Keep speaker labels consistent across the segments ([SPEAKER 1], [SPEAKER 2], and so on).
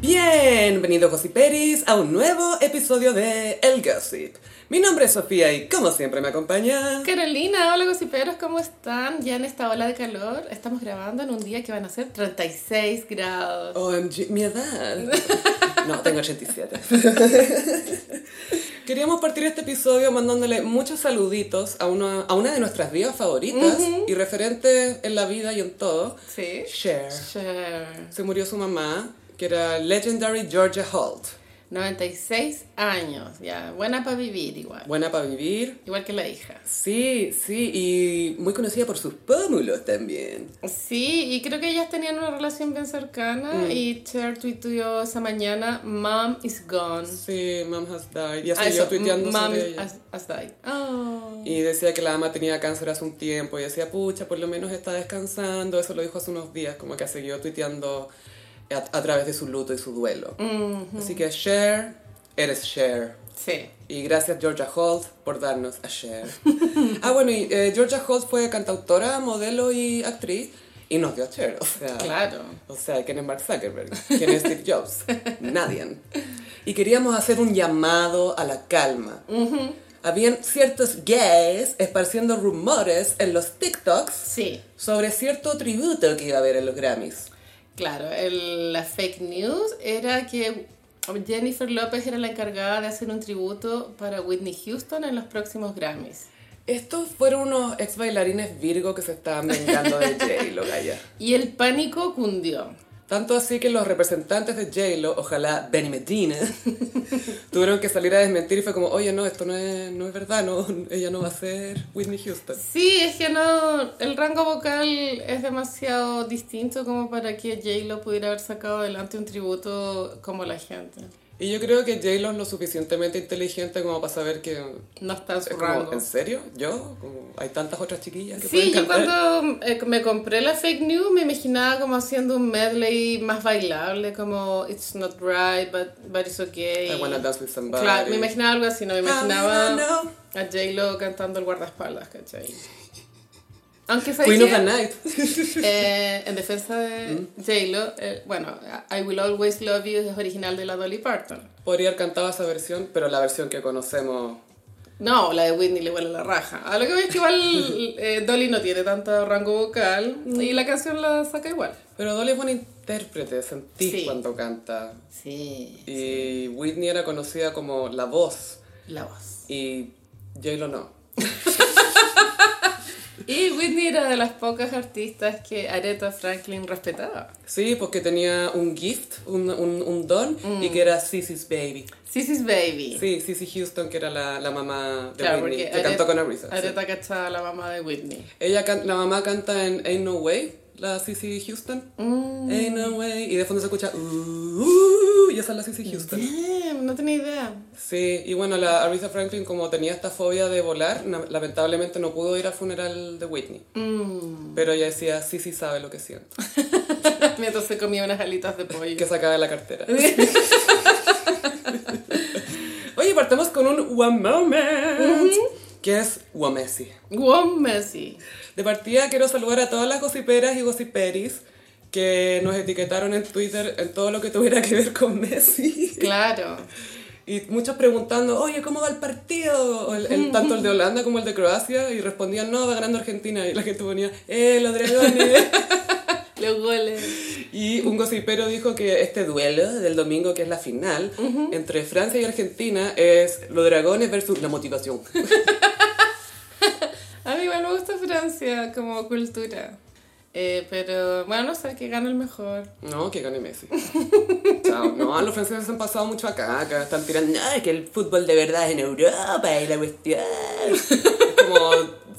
[SPEAKER 1] Bienvenido Gossiperis a un nuevo episodio de El Gossip. Mi nombre es Sofía y como siempre me acompaña...
[SPEAKER 2] Carolina, hola gossiperos, ¿cómo están? Ya en esta ola de calor estamos grabando en un día que van a ser 36 grados.
[SPEAKER 1] OMG, mi edad. No, tengo 87. Queríamos partir este episodio mandándole muchos saluditos a una, a una de nuestras divas favoritas y referentes en la vida y en todo.
[SPEAKER 2] ¿Sí?
[SPEAKER 1] Cher.
[SPEAKER 2] Cher.
[SPEAKER 1] Se murió su mamá, que era Legendary Georgia Holt.
[SPEAKER 2] 96 años, ya, buena para vivir igual.
[SPEAKER 1] Buena para vivir,
[SPEAKER 2] Igual que la hija.
[SPEAKER 1] Sí, sí, y muy conocida por sus pómulos también.
[SPEAKER 2] Sí, y creo que ellas tenían una relación bien cercana
[SPEAKER 1] Mm.
[SPEAKER 2] y Cher tuiteó esa mañana, Mom is gone.
[SPEAKER 1] Sí, Mom has died. Ya
[SPEAKER 2] Ah,
[SPEAKER 1] siguió
[SPEAKER 2] eso,
[SPEAKER 1] tuiteando
[SPEAKER 2] Mom
[SPEAKER 1] sobre
[SPEAKER 2] is-
[SPEAKER 1] ella.
[SPEAKER 2] has, has died. Oh.
[SPEAKER 1] Y decía que la ama tenía cáncer hace un tiempo y decía, pucha, por lo menos está descansando. Eso lo dijo hace unos días, como que siguió tuiteando a, a través de su luto y su duelo. Así que Cher, eres Cher.
[SPEAKER 2] Sí.
[SPEAKER 1] Y gracias Georgia Holt por darnos a Cher. ah, bueno, y eh, Georgia Holt fue cantautora, modelo y actriz y nos dio a Cher. O sea,
[SPEAKER 2] Claro.
[SPEAKER 1] O sea, ¿quién es Mark Zuckerberg? ¿Quién es Steve Jobs? Nadie. Y queríamos hacer un llamado a la calma. Habían ciertos gays esparciendo rumores en los TikToks
[SPEAKER 2] Sí.
[SPEAKER 1] sobre cierto tributo que iba a haber en los Grammys.
[SPEAKER 2] Claro, el- la fake news era que Jennifer López era la encargada de hacer un tributo para Whitney Houston en los próximos Grammys.
[SPEAKER 1] Estos fueron unos ex bailarines Virgo que se estaban vengando de J-Lo, Gaya.
[SPEAKER 2] Y el pánico cundió.
[SPEAKER 1] Tanto así que los representantes de J-Lo, ojalá Benny Medina, tuvieron que salir a desmentir y fue como, oye, no, esto no es, no es verdad, no, ella no va a ser Whitney Houston.
[SPEAKER 2] Sí, es que no, el rango vocal es demasiado distinto como para que J-Lo pudiera haber sacado adelante un tributo como la gente.
[SPEAKER 1] Y yo creo que J-Lo es lo suficientemente inteligente como para saber que...
[SPEAKER 2] No está en su
[SPEAKER 1] Es
[SPEAKER 2] rango.
[SPEAKER 1] como, ¿en serio? ¿Yo? Como, hay tantas otras chiquillas que
[SPEAKER 2] Sí,
[SPEAKER 1] pueden
[SPEAKER 2] yo
[SPEAKER 1] cantar.
[SPEAKER 2] cuando eh, me compré la fake news me imaginaba como haciendo un medley más bailable, como It's not right, but, but it's okay.
[SPEAKER 1] I wanna dance with somebody.
[SPEAKER 2] eh, Claro, me imaginaba algo así, no me imaginaba
[SPEAKER 1] Ah, no, no.
[SPEAKER 2] a J-Lo cantando el guardaespaldas, ¿cachai? Aunque sabes
[SPEAKER 1] Queen of the
[SPEAKER 2] que,
[SPEAKER 1] Night. ¿Mm?
[SPEAKER 2] eh, en defensa de J-Lo, eh, bueno, I Will Always Love You es original de la Dolly Parton.
[SPEAKER 1] Podría haber cantado esa versión, pero la versión que conocemos...
[SPEAKER 2] No, la de Whitney le huele la raja. A lo que veo es que igual eh, Dolly no tiene tanto rango vocal y la canción la saca igual.
[SPEAKER 1] Pero Dolly es buena intérprete, sentí
[SPEAKER 2] Sí.
[SPEAKER 1] cuando canta.
[SPEAKER 2] Sí.
[SPEAKER 1] Y Whitney era conocida como la voz
[SPEAKER 2] La voz.
[SPEAKER 1] y J-Lo no.
[SPEAKER 2] Y Whitney era de las pocas artistas que Aretha Franklin respetaba.
[SPEAKER 1] Sí, porque tenía un gift, un, un- un don, y
[SPEAKER 2] Mm.
[SPEAKER 1] que era Sissy's Baby.
[SPEAKER 2] Sissy's Baby.
[SPEAKER 1] Sí, Sissy Houston, que era la, la mamá de
[SPEAKER 2] Claro,
[SPEAKER 1] Whitney,
[SPEAKER 2] porque
[SPEAKER 1] que cantó con Arisa. sí.
[SPEAKER 2] Areta cachaba a la mamá de Whitney.
[SPEAKER 1] Ella can- la mamá canta en Ain't No Way, la Sissy Houston.
[SPEAKER 2] Mm.
[SPEAKER 1] Ain't No Way. Y de fondo se escucha. "Ooh", y esa es la Sissy Houston.
[SPEAKER 2] Damn, no tenía idea.
[SPEAKER 1] Sí, y bueno, la Aretha Franklin, como tenía esta fobia de volar, na- lamentablemente no pudo ir al funeral de Whitney.
[SPEAKER 2] Mm.
[SPEAKER 1] Pero ella decía, sí, sí sabe lo que siento.
[SPEAKER 2] Mientras se comía unas alitas de pollo.
[SPEAKER 1] Que sacaba de la cartera. Oye, partamos con un One Moment, que es Womesi.
[SPEAKER 2] One Messi.
[SPEAKER 1] De partida quiero saludar a todas las gossiperas y gossiperis que nos etiquetaron en Twitter en todo lo que tuviera que ver con Messi.
[SPEAKER 2] Claro.
[SPEAKER 1] Y muchos preguntando, oye, ¿cómo va el partido? O el- el- tanto el de Holanda como el de Croacia. Y respondían, no, va ganando Argentina. Y la gente ponía, ¡eh, los dragones!
[SPEAKER 2] Los goles.
[SPEAKER 1] y un gossipero dijo que este duelo del domingo, que es la final, entre Francia y Argentina, es los dragones versus la motivación.
[SPEAKER 2] A mí igual me gusta Francia como cultura. Eh, pero bueno, no sé, que gana el mejor.
[SPEAKER 1] No, que gane Messi. Chao. No, los franceses han pasado mucho acá, acá están tirando, no, es que el fútbol de verdad es en Europa y la cuestión. Como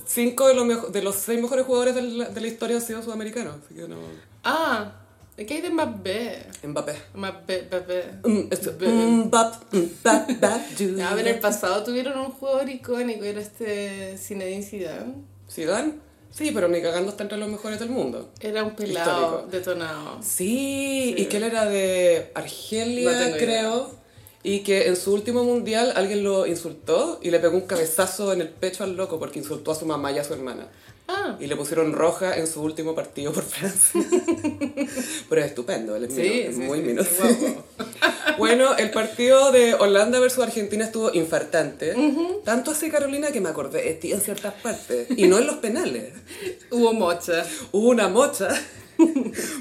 [SPEAKER 1] cinco de los, mejo- de los seis mejores jugadores de la, de la historia han sido sudamericanos, así que no...
[SPEAKER 2] Ah, ¿qué hay de Mbappé?
[SPEAKER 1] Mbappé.
[SPEAKER 2] Mbappé, Mbappé.
[SPEAKER 1] Mm, esto- Mbap, mbap, mbap, du.
[SPEAKER 2] No, pero en el pasado tuvieron un jugador icónico, era este Zinedine Zidane.
[SPEAKER 1] ¿Zidane? Sí, pero ni cagando está entre los mejores del mundo.
[SPEAKER 2] Era un pelado
[SPEAKER 1] Histórico.
[SPEAKER 2] detonado.
[SPEAKER 1] Sí, y que él era de Argelia,
[SPEAKER 2] No tengo idea.
[SPEAKER 1] creo. Y que en su último mundial alguien lo insultó y le pegó un cabezazo en el pecho al loco porque insultó a su mamá y a su hermana.
[SPEAKER 2] Ah,
[SPEAKER 1] Y le pusieron roja en su último partido por Francia. Pero es estupendo, él es mino-
[SPEAKER 2] sí,
[SPEAKER 1] es
[SPEAKER 2] sí,
[SPEAKER 1] muy
[SPEAKER 2] sí,
[SPEAKER 1] mino.
[SPEAKER 2] sí, guau, guau.
[SPEAKER 1] Bueno, el partido de Holanda versus Argentina estuvo infartante. Tanto así, Carolina, que me acordé de ti en ciertas partes. Y no en los penales.
[SPEAKER 2] Hubo mocha.
[SPEAKER 1] Hubo una mocha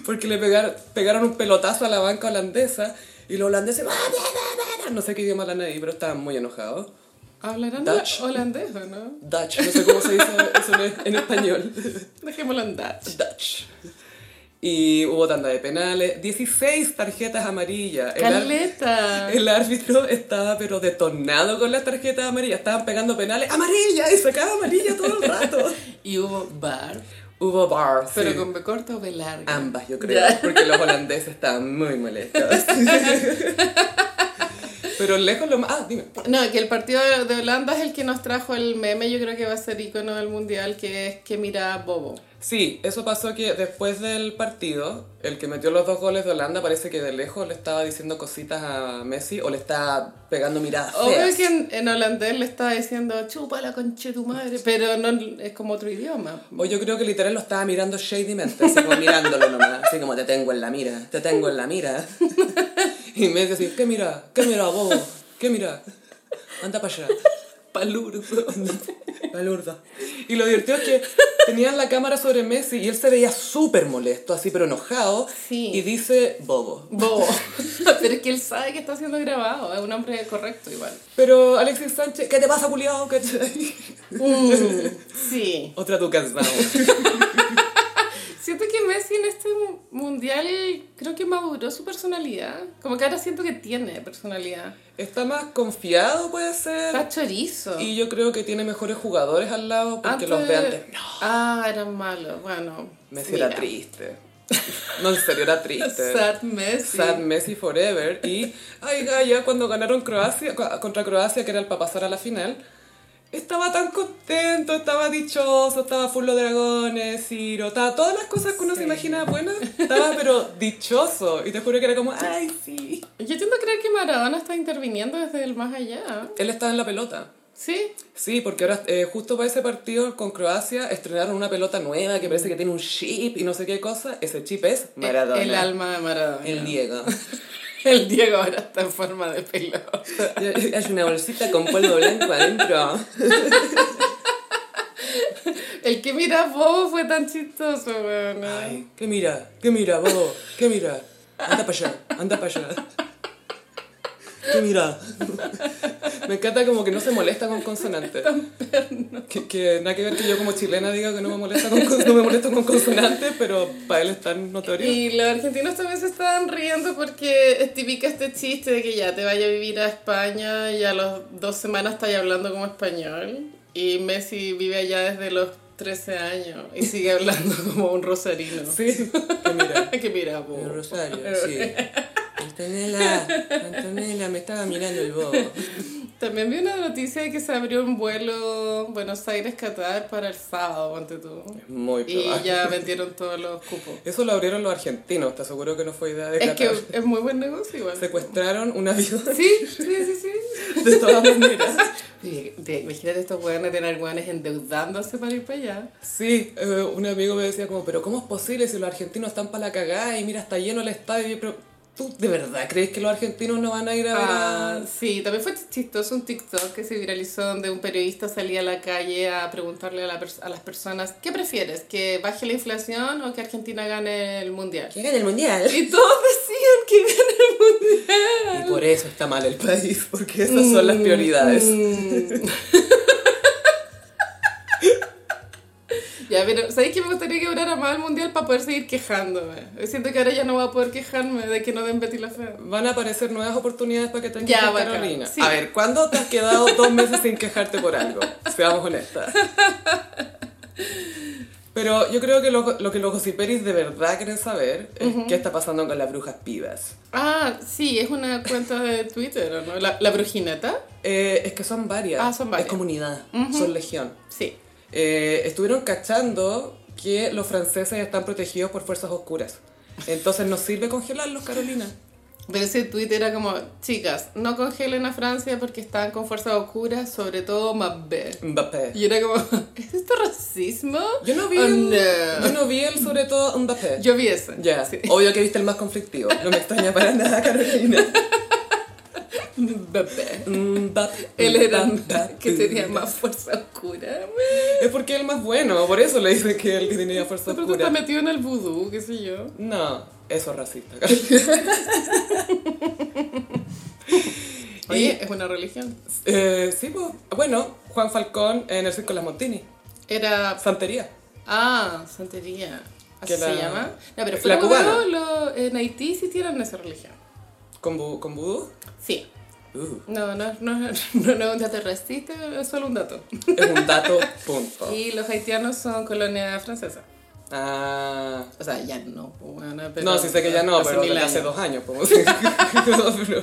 [SPEAKER 1] porque le pegar- pegaron un pelotazo a la banca holandesa y los holandeses... No sé qué idioma hablan ahí, pero estaban muy enojados.
[SPEAKER 2] Hablarán
[SPEAKER 1] Dutch.
[SPEAKER 2] holandés, ¿o no?
[SPEAKER 1] Dutch, no sé cómo se dice eso en, en español.
[SPEAKER 2] Dejémoslo en Dutch.
[SPEAKER 1] Dutch. Y hubo tanda de penales, 16 tarjetas amarillas. El ar-
[SPEAKER 2] Caleta.
[SPEAKER 1] El árbitro estaba pero detonado con las tarjetas amarillas. Estaban pegando penales amarilla y sacaba amarilla todo el rato.
[SPEAKER 2] Y hubo bar,
[SPEAKER 1] Hubo bar, sí.
[SPEAKER 2] pero con B corta o B larga.
[SPEAKER 1] ambas, yo creo,
[SPEAKER 2] Ya.
[SPEAKER 1] porque los holandeses estaban muy molestos. pero lejos lo más. Ah, dime.
[SPEAKER 2] No, que el partido de- de Holanda es el que nos trajo el meme, yo creo que va a ser icono del mundial, que es que mira a Bobo.
[SPEAKER 1] Sí, eso pasó que después del partido, el que metió los dos goles de Holanda parece que de lejos le estaba diciendo cositas a Messi o le estaba pegando miradas feas.
[SPEAKER 2] Obvio que en, en holandés le estaba diciendo chupa la concha de tu madre, pero no es como otro idioma.
[SPEAKER 1] O yo creo que literal lo estaba mirando shadymente, así como mirándolo nomás, así como te tengo en la mira, te tengo en la mira. Y me decía, ¿qué mira? ¿Qué mira, bobo? ¿Qué mira? Anda para allá. Palurdo. Palurdo. Y lo divertido es que tenían la cámara sobre Messi y él se veía súper molesto, así pero enojado.
[SPEAKER 2] Sí.
[SPEAKER 1] Y dice, bobo.
[SPEAKER 2] Bobo. pero es que él sabe que está siendo grabado, es un hombre correcto igual.
[SPEAKER 1] Pero Alexis Sánchez, ¿qué te pasa, culiao? ¿Cachai?
[SPEAKER 2] Mm. Sí.
[SPEAKER 1] Otra tu cansado.
[SPEAKER 2] Siento que Messi en este mu- mundial creo que maduró su personalidad. Como que ahora siento que tiene personalidad.
[SPEAKER 1] Está más confiado, puede ser.
[SPEAKER 2] Está chorizo.
[SPEAKER 1] Y yo creo que tiene mejores jugadores al lado porque los ve antes. No,
[SPEAKER 2] Ah, eran malos. Bueno.
[SPEAKER 1] Messi
[SPEAKER 2] mira.
[SPEAKER 1] era triste. No, en serio era triste.
[SPEAKER 2] Sad Messi.
[SPEAKER 1] Sad Messi forever. Y, ay, Gaia, cuando ganaron Croacia, co- contra Croacia, que era el para pasar a la final, estaba tan contento, estaba dichoso, estaba full de dragones, Ciro, estaba todas las cosas que uno se
[SPEAKER 2] Sí.
[SPEAKER 1] imagina buenas, estaba pero dichoso. Y te juro que era como, ay, sí.
[SPEAKER 2] Yo tiendo a creer que Maradona está interviniendo desde el más allá.
[SPEAKER 1] Él estaba en la pelota.
[SPEAKER 2] ¿Sí?
[SPEAKER 1] Sí, porque ahora eh, justo para ese partido con Croacia estrenaron una pelota nueva que parece que tiene un chip y no sé qué cosa. Ese chip es Maradona.
[SPEAKER 2] El alma de Maradona.
[SPEAKER 1] El Diego.
[SPEAKER 2] El Diego ahora está en forma de pelota.
[SPEAKER 1] Hay una bolsita con polvo blanco adentro.
[SPEAKER 2] El que mira a Bobo fue tan chistoso, weón.
[SPEAKER 1] Ay, ¿qué mira? ¿Qué mira, bobo? ¿Qué mira? Anda para allá, anda para allá. ¿Qué mira? Me encanta como que no se molesta con consonantes. Que, que nada que ver que yo como chilena diga que no me molesta con, cons- no me molesto con consonantes, pero para él es tan notorio.
[SPEAKER 2] Y los argentinos también se estaban riendo porque es típica este chiste de que ya te vaya a vivir a España y a las dos semanas estás hablando como español. Y Messi vive allá desde los 13 años y sigue hablando como un rosarino. Ah,
[SPEAKER 1] Sí, que mira.
[SPEAKER 2] que mira, a Bobo.
[SPEAKER 1] El Rosario, sí. Antonella, Antonella, me estaba mirando el bobo.
[SPEAKER 2] También vi una noticia de que se abrió un vuelo Buenos Aires-Catar para el sábado, ponte tú.
[SPEAKER 1] Muy
[SPEAKER 2] Y
[SPEAKER 1] probable.
[SPEAKER 2] ya vendieron todos los cupos.
[SPEAKER 1] Eso lo abrieron los argentinos, te aseguro que no fue idea de
[SPEAKER 2] Es que
[SPEAKER 1] Qatar.
[SPEAKER 2] es muy buen negocio igual.
[SPEAKER 1] Secuestraron un avión
[SPEAKER 2] Sí, sí, sí, sí.
[SPEAKER 1] de todas maneras.
[SPEAKER 2] Oye, te- Imagínate estos hueones tener hueones endeudándose para ir para allá.
[SPEAKER 1] Sí, eh, un amigo me decía como, pero ¿cómo es posible si los argentinos están para la cagada y mira, está lleno el estadio? Y yo, Pero, ¿tú de verdad crees que los argentinos no van a ir a ver a-
[SPEAKER 2] Ah, sí, también fue chistoso un TikTok que se viralizó donde un periodista salía a la calle a preguntarle a, la pers- a las personas, ¿qué prefieres? ¿Que baje la inflación o que Argentina gane el mundial?
[SPEAKER 1] Que gane el mundial.
[SPEAKER 2] Y todos decían que gane el mundial.
[SPEAKER 1] Y por eso está mal el país, porque esas son
[SPEAKER 2] Mm.
[SPEAKER 1] las prioridades.
[SPEAKER 2] Ya, pero ¿sabéis que me gustaría que durara más el mundial para poder seguir quejándome? Siento que ahora ya no voy a poder quejarme de que no den Betty la Fea.
[SPEAKER 1] Van a aparecer nuevas oportunidades para que te
[SPEAKER 2] Ya,
[SPEAKER 1] quejes,
[SPEAKER 2] bacán.
[SPEAKER 1] Carolina.
[SPEAKER 2] Sí.
[SPEAKER 1] A ver, ¿cuándo te has quedado dos meses sin quejarte por algo? Seamos honestas. Pero yo creo que lo, lo que los gossiperis de verdad quieren saber es qué está pasando con las brujas pibas.
[SPEAKER 2] Ah, sí, es una cuenta de Twitter, ¿o ¿no? ¿La, la brujineta?
[SPEAKER 1] Eh, es que son varias.
[SPEAKER 2] Ah, son varias.
[SPEAKER 1] Es comunidad, son legión.
[SPEAKER 2] Sí.
[SPEAKER 1] Eh, estuvieron cachando que los franceses están protegidos por fuerzas oscuras. Entonces nos sirve congelarlos, Carolina.
[SPEAKER 2] Pero ese tweet era como, chicas, no congelen a Francia porque están con fuerzas oscuras, sobre todo Mbappé.
[SPEAKER 1] Mbappé.
[SPEAKER 2] Y era como, ¿es esto racismo?
[SPEAKER 1] Yo no vi,
[SPEAKER 2] Oh,
[SPEAKER 1] el,
[SPEAKER 2] no.
[SPEAKER 1] yo no vi el sobre todo Mbappé.
[SPEAKER 2] Yo vi eso.
[SPEAKER 1] Ya,
[SPEAKER 2] Sí.
[SPEAKER 1] obvio que viste el más conflictivo. No me extraña para nada, Carolina.
[SPEAKER 2] Mbappé.
[SPEAKER 1] Mm, Mbappé.
[SPEAKER 2] Él era
[SPEAKER 1] Mbappé.
[SPEAKER 2] que tenía más fuerza oscura.
[SPEAKER 1] Es porque es el más bueno, por eso le dicen que él que tenía fuerza
[SPEAKER 2] Pero tú estás
[SPEAKER 1] oscura.
[SPEAKER 2] metido en el vudú, qué sé yo.
[SPEAKER 1] No, eso es racista.
[SPEAKER 2] Oye, es una religión.
[SPEAKER 1] Eh, sí, pues, bueno, Juan Falcón en el Circo Las Montini.
[SPEAKER 2] Era
[SPEAKER 1] Santería.
[SPEAKER 2] Ah, santería. ¿Así
[SPEAKER 1] Que
[SPEAKER 2] se
[SPEAKER 1] la-
[SPEAKER 2] llama? No,
[SPEAKER 1] la
[SPEAKER 2] pero fuera
[SPEAKER 1] cubana.
[SPEAKER 2] huevo, lo- en Haití sí tienen esa religión.
[SPEAKER 1] ¿Con, bu- con vudú?
[SPEAKER 2] Sí.
[SPEAKER 1] Uh,
[SPEAKER 2] No, no, no, no, no, no es un dato racista, es solo un dato.
[SPEAKER 1] es un dato, punto.
[SPEAKER 2] Y los haitianos son colonia francesa.
[SPEAKER 1] Ah,
[SPEAKER 2] O sea, ya no, pues, bueno, pero...
[SPEAKER 1] no, sí sé que ya no, pero
[SPEAKER 2] mil
[SPEAKER 1] desde hace
[SPEAKER 2] años.
[SPEAKER 1] dos años. Pues. No, pero-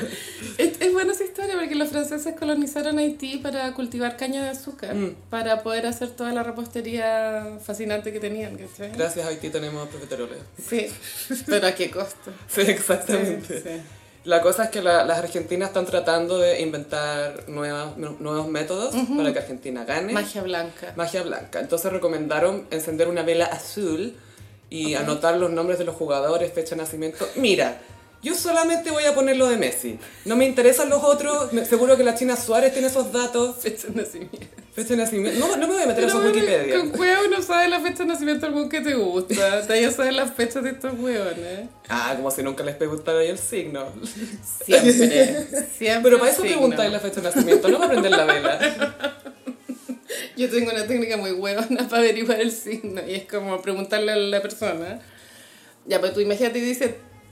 [SPEAKER 2] Es, es buena esa historia porque los franceses colonizaron Haití para cultivar caña de azúcar,
[SPEAKER 1] Mm.
[SPEAKER 2] para poder hacer toda la repostería fascinante que tenían, ¿cachai?
[SPEAKER 1] Gracias a Haití tenemos profiteroles.
[SPEAKER 2] Sí, pero a qué costo.
[SPEAKER 1] Sí, exactamente.
[SPEAKER 2] Sí, sí.
[SPEAKER 1] La cosa es que la- las argentinas están tratando de inventar nuevas, nu- nuevos métodos para que Argentina gane.
[SPEAKER 2] Magia blanca.
[SPEAKER 1] Magia blanca. Entonces recomendaron encender una vela azul y anotar los nombres de los jugadores, fecha de nacimiento. Mira, yo solamente voy a poner lo de Messi. No me interesan los otros. me- seguro que la China Suárez tiene esos datos.
[SPEAKER 2] Fecha de nacimiento.
[SPEAKER 1] Fecha de nacimiento. No, no me voy a meter a su
[SPEAKER 2] Pero,
[SPEAKER 1] Wikipedia.
[SPEAKER 2] Con huevo no sabes la fecha de nacimiento algún que te gusta. Te ya sabes las fechas de estos huevones.
[SPEAKER 1] Ah, como si nunca les preguntara yo el signo.
[SPEAKER 2] Siempre. Siempre.
[SPEAKER 1] Pero para eso
[SPEAKER 2] signo.
[SPEAKER 1] preguntáis la fecha de nacimiento, no para aprender la vela.
[SPEAKER 2] Yo tengo una técnica muy huevona para averiguar el signo. Y es como preguntarle a la persona. Ya, pero tú imagínate y dices,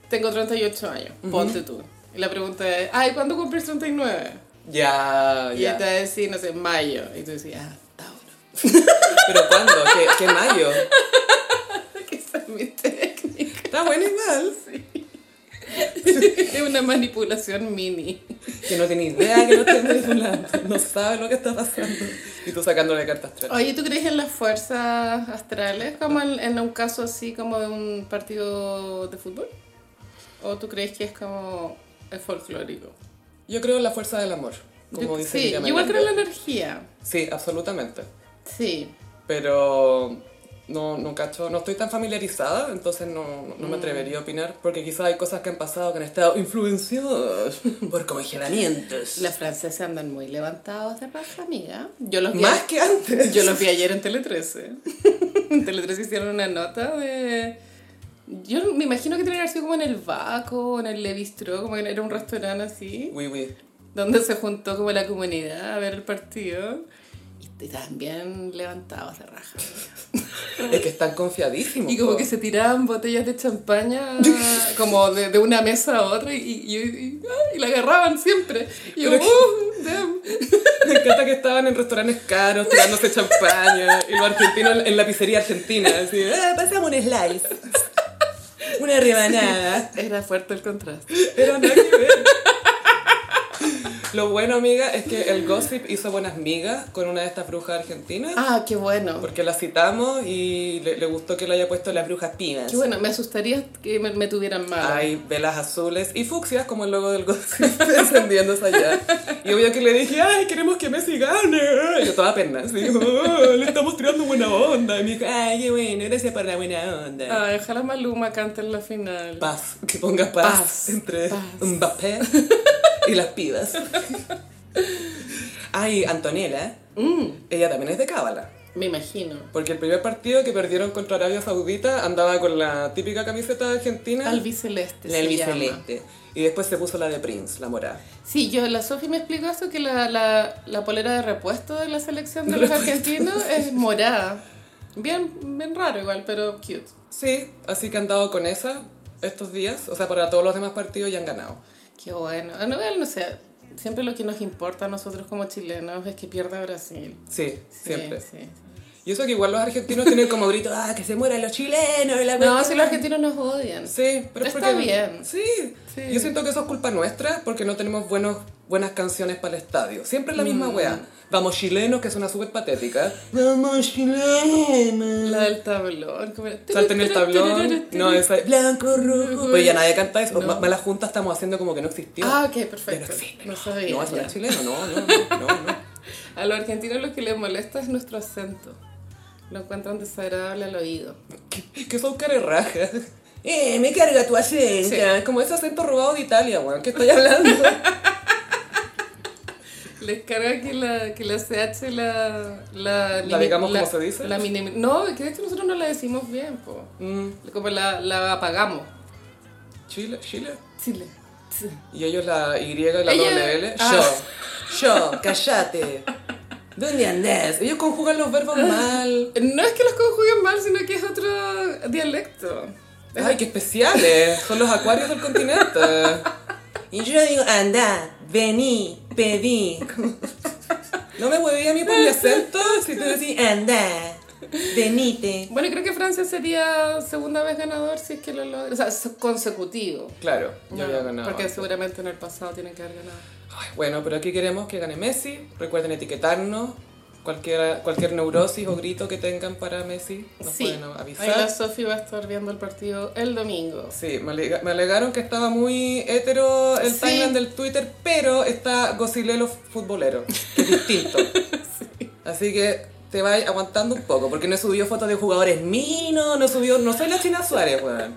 [SPEAKER 2] tengo 38 años. Ponte tú. Y la pregunta es, ay, ¿cuándo cumples 39?
[SPEAKER 1] Ya,
[SPEAKER 2] Y
[SPEAKER 1] ya.
[SPEAKER 2] ella te va a decir, no sé, mayo. Y tú decís, ah, Tauro.
[SPEAKER 1] ¿Pero cuándo? ¿Qué, qué mayo?
[SPEAKER 2] Que esa es mi técnica.
[SPEAKER 1] Está bueno igual.
[SPEAKER 2] es una manipulación mini.
[SPEAKER 1] Que no tiene idea que no está manipulando. No sabe lo que está pasando. Y tú sacándole cartas astral.
[SPEAKER 2] Oye, ¿tú crees en las fuerzas astrales como en, en un caso así como de un partido de fútbol? ¿O tú crees que es como es folclórico?
[SPEAKER 1] Yo creo en la fuerza del amor. Como
[SPEAKER 2] Yo-
[SPEAKER 1] dice
[SPEAKER 2] sí,
[SPEAKER 1] Miriam
[SPEAKER 2] yo igual creo en la
[SPEAKER 1] Hernández.
[SPEAKER 2] energía.
[SPEAKER 1] Sí, absolutamente.
[SPEAKER 2] Sí.
[SPEAKER 1] Pero no, no cacho, no estoy tan familiarizada, entonces no,
[SPEAKER 2] Mm.
[SPEAKER 1] no me atrevería a opinar. Porque quizás hay cosas que han pasado que han estado influenciadas por congelamientos.
[SPEAKER 2] Las francesas andan muy levantados de raja, amiga. Yo los vi,
[SPEAKER 1] Más que antes.
[SPEAKER 2] yo los vi ayer en Tele 13. en Tele 13 hicieron una nota de... Yo me imagino que tenía que haber sido como en el Baco, en el Levistró, como que era un restaurante así.
[SPEAKER 1] Oui, oui.
[SPEAKER 2] donde se juntó como la comunidad a ver el partido y estaban bien levantados de raja.
[SPEAKER 1] Es que están confiadísimos.
[SPEAKER 2] Y como
[SPEAKER 1] po.
[SPEAKER 2] que se tiraban botellas de champaña como de, de una mesa a otra y, y, y- ah, y la agarraban siempre. Y yo,
[SPEAKER 1] Pero que-
[SPEAKER 2] "Oh, damn".
[SPEAKER 1] Me encanta que estaban en restaurantes caros, tirándose champaña, y los argentinos en la pizzería argentina, así, "Ah, pasamos un slice, una rebanada.
[SPEAKER 2] Era fuerte el contraste.
[SPEAKER 1] Pero nada que ver. Lo bueno, amiga, es que el Gossip hizo buenas migas con una de estas brujas argentinas,
[SPEAKER 2] Ah, qué bueno.
[SPEAKER 1] porque la citamos y le, le gustó que le haya puesto las brujas pibas.
[SPEAKER 2] Qué bueno, me asustaría que me, me tuvieran mal.
[SPEAKER 1] Hay velas azules y fucsias como el logo del Gossip encendiéndose allá. Y obvio que le dije, ay, queremos que Messi gane. Y yo toda pena, así, "Oh, le estamos tirando buena onda. Y me dijo, ay, qué bueno, gracias por la buena onda.
[SPEAKER 2] Ay, ojalá Maluma cante en la final.
[SPEAKER 1] Paz, que ponga paz,
[SPEAKER 2] Paz,
[SPEAKER 1] entre
[SPEAKER 2] paz.
[SPEAKER 1] Mbappé y las pibas. Ay, Antonella, ella también es de Cábala.
[SPEAKER 2] Mm, Me imagino.
[SPEAKER 1] Porque el primer partido que perdieron contra Arabia Saudita andaba con la típica camiseta argentina.
[SPEAKER 2] Albiceleste.
[SPEAKER 1] Ah. La
[SPEAKER 2] se
[SPEAKER 1] Elvis
[SPEAKER 2] llama.
[SPEAKER 1] Celeste. Y después se puso la de Prince, la morada.
[SPEAKER 2] Sí, yo, la Sofi me explicó eso, que la, la, la polera de repuesto de la selección de los argentinos es morada. Bien, bien raro igual, pero cute.
[SPEAKER 1] Sí, así que han dado con esa estos días. O sea, para todos los demás partidos ya han ganado.
[SPEAKER 2] Qué bueno. Ah, No, bueno, no sé, siempre lo que nos importa a nosotros como chilenos es que pierda Brasil.
[SPEAKER 1] Sí,
[SPEAKER 2] Sí,
[SPEAKER 1] siempre.
[SPEAKER 2] sí.
[SPEAKER 1] Y eso que igual los argentinos tienen como grito, ah, que se mueran los chilenos. y la
[SPEAKER 2] No,
[SPEAKER 1] cuestión".
[SPEAKER 2] si los argentinos nos odian.
[SPEAKER 1] Sí, pero es
[SPEAKER 2] Está
[SPEAKER 1] porque-
[SPEAKER 2] bien.
[SPEAKER 1] Sí.
[SPEAKER 2] Sí.
[SPEAKER 1] Yo siento que eso es culpa nuestra porque no tenemos buenos, buenas canciones para el estadio. Siempre es la misma weá. Vamos chilenos, que suena súper patética. Vamos chilenos.
[SPEAKER 2] La del tablón. como era-
[SPEAKER 1] Salten el tablón. No, esa es blanco, rojo. Pero ya nadie canta eso.
[SPEAKER 2] No.
[SPEAKER 1] Ma- Mala junta estamos haciendo como que no existió.
[SPEAKER 2] Ah, ok,
[SPEAKER 1] pero
[SPEAKER 2] perfecto.
[SPEAKER 1] existe.
[SPEAKER 2] No sabía.
[SPEAKER 1] No, eso no
[SPEAKER 2] ya.
[SPEAKER 1] es chileno, no, no, no. no, no.
[SPEAKER 2] A los argentinos lo que les molesta es nuestro acento. Lo encuentran desagradable al oído.
[SPEAKER 1] Que- Que son carerrajas. Eh, me carga tu acento.
[SPEAKER 2] Sí.
[SPEAKER 1] Es Como ese acento robado de Italia, weón. ¿Qué estoy hablando?
[SPEAKER 2] Les carga que la, que la CH la... La,
[SPEAKER 1] ¿La digamos como se dice?
[SPEAKER 2] la minimi- no, que de hecho nosotros no la decimos bien, po.
[SPEAKER 1] Mm,
[SPEAKER 2] Como la, la apagamos.
[SPEAKER 1] Chile, Chile.
[SPEAKER 2] Chile.
[SPEAKER 1] Y ellos la Y y la
[SPEAKER 2] Ella-
[SPEAKER 1] WL.
[SPEAKER 2] Ah.
[SPEAKER 1] Yo, yo, callate. ¿Dónde andás? Ellos conjugan los verbos mal.
[SPEAKER 2] No es que los conjuguen mal, sino que es otro dialecto.
[SPEAKER 1] Ay, qué especiales. Son los acuarios del continente. Y yo digo, anda, vení, pedí. No me hueví a mí por mi acento si tú decís, anda, venite.
[SPEAKER 2] Bueno, creo que Francia sería segunda vez ganador si es que lo logra. O sea, so- consecutivo.
[SPEAKER 1] Claro, yo había ganado.
[SPEAKER 2] Porque seguramente en el pasado tienen que haber ganado.
[SPEAKER 1] Ay, bueno, pero aquí queremos que gane Messi. Recuerden etiquetarnos. Cualquier, cualquier neurosis o grito que tengan para Messi, nos
[SPEAKER 2] sí.
[SPEAKER 1] pueden avisar.
[SPEAKER 2] Ahí la Sofi va a estar viendo el partido el domingo.
[SPEAKER 1] Sí, me, alega- me alegaron que estaba muy hetero el
[SPEAKER 2] Sí.
[SPEAKER 1] timeline del Twitter, pero está Gocilelo futbolero, que es distinto. Así que te vas aguantando un poco, porque no subió fotos de jugadores minos, no subió, no soy la China Suárez, weón.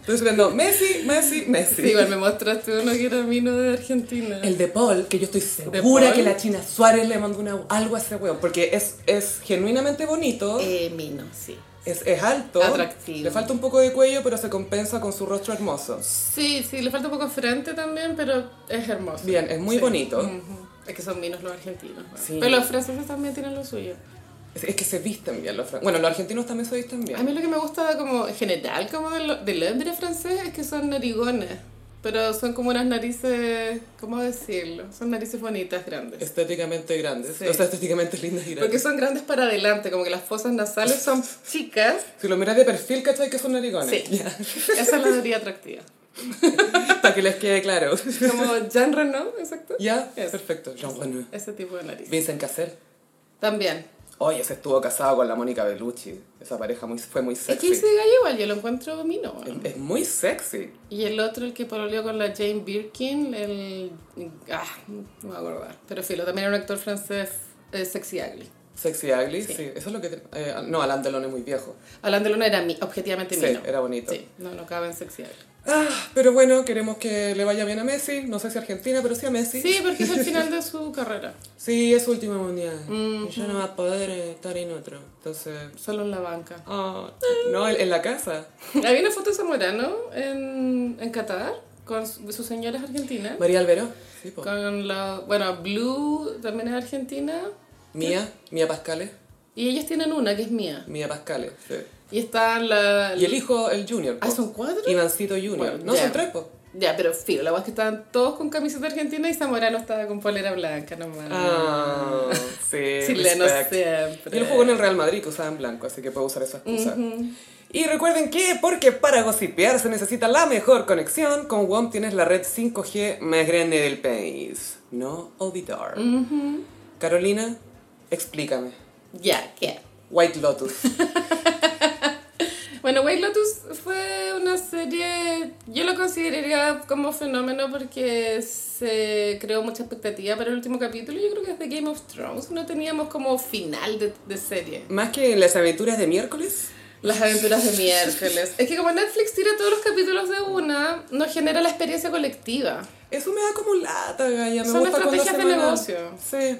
[SPEAKER 1] Estoy subiendo Messi, Messi, Messi.
[SPEAKER 2] Sí, igual me mostraste uno que era vino de Argentina.
[SPEAKER 1] El de Paul, que yo estoy
[SPEAKER 2] De
[SPEAKER 1] segura
[SPEAKER 2] Paul.
[SPEAKER 1] que la China Suárez le mandó una, algo a ese weón, porque es, es genuinamente bonito.
[SPEAKER 2] Eh, vino, sí.
[SPEAKER 1] Es, es alto,
[SPEAKER 2] Atractivo.
[SPEAKER 1] le falta un poco de cuello, pero se compensa con su rostro hermoso.
[SPEAKER 2] Sí, sí, le falta un poco frente también, pero es hermoso.
[SPEAKER 1] Bien, es muy
[SPEAKER 2] Sí.
[SPEAKER 1] bonito.
[SPEAKER 2] Ujú. Es que son vinos los argentinos. bueno.
[SPEAKER 1] Sí.
[SPEAKER 2] Pero los franceses también tienen lo suyo.
[SPEAKER 1] Es, es que se visten bien los franceses. Bueno, los argentinos también se visten
[SPEAKER 2] A
[SPEAKER 1] bien.
[SPEAKER 2] mí lo que me gusta como en general como del, del hombre francés es que son narigones, pero son como unas narices, ¿cómo decirlo? Son narices bonitas, grandes.
[SPEAKER 1] Estéticamente grandes.
[SPEAKER 2] Sí.
[SPEAKER 1] O sea, estéticamente lindas y
[SPEAKER 2] Porque
[SPEAKER 1] grandes.
[SPEAKER 2] son grandes para adelante, como que las fosas nasales son chicas.
[SPEAKER 1] Si lo miras de perfil, ¿cachai? Que son narigones.
[SPEAKER 2] Sí.
[SPEAKER 1] Ya.
[SPEAKER 2] Esa es la teoría atractiva.
[SPEAKER 1] Para que les quede claro.
[SPEAKER 2] Como Jean Reno, exacto.
[SPEAKER 1] ya,
[SPEAKER 2] Eso.
[SPEAKER 1] perfecto. Jean Reno.
[SPEAKER 2] Ese tipo de nariz.
[SPEAKER 1] Vincent Cassel.
[SPEAKER 2] También.
[SPEAKER 1] Oye, se estuvo casado con la Mónica Bellucci. Esa pareja muy, fue muy
[SPEAKER 2] Es que
[SPEAKER 1] sexy.
[SPEAKER 2] ese gallo igual yo lo encuentro mino.
[SPEAKER 1] Es- es muy sexy.
[SPEAKER 2] Y el otro, el que pololeó con la Jane Birkin, el... Ah, no me voy a acordar. Pero filo, también era un actor francés eh, sexy ugly.
[SPEAKER 1] Sexy ugly, sí.
[SPEAKER 2] Sí.
[SPEAKER 1] Eso es lo que... te- eh, no, Alain Delon es muy viejo.
[SPEAKER 2] Alan Delon era mi, objetivamente
[SPEAKER 1] Sí,
[SPEAKER 2] mío.
[SPEAKER 1] era bonito.
[SPEAKER 2] Sí, no, no cabe en sexy ugly.
[SPEAKER 1] Ah, pero bueno, queremos que le vaya bien a Messi. No sé si a Argentina, pero sí a Messi.
[SPEAKER 2] Sí, porque es el final de su carrera.
[SPEAKER 1] Sí, es su último mundial. Ya no va a poder eh, estar en otro. Entonces.
[SPEAKER 2] Solo en la banca.
[SPEAKER 1] ah, no, en, en la casa.
[SPEAKER 2] Había una foto de Zamorano en, en Qatar con su, sus señoras argentinas.
[SPEAKER 1] María Alberó. Sí, po.
[SPEAKER 2] Con la, bueno, Blue también es argentina.
[SPEAKER 1] Mía, Mía Pascales.
[SPEAKER 2] Y ellas tienen una que es mía.
[SPEAKER 1] Mía Pascales. sí.
[SPEAKER 2] Y está la...
[SPEAKER 1] Y el hijo, el Junior. po.
[SPEAKER 2] Ah, ¿son cuatro?
[SPEAKER 1] Ivancito Junior.
[SPEAKER 2] Bueno,
[SPEAKER 1] no,
[SPEAKER 2] ya.
[SPEAKER 1] son tres, po.
[SPEAKER 2] Ya, pero filo, la verdad es que estaban todos con camiseta argentina y Zamorano estaba con polera blanca nomás.
[SPEAKER 1] Ah, sí.
[SPEAKER 2] Chileno
[SPEAKER 1] respect.
[SPEAKER 2] siempre.
[SPEAKER 1] Y él jugó en el Real Madrid, que usaban blanco, así que puedo usar esa excusa. Y recuerden que, porque para gossipear se necesita la mejor conexión, con WOM tienes la red 5G más grande del país. No olvidar. Carolina, explícame.
[SPEAKER 2] Ya, ¿qué?
[SPEAKER 1] White Lotus.
[SPEAKER 2] Bueno, White Lotus fue una serie, yo lo consideraría como fenómeno porque se creó mucha expectativa para el último capítulo. Yo creo que desde Game of Thrones no teníamos como final de, de serie.
[SPEAKER 1] Más que en las aventuras de miércoles.
[SPEAKER 2] Las aventuras de miércoles. Es que como Netflix tira todos los capítulos de una, nos genera la experiencia colectiva.
[SPEAKER 1] Eso me da como lata, Gaya. Me
[SPEAKER 2] Son
[SPEAKER 1] gusta cuando
[SPEAKER 2] estrategias de
[SPEAKER 1] se van a-
[SPEAKER 2] negocio.
[SPEAKER 1] Sí.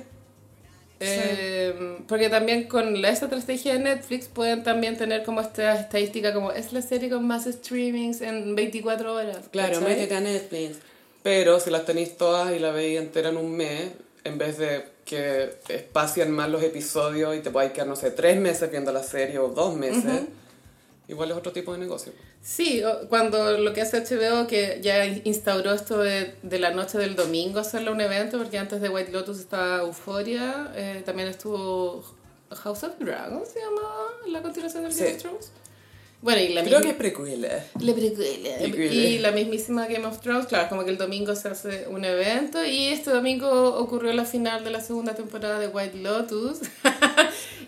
[SPEAKER 2] Eh, porque también con la, esa estrategia de Netflix pueden también tener como esta estadística como es la serie con más streamings en 24 horas.
[SPEAKER 1] Claro,
[SPEAKER 2] ¿cachai?
[SPEAKER 1] métete a Netflix. Pero si las tenéis todas y la veis entera en un mes, en vez de que espacian más los episodios y te podáis quedar, no sé, tres meses viendo la serie o dos meses, igual es otro tipo de negocio.
[SPEAKER 2] Sí, o- cuando lo que hace HBO, que ya instauró esto de, de la noche del domingo hacerle un evento, porque antes de White Lotus estaba Euphoria, eh, también estuvo House of Dragons se llamaba la continuación del
[SPEAKER 1] Sí.
[SPEAKER 2] Game of Thrones. Bueno, y la
[SPEAKER 1] Creo que
[SPEAKER 2] misma-
[SPEAKER 1] es ¿eh? precuela.
[SPEAKER 2] La precuela.
[SPEAKER 1] Precuela.
[SPEAKER 2] Y la mismísima Game of Thrones, claro, como que el domingo se hace un evento y este domingo ocurrió la final de la segunda temporada de White Lotus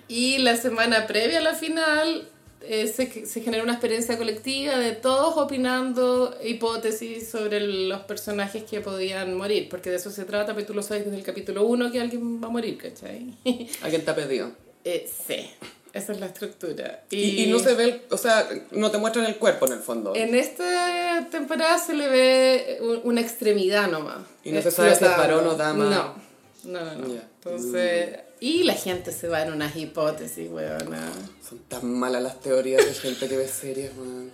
[SPEAKER 2] y la semana previa a la final eh, se, se generó una experiencia colectiva de todos opinando hipótesis sobre los personajes que podían morir, porque de eso se trata, pero tú lo sabes desde el capítulo 1 que alguien va a morir, ¿cachai?
[SPEAKER 1] Alguien está perdido.
[SPEAKER 2] Eh, sí, esa es la estructura.
[SPEAKER 1] Y, y no se ve, el- o sea, no te muestran el cuerpo en el fondo.
[SPEAKER 2] En esta temporada se le ve u- una extremidad nomás.
[SPEAKER 1] Y no se sabe si es
[SPEAKER 2] Explotando.
[SPEAKER 1] varón o dama.
[SPEAKER 2] No, no, no. no.
[SPEAKER 1] Ya.
[SPEAKER 2] Entonces, y la gente se va en unas hipótesis, weona.
[SPEAKER 1] Son tan malas las teorías de gente que ve series, man.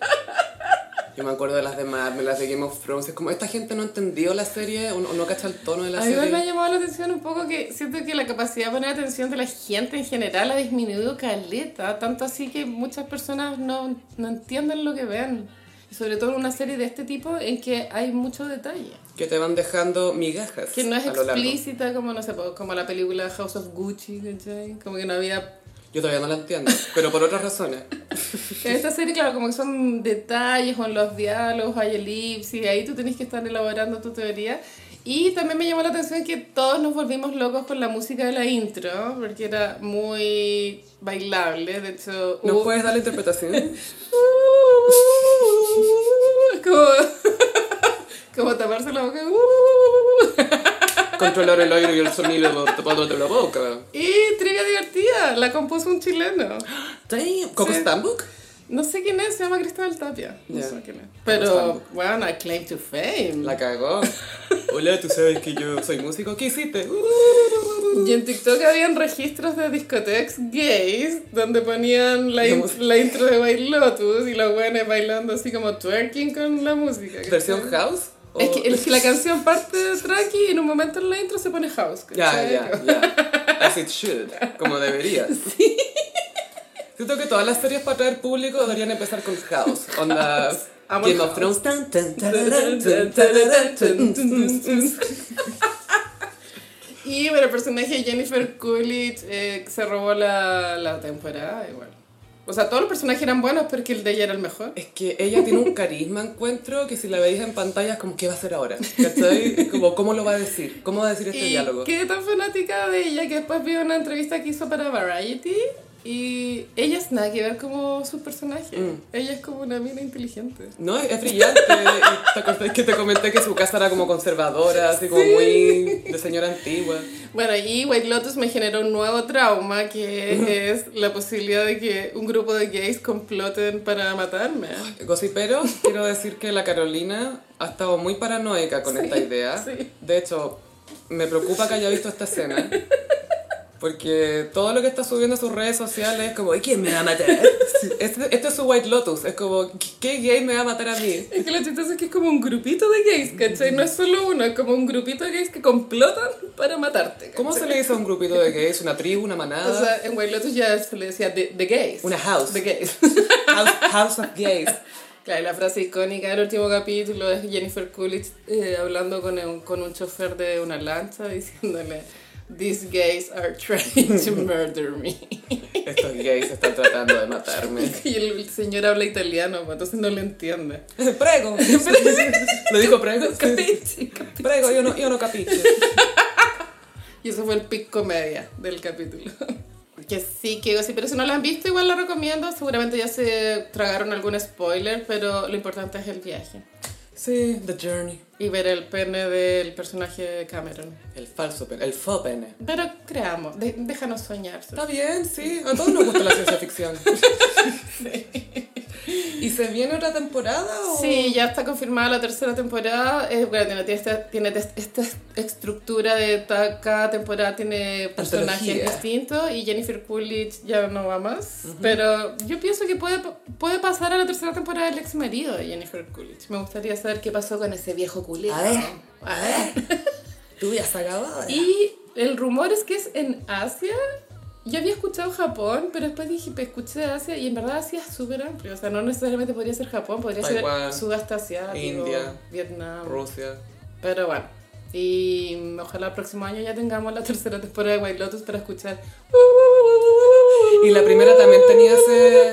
[SPEAKER 1] Yo me acuerdo de las de Marvel, las de Game of Thrones. Es como, esta gente no entendió la serie o no, o no cacha el tono de la
[SPEAKER 2] A mí igual me ha
[SPEAKER 1] serie.
[SPEAKER 2] llamado la atención un poco que siento que la capacidad de poner atención de la gente en general ha disminuido caleta, tanto así que muchas personas no, no entienden lo que ven. Y sobre todo en una serie de este tipo en que hay mucho detalle.
[SPEAKER 1] Que te van dejando migajas.
[SPEAKER 2] Que no es
[SPEAKER 1] a lo largo.
[SPEAKER 2] explícita como, no sé, po, como la película House of Gucci, ¿cachai? Como que no había
[SPEAKER 1] Yo todavía no la entiendo, pero por otras razones.
[SPEAKER 2] En esta serie, claro, como que son detalles o en los diálogos, hay elipsis, ahí tú tenés que estar elaborando tu teoría. Y también me llamó la atención que todos nos volvimos locos con la música de la intro, porque era muy bailable, de hecho... uh,
[SPEAKER 1] ¿Nos
[SPEAKER 2] hubo-
[SPEAKER 1] puedes dar la interpretación?
[SPEAKER 2] Es como... como taparse la boca. uh.
[SPEAKER 1] Controlar el aire y el sonido tapándote la boca.
[SPEAKER 2] Y trivia divertida, la compuso un chileno.
[SPEAKER 1] Damn. ¿Coco
[SPEAKER 2] Sí.
[SPEAKER 1] Stambuk?
[SPEAKER 2] No sé quién es, se llama Cristóbal Tapia. No
[SPEAKER 1] Ya.
[SPEAKER 2] sé quién es.
[SPEAKER 1] Gustavo.
[SPEAKER 2] Pero, bueno, I claim to fame.
[SPEAKER 1] La cagó. Hola, ¿tú sabes que yo soy músico? ¿Qué hiciste?
[SPEAKER 2] Uh, Y en TikTok habían registros de discotecas gays donde ponían la, in-
[SPEAKER 1] La música.
[SPEAKER 2] la intro de White Lotus y los buenos bailando así como twerking con la música. ¿cachai?
[SPEAKER 1] ¿Versión house? Oh. ¿O-
[SPEAKER 2] Es que, es que la canción parte de tranqui y en un momento en la intro se pone house.
[SPEAKER 1] Ya,
[SPEAKER 2] ¿cachai?
[SPEAKER 1] ya, ya. As it should. Como debería. Siento que todas las series para atraer público deberían empezar con House. Onda
[SPEAKER 2] Amo
[SPEAKER 1] Game
[SPEAKER 2] House.
[SPEAKER 1] of Thrones. Tan, tan, tararán, tan, tararán, tan, tan, tan.
[SPEAKER 2] Y bueno, el personaje de Jennifer Coolidge eh, se robó la, la temporada igual. O sea, todos los personajes eran buenos porque el de ella era el mejor.
[SPEAKER 1] Es que ella tiene un carisma, encuentro, que si la veis en pantalla es como, ¿qué va a hacer ahora? ¿Cachai? Como, ¿cómo lo va a decir? ¿Cómo va a decir este
[SPEAKER 2] y
[SPEAKER 1] diálogo?
[SPEAKER 2] quedé tan fanática de ella que después vi una entrevista que hizo para Variety y ella es nada que ver como su personaje.
[SPEAKER 1] Mm.
[SPEAKER 2] Ella es como una mina inteligente.
[SPEAKER 1] No, es, es brillante. Y ¿Te acordás que te comenté que su casa era como conservadora, así como muy de señora antigua?
[SPEAKER 2] Bueno, y White Lotus me generó un nuevo trauma que es la posibilidad de que un grupo de gays comploten para matarme.
[SPEAKER 1] Gossiperos, quiero decir que la Carolina ha estado muy paranoica con esta idea.
[SPEAKER 2] sí.
[SPEAKER 1] De hecho, me preocupa que haya visto esta escena. Porque todo lo que está subiendo a sus redes sociales es como, ¿y quién me va a matar? Este, este es su White Lotus. Es como, ¿qué gay me va a matar a mí?
[SPEAKER 2] Es que lo chistoso es que es como un grupito de gays, ¿cachai? No es solo uno, es como un grupito de gays que complotan para matarte. ¿cachai?
[SPEAKER 1] ¿Cómo se le dice a un grupito de gays? ¿Una tribu? ¿Una manada?
[SPEAKER 2] O sea, en White Lotus ya se le decía the, the gays.
[SPEAKER 1] una house.
[SPEAKER 2] The gays.
[SPEAKER 1] house. House of gays.
[SPEAKER 2] Claro, y la frase icónica del último capítulo es Jennifer Coolidge eh, hablando con un, con un chofer de una lancha diciéndole These gays are trying to murder me.
[SPEAKER 1] Estos gays están tratando de matarme.
[SPEAKER 2] Y el señor habla italiano, pues, entonces no lo entiende.
[SPEAKER 1] Prego. ¿Lo dijo prego?
[SPEAKER 2] Capisci, cap-
[SPEAKER 1] Prego, yo no, yo no capisco.
[SPEAKER 2] Y eso fue el pic comedia del capítulo. Que sí, que sí, pero si no lo han visto, igual lo recomiendo. Seguramente ya se tragaron algún spoiler, pero lo importante es el viaje.
[SPEAKER 1] Sí, The Journey.
[SPEAKER 2] Y ver el pene del personaje de Cameron.
[SPEAKER 1] El falso pene, el faux pene.
[SPEAKER 2] Pero creamos, de- déjanos soñar.
[SPEAKER 1] Está bien, sí. A todos nos gusta la ciencia ficción. ¿Y se viene otra temporada? O?
[SPEAKER 2] Sí, ya está confirmada la tercera temporada. Es, bueno, tiene, tiene esta, tiene tes- esta estructura de ta- cada temporada tiene personajes
[SPEAKER 1] Antología.
[SPEAKER 2] distintos y Jennifer Coolidge ya no va más. Pero yo pienso que puede, puede pasar a la tercera temporada del ex marido de Jennifer Coolidge. Me gustaría saber qué pasó con ese viejo culero.
[SPEAKER 1] A ver. A ver. Tú ya has acabado.
[SPEAKER 2] Y el rumor es que es en Asia. Yo había escuchado Japón, pero después dije, "Pe- escuché Asia y en verdad Asia es súper amplio. O sea, no necesariamente podría ser Japón, podría
[SPEAKER 1] Taiwán,
[SPEAKER 2] ser Sudeste Asiático,
[SPEAKER 1] India,
[SPEAKER 2] Vietnam.
[SPEAKER 1] Rusia.
[SPEAKER 2] Pero bueno. Y mm, ojalá el próximo año ya tengamos la tercera temporada de White Lotus para escuchar.
[SPEAKER 1] Y la primera también tenía ese...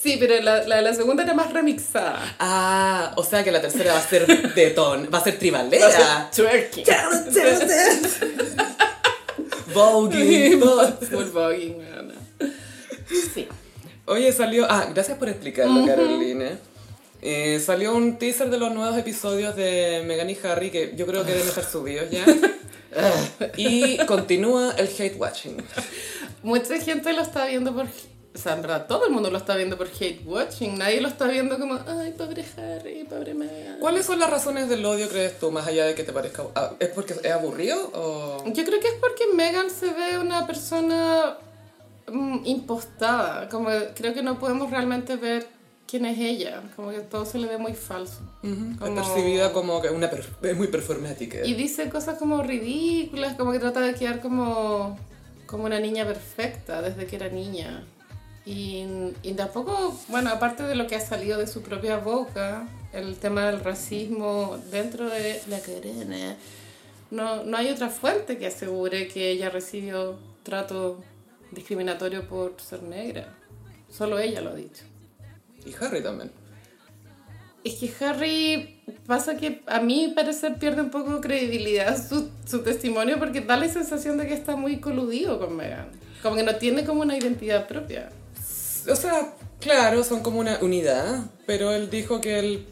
[SPEAKER 2] Sí, pero la, la, la segunda era más remixada.
[SPEAKER 1] Ah, o sea que la tercera va a ser de ton, va a ser tribalera.
[SPEAKER 2] Twerking.
[SPEAKER 1] Voguing.
[SPEAKER 2] Full voguing, weona. Sí.
[SPEAKER 1] Oye, salió. Ah, gracias por explicarlo, Carolina. Eh, salió un teaser de los nuevos episodios de Megan y Harry que yo creo que deben estar subidos ya. y continúa el hate watching.
[SPEAKER 2] Mucha gente lo está viendo por... O sea, en verdad, todo el mundo lo está viendo por hate watching. Nadie lo está viendo como, ay, pobre Harry, pobre Meghan.
[SPEAKER 1] ¿Cuáles son las razones del odio, crees tú, más allá de que te parezca... ah, ¿Es porque es aburrido o...?
[SPEAKER 2] Yo creo que es porque Megan se ve una persona mm, impostada. Como creo que no podemos realmente ver quién es ella. Como que todo se le ve muy falso.
[SPEAKER 1] Es percibida como que una per- es muy performática.
[SPEAKER 2] Y dice cosas como ridículas, como que trata de quedar como, como una niña perfecta desde que era niña. Y, y tampoco, bueno, aparte de lo que ha salido de su propia boca, el tema del racismo dentro de la cadena, no, no hay otra fuente que asegure que ella recibió trato discriminatorio por ser negra. Solo ella lo ha dicho.
[SPEAKER 1] Y Harry también.
[SPEAKER 2] Es que Harry pasa que a mí parece pierde un poco de credibilidad su, su testimonio porque da la sensación de que está muy coludido con Meghan. Como que no tiene como una identidad propia.
[SPEAKER 1] O sea, claro, son como una unidad, pero él dijo que él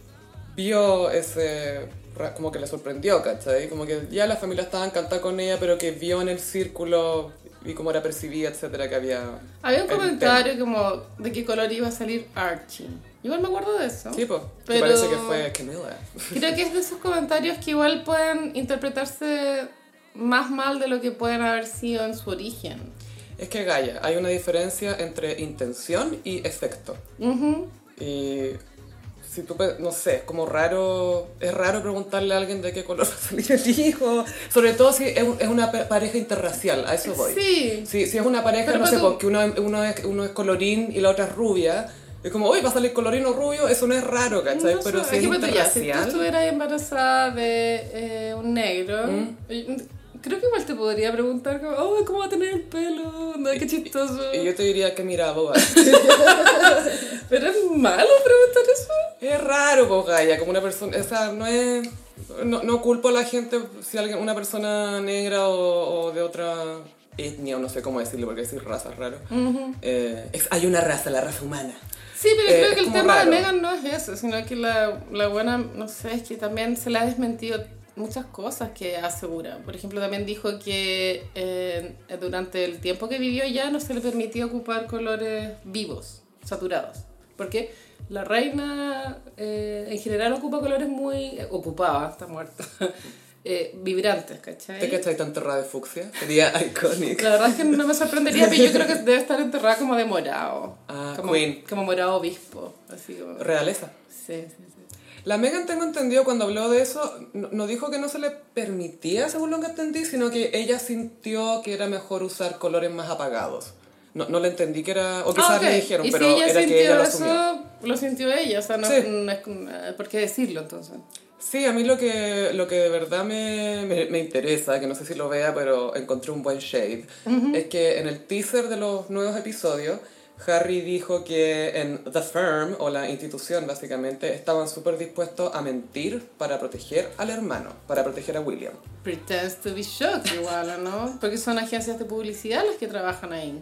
[SPEAKER 1] vio ese... ra- como que le sorprendió, ¿cachai? Como que ya la familia estaba encantada con ella, pero que vio en el círculo y cómo era percibida, etcétera, que había...
[SPEAKER 2] Había un
[SPEAKER 1] el
[SPEAKER 2] comentario como de qué color iba a salir Archie. Igual me acuerdo de eso.
[SPEAKER 1] tema. Sí, pues. po. Que
[SPEAKER 2] Pero-
[SPEAKER 1] parece que fue Camila.
[SPEAKER 2] Creo que es de esos comentarios que igual pueden interpretarse más mal de lo que pueden haber sido en su origen.
[SPEAKER 1] Es que, Gaia, hay una diferencia entre intención y efecto.
[SPEAKER 2] Ujú.
[SPEAKER 1] Y si tú, pe- no sé, es como raro, es raro preguntarle a alguien de qué color va a salir el hijo, sobre todo si es, un- es una pe- pareja interracial, a eso voy.
[SPEAKER 2] Sí.
[SPEAKER 1] Si, si es una pareja,
[SPEAKER 2] Pero
[SPEAKER 1] no sé,
[SPEAKER 2] tú-
[SPEAKER 1] po, que uno, es- uno es, uno es colorín y la otra es rubia, es como, uy, va a salir colorín o rubio, eso no es raro, ¿cachai?
[SPEAKER 2] No
[SPEAKER 1] Pero
[SPEAKER 2] sé,
[SPEAKER 1] si es
[SPEAKER 2] ejemplo, ya, si tú
[SPEAKER 1] interracial...
[SPEAKER 2] estuvieras embarazada de eh, un negro, eh, creo que igual te podría preguntar, como, oh, ¿cómo va a tener el pelo? No, qué chistoso.
[SPEAKER 1] y yo te diría que mira, boba.
[SPEAKER 2] Pero es malo preguntar eso.
[SPEAKER 1] Es raro, pues, Gaia, como una persona, o sea, no es... No, no culpo a la gente si alguien, una persona negra o, o de otra etnia, o no sé cómo decirlo, porque decir raza es raro. Eh, es- hay una raza, la raza humana.
[SPEAKER 2] Sí, pero
[SPEAKER 1] Eh,
[SPEAKER 2] creo
[SPEAKER 1] es
[SPEAKER 2] que el
[SPEAKER 1] como
[SPEAKER 2] tema
[SPEAKER 1] raro.
[SPEAKER 2] de Megan no es eso, sino que la, la buena, no sé, es que también se le ha desmentido muchas cosas que asegura. Por ejemplo, también dijo que eh, durante el tiempo que vivió ya no se le permitía ocupar colores vivos, saturados. Porque la reina eh, en general ocupa colores muy... eh, Ocupaba, está muerta. eh, vibrantes, ¿cachai?
[SPEAKER 1] ¿Te cachai tan terra de fucsia? Sería icónico.
[SPEAKER 2] La verdad es que no me sorprendería, pero yo creo que debe estar enterrada como de morado.
[SPEAKER 1] Ah,
[SPEAKER 2] como,
[SPEAKER 1] queen.
[SPEAKER 2] Como morado obispo. Así como...
[SPEAKER 1] Realeza.
[SPEAKER 2] Sí, sí, sí.
[SPEAKER 1] La Megan, tengo entendido, cuando habló de eso, no, no dijo que no se le permitía, según lo que entendí, sino que ella sintió que era mejor usar colores más apagados. No, no le entendí que era... O quizás
[SPEAKER 2] Ah, ok.
[SPEAKER 1] le dijeron,
[SPEAKER 2] y
[SPEAKER 1] pero
[SPEAKER 2] si ella
[SPEAKER 1] era
[SPEAKER 2] sintió
[SPEAKER 1] que ella lo
[SPEAKER 2] eso,
[SPEAKER 1] asumió.
[SPEAKER 2] lo sintió ella, o sea, no,
[SPEAKER 1] Sí.
[SPEAKER 2] no es como- eh, por qué decirlo entonces.
[SPEAKER 1] Sí, a mí lo que, lo que de verdad me, me, me interesa, que no sé si lo vea, pero encontré un buen shade, es que en el teaser de los nuevos episodios, Harry dijo que en The Firm, o la institución básicamente, estaban súper dispuestos a mentir para proteger al hermano, para proteger a William.
[SPEAKER 2] Pretends to be shocked igual, ¿o ¿no? Porque son agencias de publicidad las que trabajan ahí.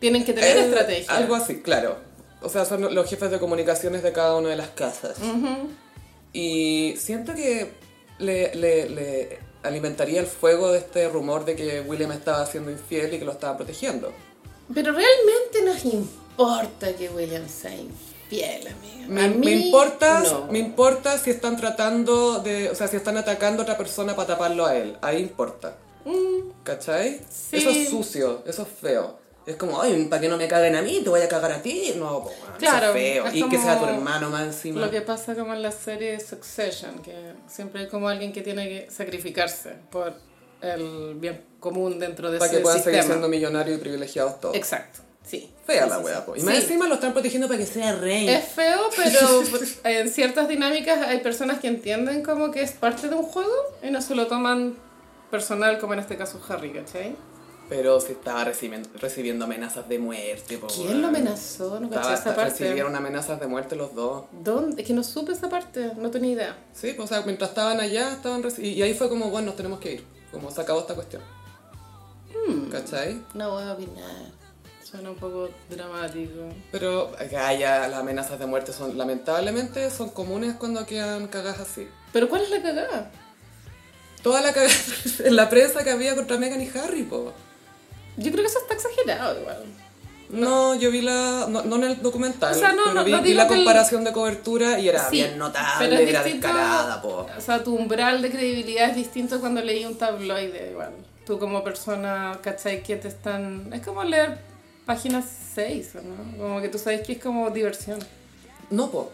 [SPEAKER 2] Tienen que tener
[SPEAKER 1] Eh,
[SPEAKER 2] estrategia.
[SPEAKER 1] Algo así, claro. O sea, son los jefes de comunicaciones de cada una de las casas. Y siento que le, le- le alimentaría el fuego de este rumor de que William estaba siendo infiel y que lo estaba protegiendo.
[SPEAKER 2] Pero realmente nos importa que William sea infiel, amiga.
[SPEAKER 1] Me,
[SPEAKER 2] A
[SPEAKER 1] me
[SPEAKER 2] mí,
[SPEAKER 1] importa,
[SPEAKER 2] no.
[SPEAKER 1] me importa si están tratando de, o sea, si están atacando a otra persona para taparlo a él. Ahí importa. ¿Cachai?
[SPEAKER 2] Mm. Sí.
[SPEAKER 1] Eso es sucio, eso es feo. Es como, ay, para que no me caguen a mí, te voy a cagar a ti. No, po, weón, eso
[SPEAKER 2] Claro,
[SPEAKER 1] es feo.
[SPEAKER 2] es
[SPEAKER 1] y que sea tu
[SPEAKER 2] como
[SPEAKER 1] hermano más encima.
[SPEAKER 2] Lo que pasa como en la serie Succession, que siempre hay como alguien que tiene que sacrificarse por el bien común dentro de
[SPEAKER 1] Para
[SPEAKER 2] ese
[SPEAKER 1] que puedan seguir
[SPEAKER 2] sistema.
[SPEAKER 1] siendo millonarios y privilegiados todos.
[SPEAKER 2] Exacto, sí.
[SPEAKER 1] Fea
[SPEAKER 2] Sí,
[SPEAKER 1] la
[SPEAKER 2] sí,
[SPEAKER 1] wea,
[SPEAKER 2] sí.
[SPEAKER 1] po. Y más
[SPEAKER 2] Sí.
[SPEAKER 1] encima lo están protegiendo para que sea rey.
[SPEAKER 2] Es feo, pero en ciertas dinámicas hay personas que entienden como que es parte de un juego y no se lo toman personal, como en este caso Harry, ¿cachai?
[SPEAKER 1] Pero sí estaba recibiendo, recibiendo amenazas de muerte. po,
[SPEAKER 2] ¿Quién
[SPEAKER 1] Oh, weón.
[SPEAKER 2] lo amenazó? No caché
[SPEAKER 1] Estaba-
[SPEAKER 2] esa
[SPEAKER 1] esta-
[SPEAKER 2] parte.
[SPEAKER 1] recibieron amenazas de muerte los dos.
[SPEAKER 2] ¿Dónde? Es que no supe esa parte, no tenía idea.
[SPEAKER 1] Sí, pues, o sea, mientras estaban allá, estaban reci- y, y ahí fue como, bueno, nos tenemos que ir. Como se acabó esta cuestión.
[SPEAKER 2] Hmm.
[SPEAKER 1] ¿Cachai?
[SPEAKER 2] No voy a opinar. Suena un poco dramático.
[SPEAKER 1] Pero acá ya las amenazas de muerte son, lamentablemente, son comunes cuando quedan cagadas así.
[SPEAKER 2] ¿Pero cuál es la cagada?
[SPEAKER 1] Toda la cagada en la prensa que había contra Meghan y Harry, po.
[SPEAKER 2] Yo creo que eso está exagerado igual.
[SPEAKER 1] No, yo vi la. No, no en el documental,
[SPEAKER 2] O sea, no,
[SPEAKER 1] pero
[SPEAKER 2] no,
[SPEAKER 1] vi,
[SPEAKER 2] no
[SPEAKER 1] vi
[SPEAKER 2] digo
[SPEAKER 1] la
[SPEAKER 2] que el-
[SPEAKER 1] comparación de cobertura y era
[SPEAKER 2] Sí,
[SPEAKER 1] bien
[SPEAKER 2] pero es
[SPEAKER 1] notable, era
[SPEAKER 2] distinto-
[SPEAKER 1] descarada, po.
[SPEAKER 2] O sea, tu umbral de credibilidad es distinto cuando leí un tabloide igual. Tú como persona, ¿cachai? Que te están... Es como leer páginas 6, ¿o ¿no? Como que tú sabes que es como diversión.
[SPEAKER 1] No, po.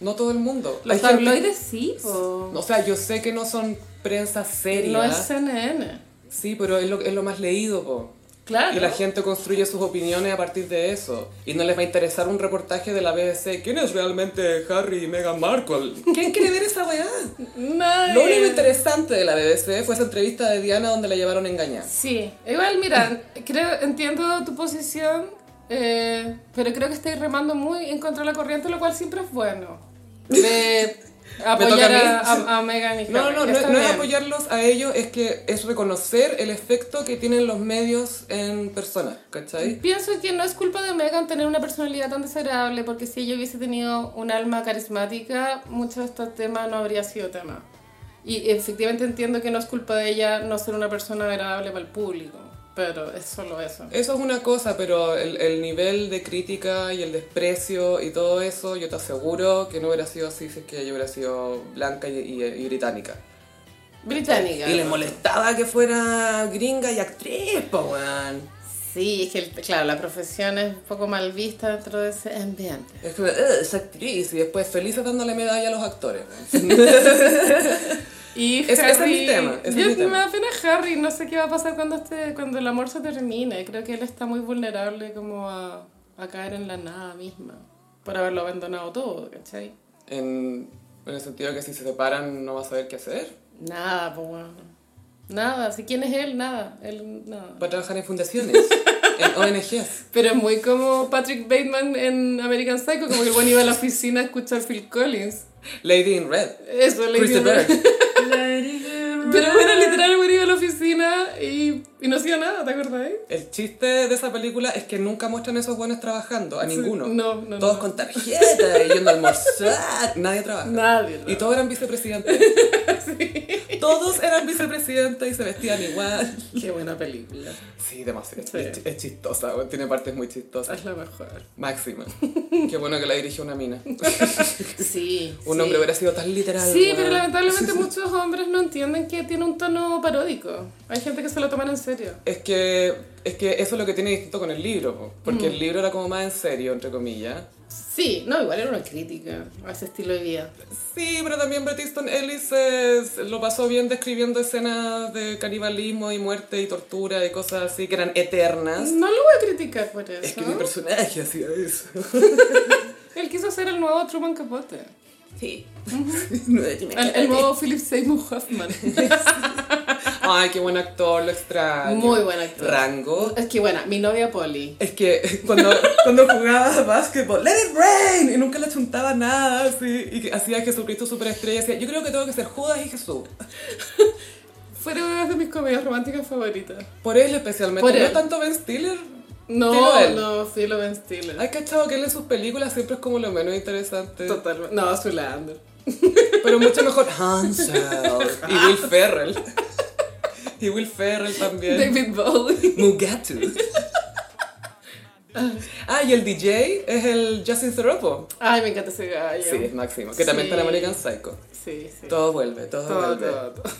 [SPEAKER 1] No todo el mundo.
[SPEAKER 2] Los
[SPEAKER 1] Hay gente-
[SPEAKER 2] tabloides sí, po.
[SPEAKER 1] O sea, yo sé que no son prensa seria.
[SPEAKER 2] No es CNN.
[SPEAKER 1] Sí, pero es lo, es lo más leído, po.
[SPEAKER 2] Claro.
[SPEAKER 1] Y la gente construye sus opiniones a partir de eso. Y no les va a interesar un reportaje de la BBC. ¿Quién es realmente Harry y Meghan Markle? ¿Quién quiere ver esa weá?
[SPEAKER 2] Nadie.
[SPEAKER 1] Lo único interesante de la BBC fue esa entrevista de Diana donde la llevaron a engañar.
[SPEAKER 2] Sí, igual mira, creo, entiendo tu posición, eh, pero creo que estáis remando muy en contra de la corriente, lo cual siempre es bueno. De apoyar
[SPEAKER 1] toca a
[SPEAKER 2] a,
[SPEAKER 1] mí?
[SPEAKER 2] a, a Meghan y
[SPEAKER 1] No,
[SPEAKER 2] Harry,
[SPEAKER 1] no, no,
[SPEAKER 2] está
[SPEAKER 1] no, es
[SPEAKER 2] bien.
[SPEAKER 1] apoyarlos a ellos, es que es reconocer el efecto que tienen los medios en personas, ¿cachai?
[SPEAKER 2] Pienso que no es culpa de Meghan tener una personalidad tan desagradable, porque si ella hubiese tenido un alma carismática, mucho de estos temas no habría sido tema. Y efectivamente entiendo que no es culpa de ella no ser una persona agradable para el público, pero es solo eso.
[SPEAKER 1] Eso es una cosa, pero el, el nivel de crítica y el desprecio y todo eso, yo te aseguro que no hubiera sido así si es que yo hubiera sido blanca y, y- y británica.
[SPEAKER 2] Británica.
[SPEAKER 1] Y les
[SPEAKER 2] ¿no?
[SPEAKER 1] molestaba que fuera gringa y actriz, po, weón.
[SPEAKER 2] Sí, es que, el- claro, la profesión es un poco mal vista dentro de ese ambiente.
[SPEAKER 1] Es como, "Eh, es actriz, y después felices dándole medalla a los actores. weón.
[SPEAKER 2] Y
[SPEAKER 1] Ese- ese es mi tema, ese es
[SPEAKER 2] Yo-
[SPEAKER 1] mi tema.
[SPEAKER 2] Me da pena Harry, no sé qué va a pasar cuando, este, cuando el amor se termine. Creo que él está muy vulnerable como a, a caer en la nada misma por haberlo abandonado todo, ¿cachai?
[SPEAKER 1] En, en el sentido que si se separan no va a saber qué hacer.
[SPEAKER 2] Nada, pues bueno. Nada, si quién es él, nada, él nada.
[SPEAKER 1] Va a trabajar en fundaciones, en ONGs.
[SPEAKER 2] Pero es muy como Patrick Bateman en American Psycho, como que el bueno iba a la oficina a escuchar Phil Collins.
[SPEAKER 1] Lady in Red.
[SPEAKER 2] Eso le
[SPEAKER 1] Chris
[SPEAKER 2] dio-
[SPEAKER 1] Bird.
[SPEAKER 2] Pero bueno, literal, me iba a la oficina y, y no hacía nada, ¿te acordáis?
[SPEAKER 1] El chiste de esa película es que nunca muestran esos buenos trabajando, a ninguno.
[SPEAKER 2] No, no,
[SPEAKER 1] Todos
[SPEAKER 2] no.
[SPEAKER 1] con tarjeta, yendo a almorzar. Nadie trabaja.
[SPEAKER 2] Nadie.
[SPEAKER 1] Y todos eran vicepresidentes. Todos eran vicepresidentes y se vestían igual.
[SPEAKER 2] Qué buena película.
[SPEAKER 1] Sí, demasiado.
[SPEAKER 2] Sí.
[SPEAKER 1] Es, es chistosa, güey. tiene partes muy chistosas.
[SPEAKER 2] Es la mejor.
[SPEAKER 1] Máxima. Qué bueno que la dirigió una mina.
[SPEAKER 2] Sí.
[SPEAKER 1] Un hombre hubiera sido tan literal.
[SPEAKER 2] Sí,
[SPEAKER 1] güey.
[SPEAKER 2] pero lamentablemente muchos hombres no entienden que tiene un tono paródico. Hay gente que se lo toman en serio.
[SPEAKER 1] Es que, es que eso es lo que tiene distinto con el libro, po. porque el libro era como más en serio, entre comillas.
[SPEAKER 2] Sí, no, igual era una crítica a ese estilo de vida.
[SPEAKER 1] Sí, pero también Bret Easton Ellis eh, lo pasó bien describiendo escenas de canibalismo y muerte y tortura y cosas así que eran eternas.
[SPEAKER 2] No lo voy a criticar por eso.
[SPEAKER 1] Es que mi personaje hacía eso.
[SPEAKER 2] Él quiso ser el nuevo Truman Capote.
[SPEAKER 1] Sí.
[SPEAKER 2] El, el nuevo Philip Seymour Hoffman.
[SPEAKER 1] Ay, qué buen actor, lo extraño.
[SPEAKER 2] Muy buen actor.
[SPEAKER 1] Rango.
[SPEAKER 2] Es que bueno, mi novia Polly.
[SPEAKER 1] Es que cuando, cuando jugaba a básquetbol, let it rain, y nunca le chuntaba nada, así, y que hacía Jesucristo superestrella, y decía, yo creo que tengo que ser Judas y Jesús.
[SPEAKER 2] Fue una de mis comedias románticas favoritas.
[SPEAKER 1] Por él especialmente,
[SPEAKER 2] Por
[SPEAKER 1] no
[SPEAKER 2] él.
[SPEAKER 1] tanto Ben Stiller. Filo
[SPEAKER 2] No,
[SPEAKER 1] él.
[SPEAKER 2] no, Filo Ben Stiller.
[SPEAKER 1] Hay cachado que él en sus películas siempre es como lo menos interesante.
[SPEAKER 2] Totalmente. No, Zulander.
[SPEAKER 1] Pero mucho mejor Hansel y Will Ferrell. Y Will Ferrell también.
[SPEAKER 2] David Bowie.
[SPEAKER 1] Mugatu. Ah, y el DJ es el Justin Theropo.
[SPEAKER 2] Ay, me encanta ese gallo.
[SPEAKER 1] Sí, es máximo. Que también está en
[SPEAKER 2] Sí.
[SPEAKER 1] American Psycho.
[SPEAKER 2] Sí, sí.
[SPEAKER 1] Todo vuelve, todo,
[SPEAKER 2] Todo,
[SPEAKER 1] vuelve.
[SPEAKER 2] todo, todo.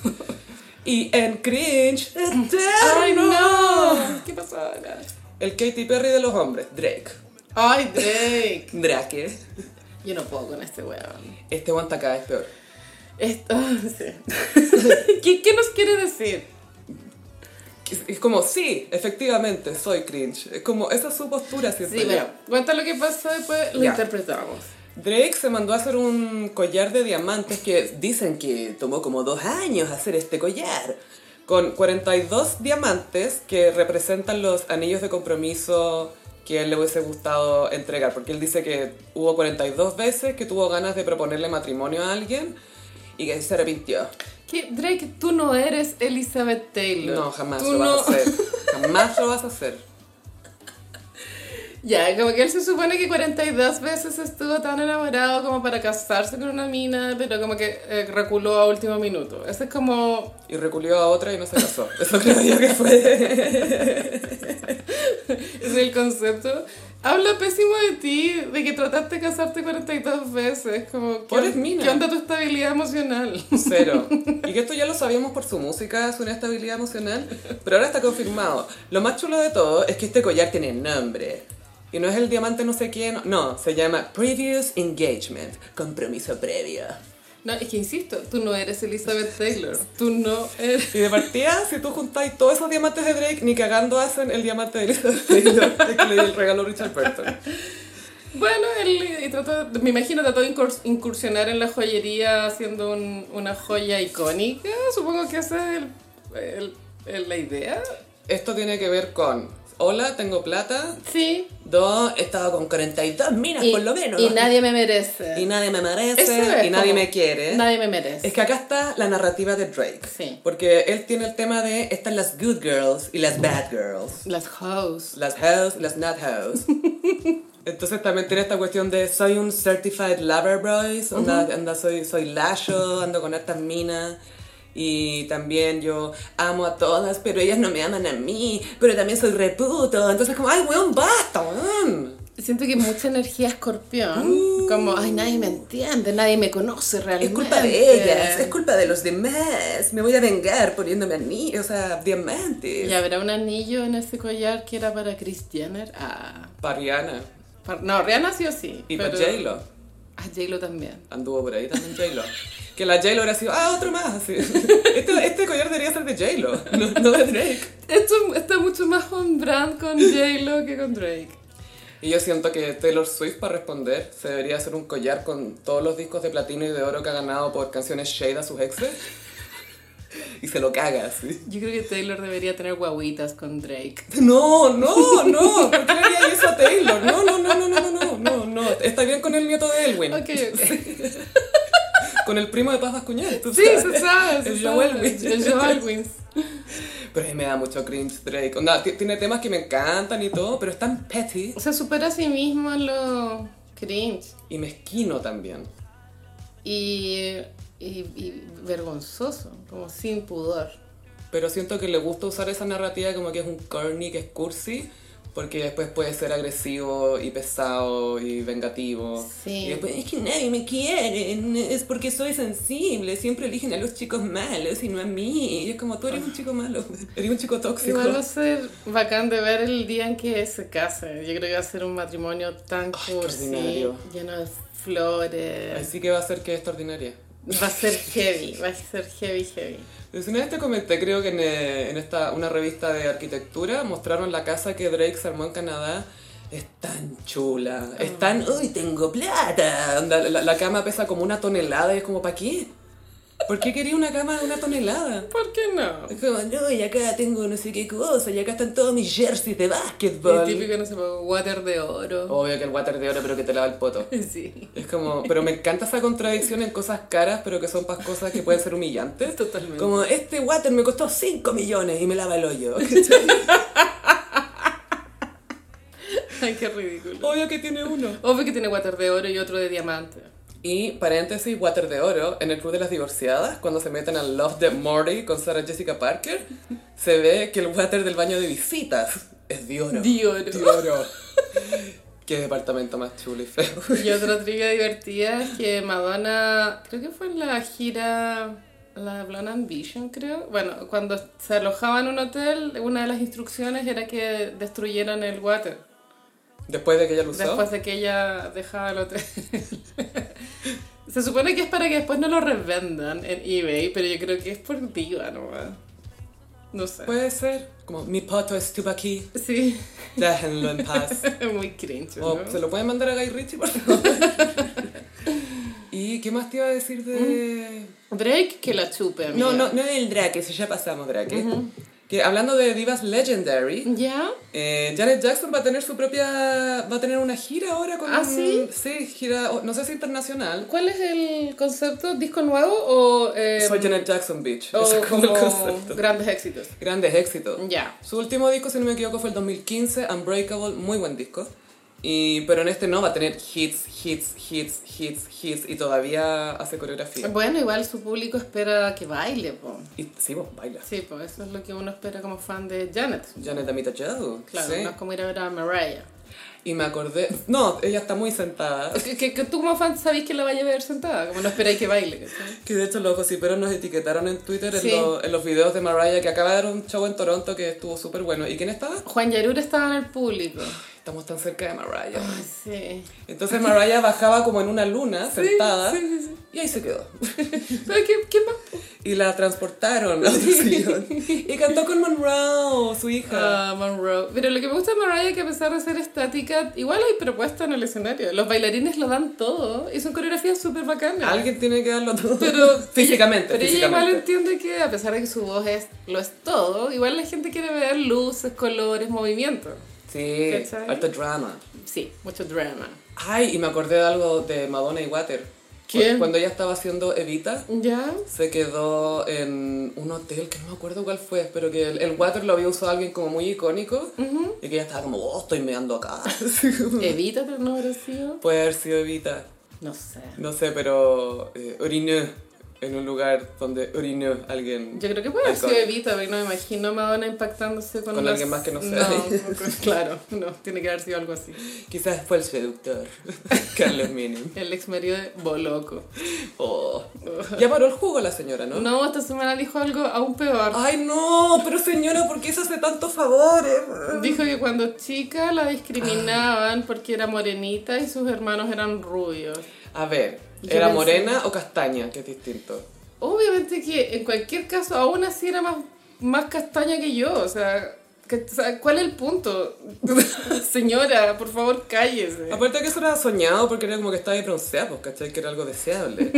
[SPEAKER 1] Y en Cringe
[SPEAKER 2] ¡Ay,
[SPEAKER 1] Eterno.
[SPEAKER 2] no! ¿Qué pasó ahora?
[SPEAKER 1] El Katy Perry de los hombres, Drake.
[SPEAKER 2] Ay, Drake.
[SPEAKER 1] Drake.
[SPEAKER 2] Yo no puedo con este weón.
[SPEAKER 1] Este guanta cada vez peor.
[SPEAKER 2] Esto, sí. ¿Qué, qué nos quiere decir?
[SPEAKER 1] Es- Es como, sí, efectivamente, soy cringe. Es como, esa es su postura siempre.
[SPEAKER 2] Sí, pero Pues, cuenta lo que pasó después, lo
[SPEAKER 1] Ya.
[SPEAKER 2] interpretamos.
[SPEAKER 1] Drake se mandó a hacer un collar de diamantes que dicen que tomó como dos años hacer este collar. con 42 diamantes que representan los anillos de compromiso que a él le hubiese gustado entregar, porque él dice que hubo 42 veces que tuvo ganas de proponerle matrimonio a alguien y que se arrepintió.
[SPEAKER 2] Que, Drake, tú no eres Elizabeth Taylor.
[SPEAKER 1] No, jamás
[SPEAKER 2] Tú
[SPEAKER 1] lo vas
[SPEAKER 2] no-
[SPEAKER 1] a hacer. Jamás lo vas a hacer.
[SPEAKER 2] Ya, como que él se supone que 42 veces estuvo tan enamorado como para casarse con una mina, pero como que eh, reculó a último minuto. Ese es como...
[SPEAKER 1] Y reculió a otra y no se casó. Eso creo yo que fue.
[SPEAKER 2] es el concepto. Habla pésimo de ti, de que trataste de casarte 42 veces. Como, ¿qué,
[SPEAKER 1] Pobres
[SPEAKER 2] on-
[SPEAKER 1] minas.
[SPEAKER 2] ¿Qué onda tu estabilidad emocional?
[SPEAKER 1] Cero. Y que esto ya lo sabíamos por su música, su inestabilidad emocional, pero ahora está confirmado. Lo más chulo de todo es que este collar tiene nombre. Y no es el diamante no sé quién, no, se llama Previous Engagement, compromiso previo.
[SPEAKER 2] No, es que insisto, tú no eres Elizabeth Taylor. Tú no eres...
[SPEAKER 1] Y de partida, si tú juntáis todos esos diamantes de Drake, ni cagando hacen el diamante de Elizabeth Taylor, el que le dio el regalo a Richard Burton.
[SPEAKER 2] Bueno, él y trató- me imagino trató de incurs- incursionar en la joyería haciendo un- una joya icónica. Supongo que esa es el- el- el- la idea.
[SPEAKER 1] Esto tiene que ver con, hola, tengo plata,
[SPEAKER 2] Sí.
[SPEAKER 1] dos, he estado con 42 minas por lo menos.
[SPEAKER 2] y nadie me merece.
[SPEAKER 1] Y nadie me
[SPEAKER 2] Eso
[SPEAKER 1] merece,
[SPEAKER 2] es
[SPEAKER 1] y nadie
[SPEAKER 2] como-
[SPEAKER 1] me quiere.
[SPEAKER 2] Nadie me merece.
[SPEAKER 1] Es que acá está la narrativa de Drake.
[SPEAKER 2] Sí.
[SPEAKER 1] Porque él tiene el tema de están las good girls y las bad girls.
[SPEAKER 2] Las hoes.
[SPEAKER 1] Las hoes y las not hoes. Entonces también tiene esta cuestión de soy un certified lover boys, onda, onda, soy, soy layo, ando con estas minas. Y también yo amo a todas, pero ellas no me aman a mí, pero también soy reputo. Entonces como, ay, weón, basta, weón.
[SPEAKER 2] Siento que mucha energía escorpión. Como, ay, nadie me entiende, nadie me conoce realmente.
[SPEAKER 1] Uh. Es culpa de ellas, es culpa de los demás. Me voy a vengar poniéndome anillos, o sea, diamantes.
[SPEAKER 2] Y habrá un anillo en ese collar que era para Kris Jenner. Ah.
[SPEAKER 1] Para Rihanna
[SPEAKER 2] Para- No, Rihanna sí o sí.
[SPEAKER 1] y
[SPEAKER 2] pero-
[SPEAKER 1] para J-Lo.
[SPEAKER 2] Ah, J-Lo también.
[SPEAKER 1] Anduvo por ahí también J-Lo. Que la J-Lo hubiera sido, ah, otro más. así. Este, este collar debería ser de J-Lo, no, no de Drake.
[SPEAKER 2] Esto está mucho más on brand con J-Lo que con Drake.
[SPEAKER 1] Y yo siento que Taylor Swift, para responder, se debería hacer un collar con todos los discos de platino y de oro que ha ganado por canciones shade a sus exes. Y se lo caga, así.
[SPEAKER 2] Yo creo que Taylor debería tener guaguitas con Drake.
[SPEAKER 1] No, no, no. ¿Por qué le haría eso a Taylor? No, no, no, no, no, no, no, no. Está bien con el nieto de Elwin.
[SPEAKER 2] Ok, ok.
[SPEAKER 1] Con el primo de Paz Bascuñán. tú
[SPEAKER 2] Sí,
[SPEAKER 1] sabes.
[SPEAKER 2] se sabe. se
[SPEAKER 1] El
[SPEAKER 2] sabe.
[SPEAKER 1] Joel Wins.
[SPEAKER 2] El Joel Wins.
[SPEAKER 1] Pero a mí me da mucho cringe Drake. Onda, ti- tiene temas que me encantan y todo, pero es tan petty
[SPEAKER 2] Se supera a sí mismo en lo cringe
[SPEAKER 1] y mezquino también.
[SPEAKER 2] y, y, y vergonzoso, como sin pudor.
[SPEAKER 1] Pero siento que le gusta usar esa narrativa como que es un corny, que es cursi, porque después puede ser agresivo y pesado y vengativo.
[SPEAKER 2] Sí.
[SPEAKER 1] Y después, es que nadie me quiere, es porque soy sensible, siempre eligen a los chicos malos y no a mí. Y es como, tú eres un chico malo, eres un chico tóxico.
[SPEAKER 2] Ah. Igual va a ser bacán de ver el día en que se case. Yo creo que va a ser un matrimonio tan cursi,
[SPEAKER 1] ordinario.
[SPEAKER 2] lleno de flores.
[SPEAKER 1] Así que va a ser que es extraordinaria.
[SPEAKER 2] Va a ser heavy, va a ser heavy, heavy.
[SPEAKER 1] Si una vez te este comenté, creo que en, eh, en esta, una revista de arquitectura mostraron la casa que Drake se armó en Canadá. Es tan chula, es tan... ¡Uy, tengo plata! Onda, La, la cama pesa como una tonelada y es como, ¿para qué? ¿Por qué quería una cama de una tonelada?
[SPEAKER 2] ¿Por qué no?
[SPEAKER 1] Es como, no, y acá tengo no sé qué cosa, y acá están todos mis jerseys de
[SPEAKER 2] El
[SPEAKER 1] básquetbol.
[SPEAKER 2] típico, no sé, water de oro.
[SPEAKER 1] Obvio que el water de oro, pero que te lava el poto.
[SPEAKER 2] Sí,
[SPEAKER 1] Es como, pero me encanta esa contradicción en cosas caras, pero que son para cosas que pueden ser humillantes.
[SPEAKER 2] Totalmente.
[SPEAKER 1] Como, este water me costó 5 millones y me lava el hoyo.
[SPEAKER 2] Ay, qué ridículo.
[SPEAKER 1] Obvio que tiene uno.
[SPEAKER 2] Obvio que tiene water de oro y otro de diamante.
[SPEAKER 1] Y paréntesis, water de oro, en el Club de las Divorciadas, cuando se meten al Love de Morty con Sarah Jessica Parker, se ve que el water del baño de visitas es de oro.
[SPEAKER 2] De oro.
[SPEAKER 1] De oro. Qué departamento más chulo y feo.
[SPEAKER 2] Y otra trivia divertida es que Madonna, creo que fue en la gira, la Blonde Ambition, creo. Bueno, cuando se alojaba en un hotel, una de las instrucciones era que destruyeran el water.
[SPEAKER 1] Después de que ella lo usó.
[SPEAKER 2] Después de que ella dejaba el hotel. se supone que es para que después no lo revendan en eBay, pero yo creo que es por diva nomás. No sé.
[SPEAKER 1] Puede ser. Como, mi poto estuvo aquí,
[SPEAKER 2] Sí,
[SPEAKER 1] déjenlo en paz.
[SPEAKER 2] muy cringe.
[SPEAKER 1] O,
[SPEAKER 2] ¿no?
[SPEAKER 1] ¿Se lo pueden mandar a Guy Ritchie, por favor? ¿Y qué más te iba a decir de...?
[SPEAKER 2] Drake que la chupe, amiga.
[SPEAKER 1] No, no, no del Drake, eso ya pasamos, Drake. Que hablando de divas legendary,
[SPEAKER 2] ¿Ya?
[SPEAKER 1] Eh, Janet Jackson va a tener su propia. Va a tener una gira ahora con.
[SPEAKER 2] ¿Ah,
[SPEAKER 1] un-
[SPEAKER 2] sí?
[SPEAKER 1] Sí, gira, o- no sé si internacional.
[SPEAKER 2] ¿Cuál es el concepto? ¿Disco nuevo o, eh,
[SPEAKER 1] Soy Janet Jackson, bitch.
[SPEAKER 2] o
[SPEAKER 1] Ese es Em, como el
[SPEAKER 2] como
[SPEAKER 1] concepto.
[SPEAKER 2] grandes éxitos?
[SPEAKER 1] Grandes éxitos.
[SPEAKER 2] Ya.
[SPEAKER 1] Su último disco, si no me equivoco, fue el 2015, Unbreakable, muy buen disco. Y, pero en este no, va a tener hits, hits, hits, hits, hits. Y todavía hace coreografía.
[SPEAKER 2] Bueno, igual su público espera que baile, po.
[SPEAKER 1] Y sí, vos bailas.
[SPEAKER 2] Sí, pues eso es lo que uno espera como fan de Janet.
[SPEAKER 1] Janet Amita Joe.
[SPEAKER 2] Claro,
[SPEAKER 1] sí.
[SPEAKER 2] no es como ir a ver a Mariah.
[SPEAKER 1] Y me acordé. No, ella está muy sentada.
[SPEAKER 2] Que, que- que tú como fan sabés que la vaya a ver sentada, como no esperáis que baile. ¿cachai?
[SPEAKER 1] Que de hecho los gossiperos nos etiquetaron en Twitter
[SPEAKER 2] Sí.
[SPEAKER 1] en, los- en los videos de Mariah que acaba de dar un show en Toronto que estuvo súper bueno. ¿Y quién estaba?
[SPEAKER 2] Juan Yarur estaba en el público.
[SPEAKER 1] Estamos tan cerca de Mariah.
[SPEAKER 2] Sí.
[SPEAKER 1] Entonces Mariah bajaba como en una luna, sentada, y ahí se quedó.
[SPEAKER 2] ¿Pero qué, qué más?
[SPEAKER 1] Y la transportaron a otro sillón. Y cantó con Monroe, su hija.
[SPEAKER 2] Ah, Monroe. Pero lo que me gusta de Mariah es que a pesar de ser estática, igual hay propuesta en el escenario. Los bailarines lo dan todo y son coreografías súper bacanas.
[SPEAKER 1] Alguien tiene que darlo todo.
[SPEAKER 2] Pero-
[SPEAKER 1] físicamente,
[SPEAKER 2] Pero ella
[SPEAKER 1] físicamente.
[SPEAKER 2] igual entiende que a pesar de que su voz es, lo es todo, igual la gente quiere ver luces, colores, movimiento.
[SPEAKER 1] Sí,
[SPEAKER 2] ¿Cachai?
[SPEAKER 1] alto drama.
[SPEAKER 2] Sí, mucho drama.
[SPEAKER 1] Ay, y me acordé de algo de Madonna y Water.
[SPEAKER 2] ¿Quién?
[SPEAKER 1] Cuando ella estaba haciendo Evita,
[SPEAKER 2] ¿Ya?
[SPEAKER 1] se quedó en un hotel que no me acuerdo cuál fue, pero que el, el water lo había usado alguien como muy icónico y que ella estaba como, oh, estoy meando acá. Así como-
[SPEAKER 2] Evita no habrá sido.
[SPEAKER 1] Puede haber sido Evita,
[SPEAKER 2] No sé.
[SPEAKER 1] no sé, pero eh, orinó en un lugar donde orinó alguien.
[SPEAKER 2] Yo creo que puede haber sido
[SPEAKER 1] Iconic.
[SPEAKER 2] Evita, porque no me imagino a Madonna impactándose con,
[SPEAKER 1] Con
[SPEAKER 2] las-
[SPEAKER 1] alguien más que no sea
[SPEAKER 2] No, con- claro, no, tiene que haber sido algo así.
[SPEAKER 1] Quizás fue el seductor, Carlos Menem.
[SPEAKER 2] El ex marido de Boloco.
[SPEAKER 1] Oh. Ya paró el jugo la señora, ¿no?
[SPEAKER 2] No, esta semana dijo algo aún peor.
[SPEAKER 1] Ay, no, pero señora, ¿por qué se hace tantos favores?
[SPEAKER 2] Dijo que cuando chica la discriminaban porque era morenita y sus hermanos eran rubios.
[SPEAKER 1] A ver,
[SPEAKER 2] Yo
[SPEAKER 1] ¿era
[SPEAKER 2] pensé-
[SPEAKER 1] morena o castaña? Que es distinto.
[SPEAKER 2] Obviamente que en cualquier caso, aún así era más, más castaña que yo. O sea, que- o sea, ¿cuál es el punto? Señora, por favor, cállese.
[SPEAKER 1] Aparte que eso era soñado porque era como que estaba ahí bronceada, pues, ¿cachai? Que era algo deseable.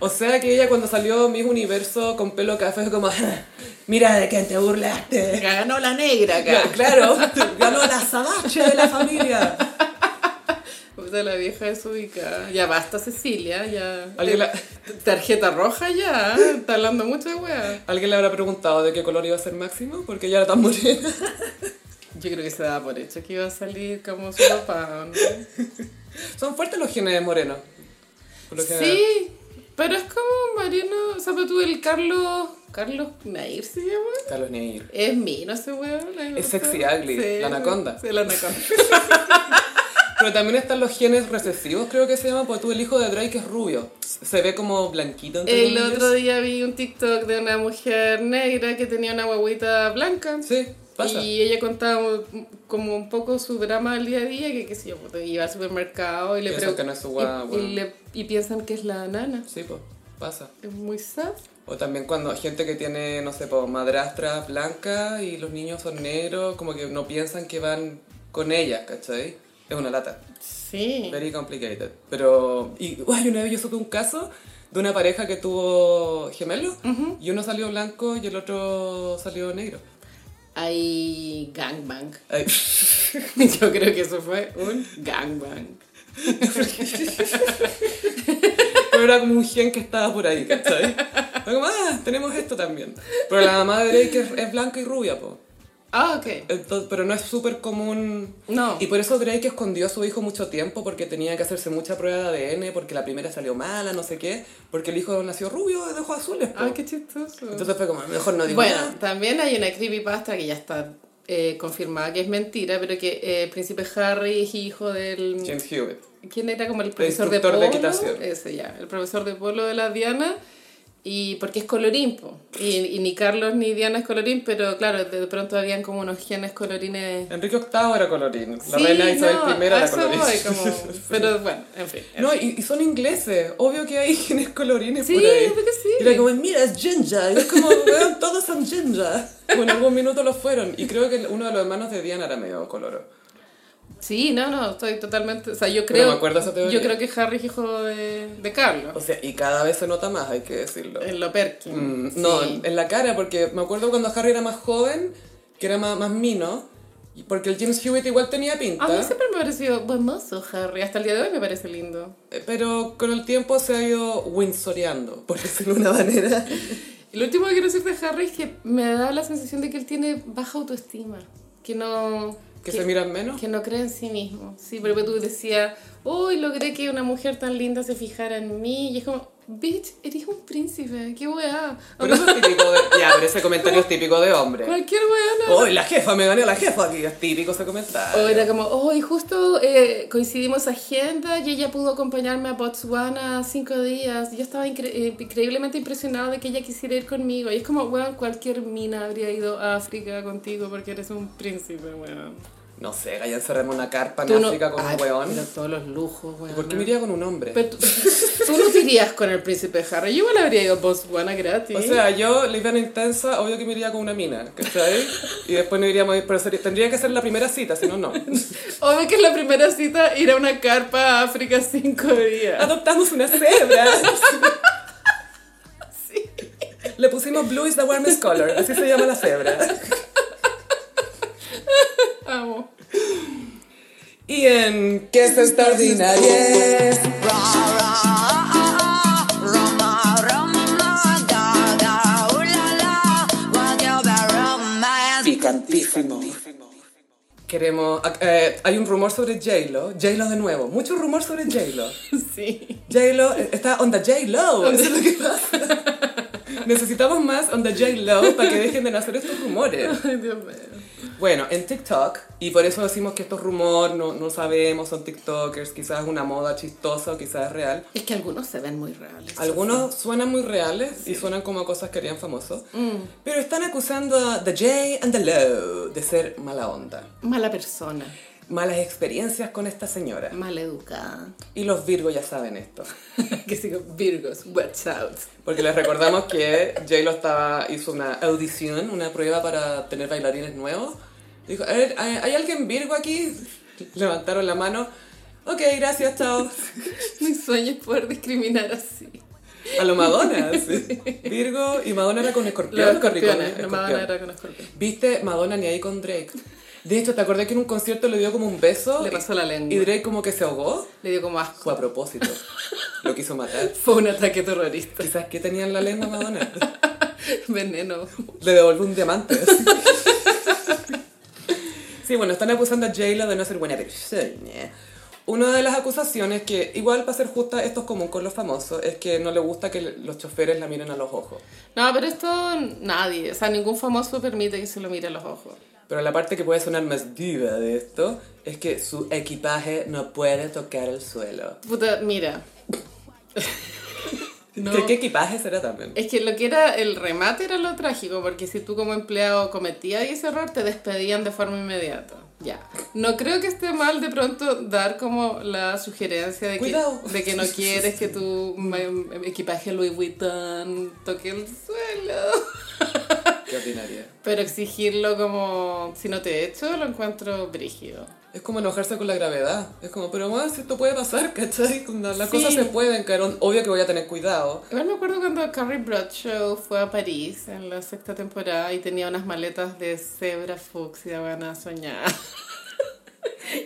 [SPEAKER 1] O sea que ella cuando salió Miss Universo con pelo café fue como, "Ja, mira de quién te burlaste.
[SPEAKER 2] Ganó la negra
[SPEAKER 1] Ya, Claro, ganó la sabache de la familia.
[SPEAKER 2] Puta, Pues la vieja desubicada. Ya basta, Cecilia, ya.
[SPEAKER 1] Alguien la-
[SPEAKER 2] Tarjeta roja ya. Está hablando mucho de wea.
[SPEAKER 1] ¿Alguien le habrá preguntado de qué color iba a ser Máximo? Porque ella era tan morena.
[SPEAKER 2] Yo creo que se daba por hecho que iba a salir como su papá. ¿no?
[SPEAKER 1] Son fuertes los genes morenos. por lo general.
[SPEAKER 2] Sí, pero es como Mariano. O sea, pero tú, el Carlos. Carlos Nair se llama.
[SPEAKER 1] Carlos Neir.
[SPEAKER 2] Es mío, no sé, weón.
[SPEAKER 1] Es sexy ugly, la anaconda.
[SPEAKER 2] Sí, la anaconda.
[SPEAKER 1] Pero también están los genes recesivos, creo que se llama, porque tú el hijo de Drake es rubio. Se ve como blanquito. entre
[SPEAKER 2] El
[SPEAKER 1] comillas.
[SPEAKER 2] otro día vi un TikTok de una mujer negra que tenía una guaguita blanca.
[SPEAKER 1] Sí, pasa.
[SPEAKER 2] Y ella contaba un- como un poco su drama del día a día, que qué sé yo, puta, iba al supermercado y le
[SPEAKER 1] Piensan
[SPEAKER 2] pregun-
[SPEAKER 1] que no es su
[SPEAKER 2] y-
[SPEAKER 1] guagua.
[SPEAKER 2] Y, le- y piensan que es la nana.
[SPEAKER 1] Sí, pues, pasa.
[SPEAKER 2] Es muy sad.
[SPEAKER 1] O también cuando hay gente que tiene, no sé, po, madrastras blancas y los niños son negros, como que no piensan que van con ellas, ¿cachai? Es una lata.
[SPEAKER 2] Sí.
[SPEAKER 1] Very complicated. Pero, y uy, una vez yo supe un caso de una pareja que tuvo gemelos y uno salió blanco y el otro salió negro.
[SPEAKER 2] Hay gangbang.
[SPEAKER 1] Ay,
[SPEAKER 2] Yo creo que eso fue un gangbang.
[SPEAKER 1] Pero era como un gen que estaba por ahí, ¿cachai? Fue como, ah, tenemos esto también. Pero la mamá de Drake es, es blanca y rubia, po.
[SPEAKER 2] Ah, ok.
[SPEAKER 1] Entonces, pero no es súper común
[SPEAKER 2] No.
[SPEAKER 1] Y por eso Drake escondió a su hijo mucho tiempo porque tenía que hacerse mucha prueba de ADN, porque la primera salió mala, no sé qué, porque el hijo nació rubio de ojos azules. po.
[SPEAKER 2] Ah, qué chistoso.
[SPEAKER 1] Entonces fue como, mejor no digo
[SPEAKER 2] Bueno,
[SPEAKER 1] nada.
[SPEAKER 2] también hay una creepypasta que ya está eh, confirmada que es mentira, pero que eh, el príncipe Harry es hijo del...
[SPEAKER 1] James Hewitt.
[SPEAKER 2] ¿Quién era como el profesor de
[SPEAKER 1] instructor
[SPEAKER 2] polo?
[SPEAKER 1] de equitación.
[SPEAKER 2] Ese ya, el profesor de polo de la Diana. Y porque es colorín, po. Y, y ni Carlos ni Diana es colorín, pero claro, de pronto habían como unos genes colorines.
[SPEAKER 1] Enrique VIII era colorín, la
[SPEAKER 2] Sí,
[SPEAKER 1] reina Isabel
[SPEAKER 2] no,
[SPEAKER 1] I era
[SPEAKER 2] a eso
[SPEAKER 1] colorín.
[SPEAKER 2] voy, como- Pero bueno, en fin.
[SPEAKER 1] No, y, y son ingleses, obvio que hay genes colorines
[SPEAKER 2] Sí,
[SPEAKER 1] por ahí.
[SPEAKER 2] obvio que sí.
[SPEAKER 1] Y era como, mira, es Ginger, y es como, "Weón, todos son Ginger. Bueno, en algún minuto lo fueron, y creo que uno de los hermanos de Diana era medio coloro.
[SPEAKER 2] Sí, no, no, estoy totalmente. O sea, yo
[SPEAKER 1] Pero
[SPEAKER 2] creo.
[SPEAKER 1] me acuerdo esa teoría.
[SPEAKER 2] Yo creo que Harry es hijo de, de
[SPEAKER 1] O
[SPEAKER 2] Carlos.
[SPEAKER 1] sea, y cada vez se nota más, hay que decirlo.
[SPEAKER 2] En lo Perkin.
[SPEAKER 1] Mm, No,
[SPEAKER 2] sí.
[SPEAKER 1] en la cara, porque me acuerdo cuando Harry era más joven, que era más, más mino, y porque el James Hewitt igual tenía pinta,
[SPEAKER 2] A mí siempre me ha parecido buen mozo Harry. Hasta el día de hoy me parece lindo.
[SPEAKER 1] eh, pero con el tiempo se ha ido windsoreando, por decirlo de una manera.
[SPEAKER 2] Y lo último que quiero decir de Harry es que me da la sensación de que él tiene baja autoestima. Que no.
[SPEAKER 1] Que se miran menos.
[SPEAKER 2] Que no cree en sí mismo. Sí, pero tú decías, uy, logré que una mujer tan linda se fijara en mí. Y es como, bitch, eres un príncipe, qué weá.
[SPEAKER 1] Pero eso es típico de... Ya, pero ese comentario es típico de hombre.
[SPEAKER 2] Cualquier weá. no.
[SPEAKER 1] ¡Uy, la jefa! Me gané a la jefa aquí. Es típico ese
[SPEAKER 2] O
[SPEAKER 1] comentario.
[SPEAKER 2] era como, hoy justo eh, coincidimos agenda y ella pudo acompañarme a Botswana cinco días. Yo estaba incre- eh, increíblemente impresionada de que ella quisiera ir conmigo. Y es como, weón, cualquier mina habría ido a África contigo porque eres un príncipe, weón.
[SPEAKER 1] No sé, allá encerrarme una carpa
[SPEAKER 2] Tú
[SPEAKER 1] en
[SPEAKER 2] no-
[SPEAKER 1] África con
[SPEAKER 2] Ay,
[SPEAKER 1] un
[SPEAKER 2] pero
[SPEAKER 1] weón.
[SPEAKER 2] todos los lujos, weón.
[SPEAKER 1] ¿Por qué me iría con un hombre?
[SPEAKER 2] Pero tú, tú no te irías con el príncipe Harry. Yo igual habría ido a Botswana gratis.
[SPEAKER 1] O sea, yo, lesbiana intensa, obvio que me iría con una mina, ¿cachai? Y después no iríamos a ir, pero sería- tendría que ser la primera cita, si no, no.
[SPEAKER 2] Obvio que es la primera cita ir a una carpa a África cinco días.
[SPEAKER 1] Adoptamos una cebra. Le pusimos Blue is the warmest color, así se llama la cebra.
[SPEAKER 2] Amo.
[SPEAKER 1] Y en ¿Qué es extraordinaria? Picantísimo. Queremos. eh, hay un rumor sobre J-Lo. J-Lo de nuevo. Mucho rumor sobre J-Lo.
[SPEAKER 2] Sí.
[SPEAKER 1] J-Lo eh, está onda J-Lo. Eso es lo que pasa. Necesitamos más onda J-Lo para que dejen de nacer estos rumores.
[SPEAKER 2] Ay, Dios mío.
[SPEAKER 1] Bueno, en TikTok, y por eso decimos que esto es rumor, no, no sabemos, son TikTokers, quizás es una moda chistosa o quizás es real.
[SPEAKER 2] Es que algunos se ven muy reales.
[SPEAKER 1] Algunos suenan muy reales y suenan como a cosas que harían famosos, pero están acusando a The J and The Low de ser mala onda.
[SPEAKER 2] Mala persona,
[SPEAKER 1] Malas experiencias con esta señora.
[SPEAKER 2] mal educada.
[SPEAKER 1] Y los Virgos ya saben esto.
[SPEAKER 2] que sigo, Virgos, watch out.
[SPEAKER 1] Porque les recordamos que J-Lo estaba, hizo una audición, una prueba para tener bailarines nuevos. Dijo, "A ver, ¿hay, hay alguien Virgo aquí? Levantaron la mano. Ok, gracias, chao.
[SPEAKER 2] Mi sueño es poder discriminar así.
[SPEAKER 1] A lo Madonna, sí. Virgo y Madonna era con escorpión.
[SPEAKER 2] Los
[SPEAKER 1] Capricornio,
[SPEAKER 2] escorpiones, la
[SPEAKER 1] escorpión.
[SPEAKER 2] Madonna era con escorpión.
[SPEAKER 1] Viste Madonna ni ahí con Drake. De hecho, ¿te acordás que en un concierto le dio como un beso?
[SPEAKER 2] Le pasó la lengua.
[SPEAKER 1] Y Drake como que se ahogó.
[SPEAKER 2] Le dio como asco.
[SPEAKER 1] Fue a propósito. Lo quiso matar.
[SPEAKER 2] Fue un ataque terrorista.
[SPEAKER 1] Quizás que tenía en la lengua Madonna.
[SPEAKER 2] Veneno.
[SPEAKER 1] Le devuelve un diamante. así. Sí, bueno, están acusando a Jayla de no ser buena persona. Una de las acusaciones que, igual para ser justa, esto es común con los famosos, es que no le gusta que los choferes la miren a los ojos.
[SPEAKER 2] No, pero esto nadie, o sea, ningún famoso permite que se lo mire a los ojos.
[SPEAKER 1] Pero la parte que puede sonar más diva de esto es que su equipaje no puede tocar el suelo.
[SPEAKER 2] Puta, mira. No.
[SPEAKER 1] ¿Qué, qué equipaje será también?
[SPEAKER 2] Es que lo que era el remate era lo trágico, porque si tú como empleado cometías ese error, te despedían de forma inmediata. Ya. No creo que esté mal de pronto dar como la sugerencia de que,
[SPEAKER 1] Cuidado.
[SPEAKER 2] de que no quieres que tu ma- equipaje Louis Vuitton toque el suelo.
[SPEAKER 1] Qué ordinaria.
[SPEAKER 2] Pero exigirlo como si no te he hecho, lo encuentro brígido.
[SPEAKER 1] Es como enojarse con la gravedad. Es como, pero bueno, si esto puede pasar, ¿cachai? Cuando Las
[SPEAKER 2] Sí.
[SPEAKER 1] cosas se pueden, cabrón. Obvio que voy a tener cuidado.
[SPEAKER 2] Igual me acuerdo cuando Carrie Bradshaw fue a París en la sexta temporada y tenía unas maletas de cebra fucsia, van a soñar.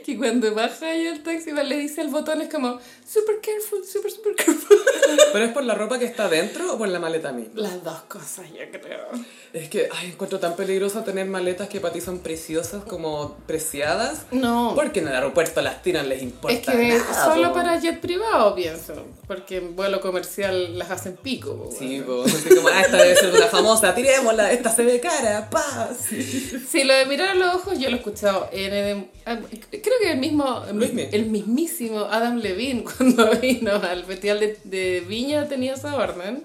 [SPEAKER 2] que cuando baja ahí el taxi va, le dice el botón, es como super careful, super, super careful.
[SPEAKER 1] ¿Pero es por la ropa que está dentro o por la maleta misma?
[SPEAKER 2] Las dos cosas, yo creo.
[SPEAKER 1] Es que, ay, encuentro tan peligroso tener maletas que para ti son preciosas como preciadas.
[SPEAKER 2] No,
[SPEAKER 1] Porque en el aeropuerto las tiran, les importa
[SPEAKER 2] es que
[SPEAKER 1] nada,
[SPEAKER 2] solo
[SPEAKER 1] po.
[SPEAKER 2] para jet privado, pienso. Porque en vuelo comercial las hacen pico. po,
[SPEAKER 1] Sí,
[SPEAKER 2] bueno.
[SPEAKER 1] pues, así como, ah, esta debe ser una famosa, tirémosla, esta se ve cara, pa.
[SPEAKER 2] Sí, lo de mirar a los ojos yo lo he escuchado en el- creo que el mismo
[SPEAKER 1] Luismi.
[SPEAKER 2] el mismísimo Adam Levine cuando vino al festival de, de Viña tenía esa orden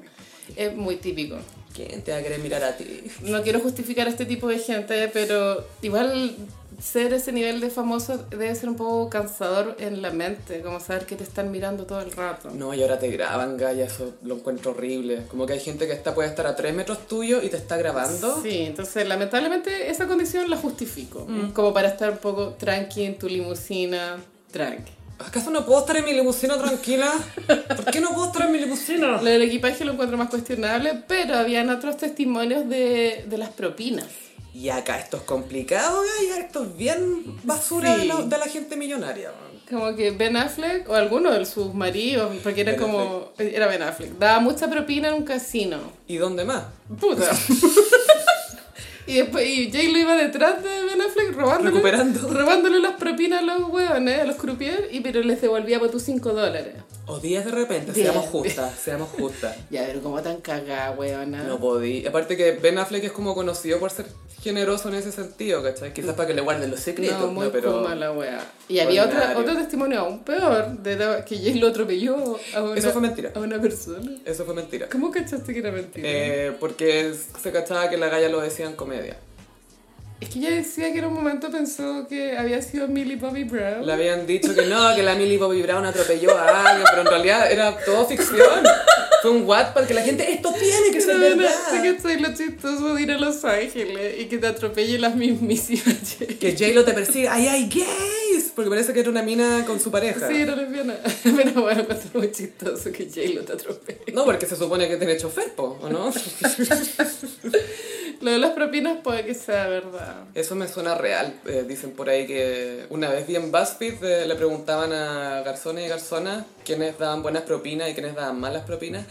[SPEAKER 2] es muy típico
[SPEAKER 1] ¿Quién te va a querer mirar a ti?
[SPEAKER 2] No quiero justificar a este tipo de gente, pero igual ser ese nivel de famoso debe ser un poco cansador en la mente, como saber que te están mirando todo el rato.
[SPEAKER 1] No, y ahora te graban, Gaya, eso lo encuentro horrible. Como que hay gente que está, puede estar a tres metros tuyo y te está grabando.
[SPEAKER 2] Sí, entonces lamentablemente esa condición la justifico, como para estar un poco tranqui en tu limusina, tranqui.
[SPEAKER 1] ¿Acaso no puedo estar en mi limusina tranquila? ¿Por qué no puedo estar en mi limusina?
[SPEAKER 2] Lo del equipaje lo encuentro más cuestionable, pero habían otros testimonios de, de las propinas.
[SPEAKER 1] Y acá esto es complicado, Gaya, esto es bien basura
[SPEAKER 2] Sí.
[SPEAKER 1] de, lo- de la gente millonaria. man.
[SPEAKER 2] Como que Ben Affleck o alguno de sus maridos, porque era
[SPEAKER 1] Ben
[SPEAKER 2] como. Era Ben Affleck. Daba mucha propina en un casino.
[SPEAKER 1] ¿Y dónde más?
[SPEAKER 2] Puta. y después. Y Jay lo iba detrás de Ben Affleck robándole.
[SPEAKER 1] Recuperando.
[SPEAKER 2] Robándole las propinas a los hueones, a los croupiers, y, pero les devolvía por tus 5 dólares.
[SPEAKER 1] O días de repente,
[SPEAKER 2] Diez.
[SPEAKER 1] seamos justas, seamos justas.
[SPEAKER 2] Ya, pero como tan cagada, hueona.
[SPEAKER 1] No podí. Aparte que Ben Affleck es como conocido por ser generoso en ese sentido, ¿cachai? Quizás para que le guarden los secretos,
[SPEAKER 2] No,
[SPEAKER 1] ¿no?
[SPEAKER 2] muy
[SPEAKER 1] pero...
[SPEAKER 2] kuma la wea. Y había otra,
[SPEAKER 1] Ordinario.
[SPEAKER 2] otro testimonio aún peor, de la- que Jay lo atropelló a una,
[SPEAKER 1] Eso fue mentira.
[SPEAKER 2] a una persona.
[SPEAKER 1] Eso fue mentira.
[SPEAKER 2] ¿Cómo cachaste que era mentira?
[SPEAKER 1] Eh, porque se cachaba que la galla lo decía en comedia.
[SPEAKER 2] Es que ella decía que en un momento pensó que había sido Millie Bobby Brown.
[SPEAKER 1] Le habían dicho que no, que la Millie Bobby Brown atropelló a alguien, pero en realidad era todo ficción. Fue un Wattpad que la gente, esto tiene que ser
[SPEAKER 2] Pero bueno, sé que
[SPEAKER 1] verdad.
[SPEAKER 2] estoy lo chistoso de ir a Los Ángeles y que te atropelle las mismísimas Jay.
[SPEAKER 1] Que J-Lo te persigue, ¡ay, ay, gays! Porque parece que era una mina con su pareja.
[SPEAKER 2] Sí, era lesbiana. Pero bueno, encuentro muy chistoso que Jay lo te atropelle.
[SPEAKER 1] No, porque se supone que tiene chofer, po, ¿o no?
[SPEAKER 2] Lo de las propinas puede que sea verdad.
[SPEAKER 1] Eso me suena real. Eh, dicen por ahí que una vez vi en BuzzFeed eh, le preguntaban a garzones y garzonas quiénes daban buenas propinas y quiénes daban malas propinas.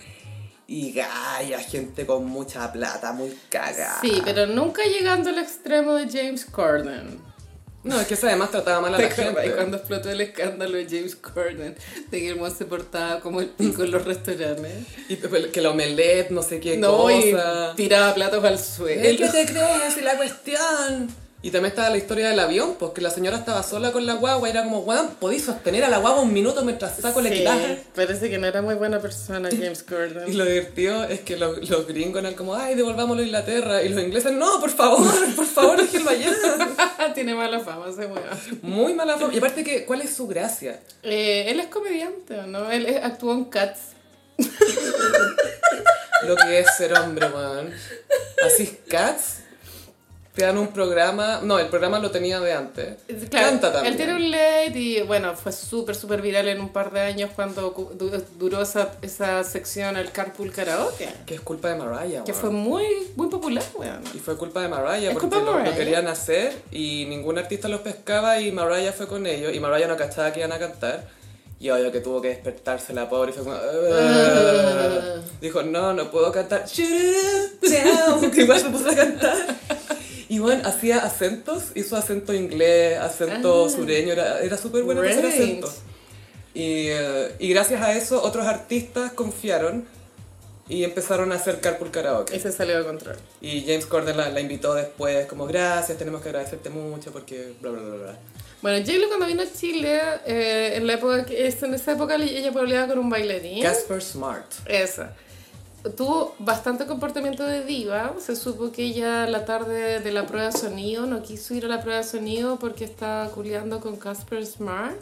[SPEAKER 1] Y gaya, gente con mucha plata, muy cagada.
[SPEAKER 2] Sí, pero nunca llegando al extremo de James Corden.
[SPEAKER 1] No, es que esa además trataba mal a
[SPEAKER 2] ¿Te
[SPEAKER 1] la
[SPEAKER 2] acuerdas
[SPEAKER 1] gente.
[SPEAKER 2] cuando explotó el escándalo de James Corden? De que el mozo se portaba como el pico en los restaurantes.
[SPEAKER 1] Y pues, que la omelette, no sé qué
[SPEAKER 2] No, y
[SPEAKER 1] cosa.
[SPEAKER 2] tiraba platos al suelo.
[SPEAKER 1] ¿El que te crees? Y la cuestión. Y también estaba la historia del avión, porque la señora estaba sola con la guagua y era como, weón, podéis sostener a la guagua un minuto mientras saco el
[SPEAKER 2] Sí,
[SPEAKER 1] equipaje.
[SPEAKER 2] Parece que no era muy buena persona James Corden.
[SPEAKER 1] Y lo divertido es que los, los gringos eran como, ay, devolvámoslo a Inglaterra. Y los ingleses, no, por favor, por favor, déjenlo allá.
[SPEAKER 2] Tiene mala fama ese weón.
[SPEAKER 1] Muy mala forma. Y aparte que, ¿cuál es su gracia?
[SPEAKER 2] Eh, él es comediante, ¿o ¿no? Él es- actuó en Cats.
[SPEAKER 1] Lo que es ser hombre, weón. Así Cats, te dan un programa... No, el programa lo tenía de antes.
[SPEAKER 2] Claro,
[SPEAKER 1] Canta también.
[SPEAKER 2] Él tiene un late y bueno, fue súper, súper viral en un par de años cuando cu- du- duró esa, esa sección al Carpool Karaoke.
[SPEAKER 1] Que es culpa de Mariah,
[SPEAKER 2] Que
[SPEAKER 1] weón.
[SPEAKER 2] fue muy, muy popular, weón.
[SPEAKER 1] Y fue culpa de Mariah,
[SPEAKER 2] Es
[SPEAKER 1] porque
[SPEAKER 2] culpa de
[SPEAKER 1] lo- Lo,
[SPEAKER 2] Mariah.
[SPEAKER 1] querían hacer y ningún artista los pescaba y Mariah fue con ellos y Mariah no cachaba que iban a cantar. Y obvio que tuvo que despertarse la pobre y fue como... "Ugh". Dijo, no, no puedo cantar. Shut it down", Porque igual se puso a cantar. Y bueno, hacía acentos, hizo acento inglés, acento
[SPEAKER 2] Ah.
[SPEAKER 1] sureño, era, era súper bueno para hacer
[SPEAKER 2] Right.
[SPEAKER 1] acentos. Y, eh, y gracias a eso otros artistas confiaron y empezaron a hacer carpool karaoke.
[SPEAKER 2] Y se salió de control.
[SPEAKER 1] Y James Corden la, la invitó después, como gracias, tenemos que agradecerte mucho porque bla bla bla bla.
[SPEAKER 2] Bueno, J-Lo cuando vino a Chile, eh, en, la época que- es- en esa época le- ella peleaba con un bailarín.
[SPEAKER 1] Casper Smart.
[SPEAKER 2] Esa. Tuvo bastante comportamiento de diva. Se supo que ella la tarde de la prueba de sonido no quiso ir a la prueba de sonido porque estaba culiando con Casper Smart.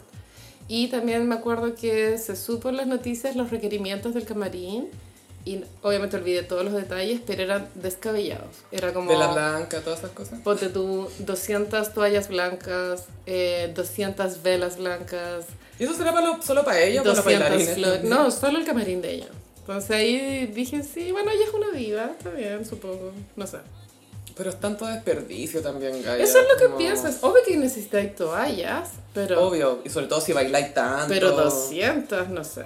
[SPEAKER 2] Y también me acuerdo que se supo en las noticias los requerimientos del camarín. Y obviamente olvidé todos los detalles, pero eran descabellados. Era como...
[SPEAKER 1] De la blanca, todas esas cosas.
[SPEAKER 2] Ponte tú 200 toallas blancas, eh, 200 velas blancas,
[SPEAKER 1] ¿Y eso será para lo- solo para ellos, para los
[SPEAKER 2] 200
[SPEAKER 1] bailarines?
[SPEAKER 2] flores. No, solo el camarín de ella. Entonces ahí dije, sí, bueno, ella es una diva, está bien, supongo. No sé.
[SPEAKER 1] Pero es tanto desperdicio también, Gaia.
[SPEAKER 2] Eso es lo que
[SPEAKER 1] como-
[SPEAKER 2] piensas. Obvio que necesitáis toallas, pero,
[SPEAKER 1] Obvio, y sobre todo si bailáis tanto.
[SPEAKER 2] pero 200, no sé.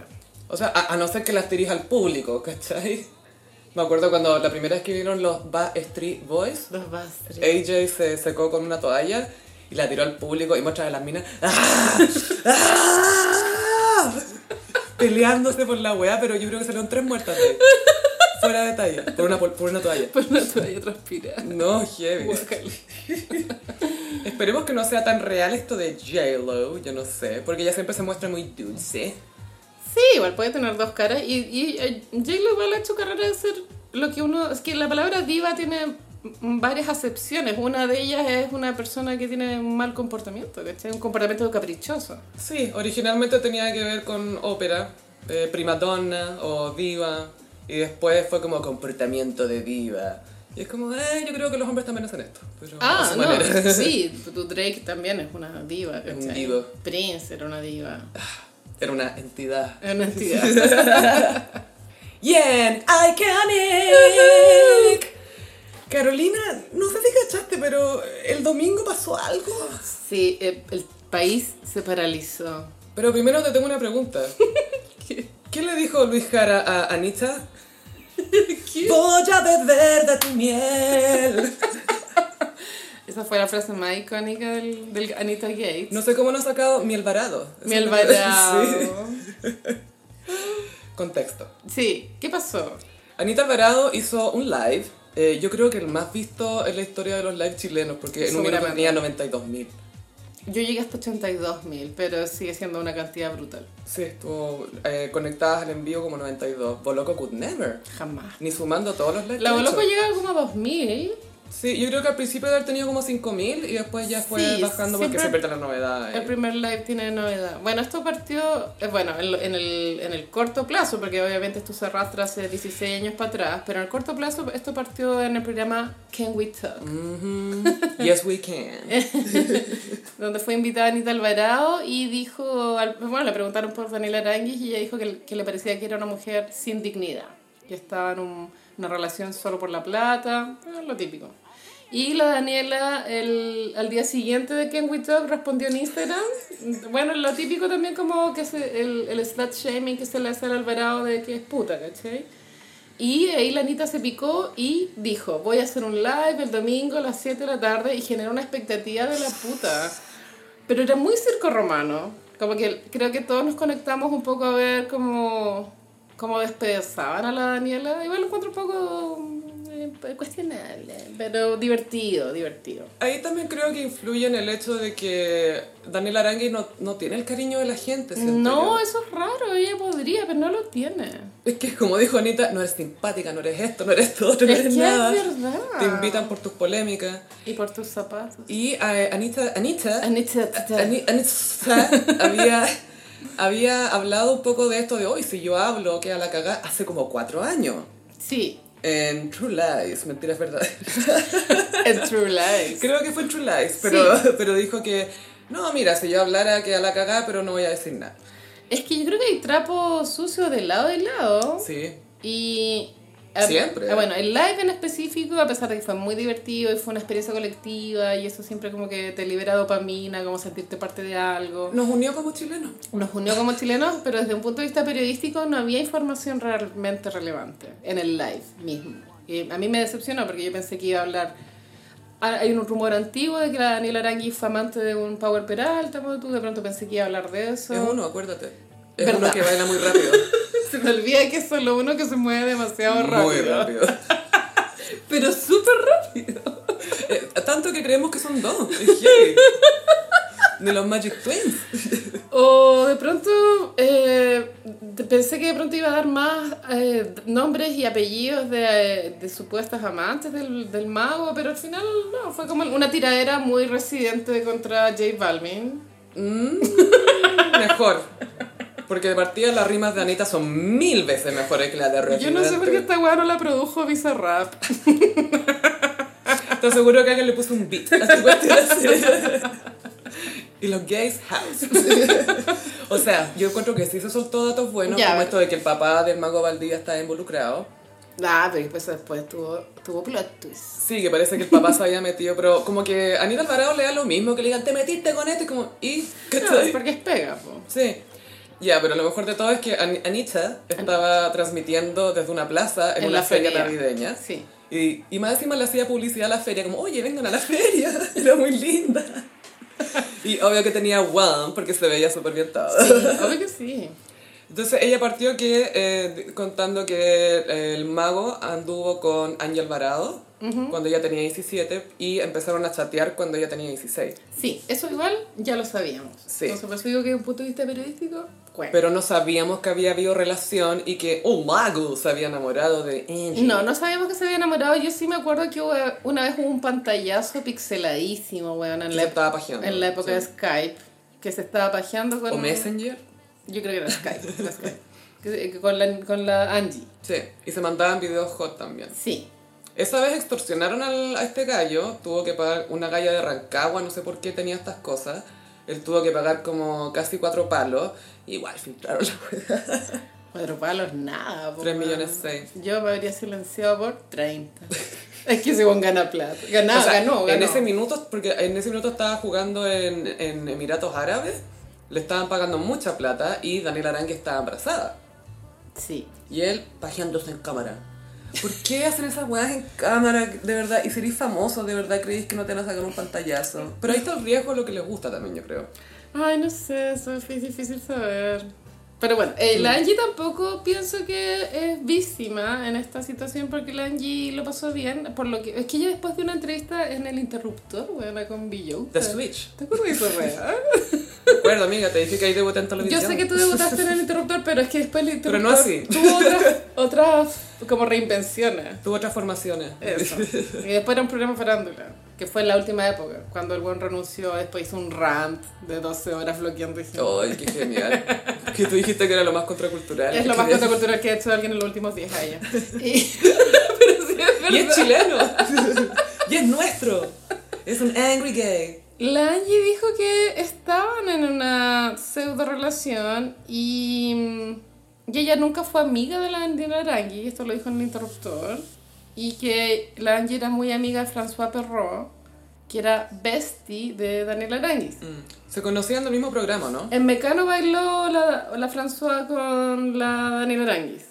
[SPEAKER 1] O sea, a, a no ser que las tirís al público, ¿cachai? Me acuerdo cuando la primera vez que vinieron los Backstreet Boys,
[SPEAKER 2] Los bastres.
[SPEAKER 1] AJ se secó con una toalla y la tiró al público y muestra a las minas ¡Ah! ¡Ah! peleándose por la weá, pero yo creo que salieron tres muertas de ahí. Fuera de talla, por una, por una toalla.
[SPEAKER 2] Por una toalla transpirada.
[SPEAKER 1] No, heavy.
[SPEAKER 2] Guácala.
[SPEAKER 1] Esperemos que no sea tan real esto de J-Lo, yo no sé, porque ella siempre se muestra muy dulce.
[SPEAKER 2] Sí, igual puede tener dos caras. Y, y eh, J-Lo igual ha hecho carrera de ser lo que uno. Es que la palabra diva tiene varias acepciones. Una de ellas es una persona que tiene un mal comportamiento, ¿cachai? Un comportamiento caprichoso.
[SPEAKER 1] Sí, originalmente tenía que ver con ópera, eh, primadonna o diva, y después fue como comportamiento de diva. Y es como, eh, yo creo que los hombres también hacen esto. Pero a
[SPEAKER 2] Ah,
[SPEAKER 1] su manera.
[SPEAKER 2] no, sí, tu Drake también es una diva,
[SPEAKER 1] Es un
[SPEAKER 2] ¿cachai?
[SPEAKER 1] divo.
[SPEAKER 2] Prince era una diva.
[SPEAKER 1] Era una entidad.
[SPEAKER 2] Era una entidad.
[SPEAKER 1] Bien, iconic. Carolina, no sé si cachaste, pero el domingo pasó algo.
[SPEAKER 2] Sí, eh, el país se paralizó.
[SPEAKER 1] Pero primero te tengo una pregunta. ¿Qué, qué le dijo Luis Jara a Anita? Voy a beber de tu miel.
[SPEAKER 2] Esa fue la frase más icónica del, del Anita Gates.
[SPEAKER 1] No sé cómo no ha sacado Miel Varado.
[SPEAKER 2] Mi alvarado.
[SPEAKER 1] Sí. Contexto.
[SPEAKER 2] Sí, ¿qué pasó?
[SPEAKER 1] Anita Alvarado hizo un live, eh, yo creo que el más visto en la historia de los live chilenos, porque en un minuto tenía
[SPEAKER 2] Seguramente.
[SPEAKER 1] 92.000.
[SPEAKER 2] Yo llegué hasta 82.000, pero sigue siendo una cantidad brutal.
[SPEAKER 1] Sí, estuvo eh, conectadas al envío como 92. Boloco could never.
[SPEAKER 2] Jamás.
[SPEAKER 1] Ni sumando todos los lives.
[SPEAKER 2] La
[SPEAKER 1] que ha hecho.
[SPEAKER 2] Boloco llega como a 2.000.
[SPEAKER 1] Sí, yo creo que al principio de haber tenido como 5.000 y después ya fue
[SPEAKER 2] Sí,
[SPEAKER 1] bajando porque
[SPEAKER 2] siempre-
[SPEAKER 1] se pierde la novedad. eh.
[SPEAKER 2] El primer live tiene novedad. Bueno, esto partió, eh, bueno, en, lo- en el, en el corto plazo, porque obviamente esto se arrastra hace 16 años para atrás, pero en el corto plazo esto partió en el programa Can We Talk,
[SPEAKER 1] Ujú. Yes, we can.
[SPEAKER 2] donde fue invitada Anita Alvarado y dijo, al- bueno, le preguntaron por Daniela Aranguis y ella dijo que, que le parecía que era una mujer sin dignidad, que estaba en un- una relación solo por la plata, eh, lo típico. Y la Daniela, el, al día siguiente de Ken We Talk, respondió en Instagram. Bueno, lo típico también como que se- el, el slut shaming que se le hace al Alvarado de que es puta, ¿cachai? Y ahí la Anita se picó y dijo, voy a hacer un live el domingo a las 7 de la tarde y generó una expectativa de la puta. Pero era muy circo romano. Como que creo que todos nos conectamos un poco a ver cómo, cómo despedazaban a la Daniela. Igual lo encuentro un poco eh, cuestionable, pero divertido, divertido.
[SPEAKER 1] Ahí también creo que influye en el hecho de que Daniel Arangui no, no tiene el cariño de la gente. siento yo.
[SPEAKER 2] No, eso es raro, ella podría, pero no lo tiene.
[SPEAKER 1] Es que como dijo Anita, no eres simpática, no eres esto, no eres todo, no
[SPEAKER 2] Es
[SPEAKER 1] eres
[SPEAKER 2] que es
[SPEAKER 1] nada.
[SPEAKER 2] verdad.
[SPEAKER 1] Te invitan por tus polémicas.
[SPEAKER 2] Y por tus zapatos.
[SPEAKER 1] Y eh, Anita, Anita,
[SPEAKER 2] Anita,
[SPEAKER 1] Ani- Anita había, había hablado un poco de esto de hoy, si yo hablo, que a la cagada, hace como cuatro años.
[SPEAKER 2] Sí,
[SPEAKER 1] En True Lies, mentiras verdaderas.
[SPEAKER 2] en True Lies.
[SPEAKER 1] Creo que fue en True Lies, pero, pero dijo que, no, mira, si yo hablara, que a la cagada, pero no voy a decir nada.
[SPEAKER 2] Es que yo creo que hay trapos sucios de lado y lado.
[SPEAKER 1] Sí,
[SPEAKER 2] Y.
[SPEAKER 1] Siempre.
[SPEAKER 2] ah, Bueno, el live en específico, a pesar de que fue muy divertido y fue una experiencia colectiva, y eso siempre como que te libera dopamina, como sentirte parte de algo.
[SPEAKER 1] nos unió como chilenos.
[SPEAKER 2] Nos unió como chilenos, pero desde un punto de vista periodístico no había información realmente relevante en el live mismo. Y a mí me decepcionó porque yo pensé que iba a hablar. Ah, Hay un rumor antiguo de que la Daniela Arangui fue amante de un Power Peralta, ponte tú de pronto pensé que iba a hablar de eso.
[SPEAKER 1] Es uno, acuérdate. Es
[SPEAKER 2] Verdad.
[SPEAKER 1] uno que baila muy rápido.
[SPEAKER 2] Se me olvida que es solo uno que se mueve demasiado rápido.
[SPEAKER 1] Muy rápido.
[SPEAKER 2] Pero súper rápido.
[SPEAKER 1] Eh, tanto que creemos que son dos. Es heavy. De los Magic Twins.
[SPEAKER 2] O de pronto eh, de- pensé que de pronto iba a dar más eh, nombres y apellidos de, de supuestas amantes del, del mago, pero al final no, fue como una tiradera muy residente contra J Balvin.
[SPEAKER 1] Mejor. Porque de partida las rimas de Anita son mil veces mejores que las de
[SPEAKER 2] Yo no sé por qué
[SPEAKER 1] Residente.
[SPEAKER 2] esta weá no la produjo Bizarrap.
[SPEAKER 1] Te aseguro que alguien le puso un beat. a su cuestión así. y los gays house. o sea, yo encuentro que sí se soltó datos buenos,
[SPEAKER 2] Ya, a
[SPEAKER 1] como
[SPEAKER 2] ver.
[SPEAKER 1] esto de que el papá del mago Valdivia está involucrado.
[SPEAKER 2] Ah, pero después, después tuvo, tuvo plot twist.
[SPEAKER 1] Sí, que parece que el papá se había metido, pero como que a Anita Alvarado le da lo mismo, que le digan, te metiste con esto, y como, ¿y? ¿Qué
[SPEAKER 2] No,
[SPEAKER 1] tal?
[SPEAKER 2] porque es pega, po.
[SPEAKER 1] Sí. Ya, pero lo mejor de todo es que An- Anita estaba transmitiendo desde una plaza en,
[SPEAKER 2] En
[SPEAKER 1] una
[SPEAKER 2] la
[SPEAKER 1] feria
[SPEAKER 2] feria.
[SPEAKER 1] navideña.
[SPEAKER 2] Sí.
[SPEAKER 1] Y, y más encima le hacía publicidad a la feria, como, oye, vengan a la feria. Era muy linda. Y obvio que tenía one porque se veía súper bien todo.
[SPEAKER 2] Sí, obvio que sí.
[SPEAKER 1] Entonces ella partió que, eh, contando que el mago anduvo con Ángel Varado cuando ella tenía 17 y empezaron a chatear cuando ella tenía 16.
[SPEAKER 2] Sí, eso igual ya lo sabíamos.
[SPEAKER 1] Sí.
[SPEAKER 2] Entonces, por eso digo que desde un punto de vista periodístico, cuenta.
[SPEAKER 1] Pero no sabíamos que había habido relación y que un mago se había enamorado de Angie.
[SPEAKER 2] No, no sabíamos que se había enamorado. Yo sí me acuerdo que hubo- una vez hubo un pantallazo pixeladísimo, weón, en
[SPEAKER 1] Se
[SPEAKER 2] la,
[SPEAKER 1] estaba pajeando,
[SPEAKER 2] en la época
[SPEAKER 1] sí.
[SPEAKER 2] de Skype, que se estaba pajeando con...
[SPEAKER 1] ¿O Messenger?
[SPEAKER 2] Yo creo que era Skype, era Skype. Que- que Con la, con la Angie.
[SPEAKER 1] Sí. Y se mandaban videos hot también.
[SPEAKER 2] Sí.
[SPEAKER 1] Esa vez extorsionaron al- a este gallo, tuvo que pagar una galla de Rancagua, no sé por qué tenía estas cosas. Él tuvo que pagar como casi cuatro palos. Igual filtraron la
[SPEAKER 2] Cuatro palos, nada. po,
[SPEAKER 1] Tres
[SPEAKER 2] weón.
[SPEAKER 1] millones seis.
[SPEAKER 2] Yo me habría silenciado por 30. es que ese weón gana plata. Ganaba,
[SPEAKER 1] O sea,
[SPEAKER 2] ganó, ganó.
[SPEAKER 1] En ese minuto, porque en ese minuto estaba jugando en, en Emiratos Árabes, le estaban pagando mucha plata y Daniela Arangui estaba embarazada.
[SPEAKER 2] Sí.
[SPEAKER 1] Y él pajeándose en cámara. ¿Por qué hacen esas weas en cámara? De verdad, y seréis famosos, de verdad, creéis que no te van a sacar un pantallazo. Pero ahí está el riesgo, lo que les gusta también, yo creo.
[SPEAKER 2] Ay, no sé, eso es difícil, difícil saber. Pero bueno, eh, la Angie tampoco pienso que es víctima en esta situación porque la Angie lo pasó bien. Por lo que, es que ella después de una entrevista en el interruptor, weona, con Beyoncé.
[SPEAKER 1] The Switch.
[SPEAKER 2] ¿Te acuerdas de esa wea?
[SPEAKER 1] Recuerda, amiga, te dije que ahí debuté en
[SPEAKER 2] Yo
[SPEAKER 1] televisión.
[SPEAKER 2] sé que tú debutaste en el interruptor, pero es que después el
[SPEAKER 1] Pero
[SPEAKER 2] interruptor
[SPEAKER 1] no así.
[SPEAKER 2] tuvo otras, otras como reinvenciones.
[SPEAKER 1] Tuvo otras formaciones.
[SPEAKER 2] Eso. Y después era un programa farándula, que fue en la última época, cuando el buen renunció, después hizo un rant de 12 horas bloqueando gente.
[SPEAKER 1] Ay, qué genial. Que tú dijiste que era lo más contracultural.
[SPEAKER 2] Es lo más contracultural que ha hecho alguien en los últimos 10 años. Y- pero sí es
[SPEAKER 1] Y es
[SPEAKER 2] verdad.
[SPEAKER 1] chileno. y es nuestro. Es un angry gay.
[SPEAKER 2] La Angie dijo que estaban en una pseudo relación y, mm, y ella nunca fue amiga de la Angie Arangui, esto lo dijo en el interruptor, y que la Angie era muy amiga de François Perrault, que era bestie de Daniel Arangui.
[SPEAKER 1] Se conocían del mismo programa, ¿no?
[SPEAKER 2] En Mecano bailó la, la François con la Daniela Aranguis.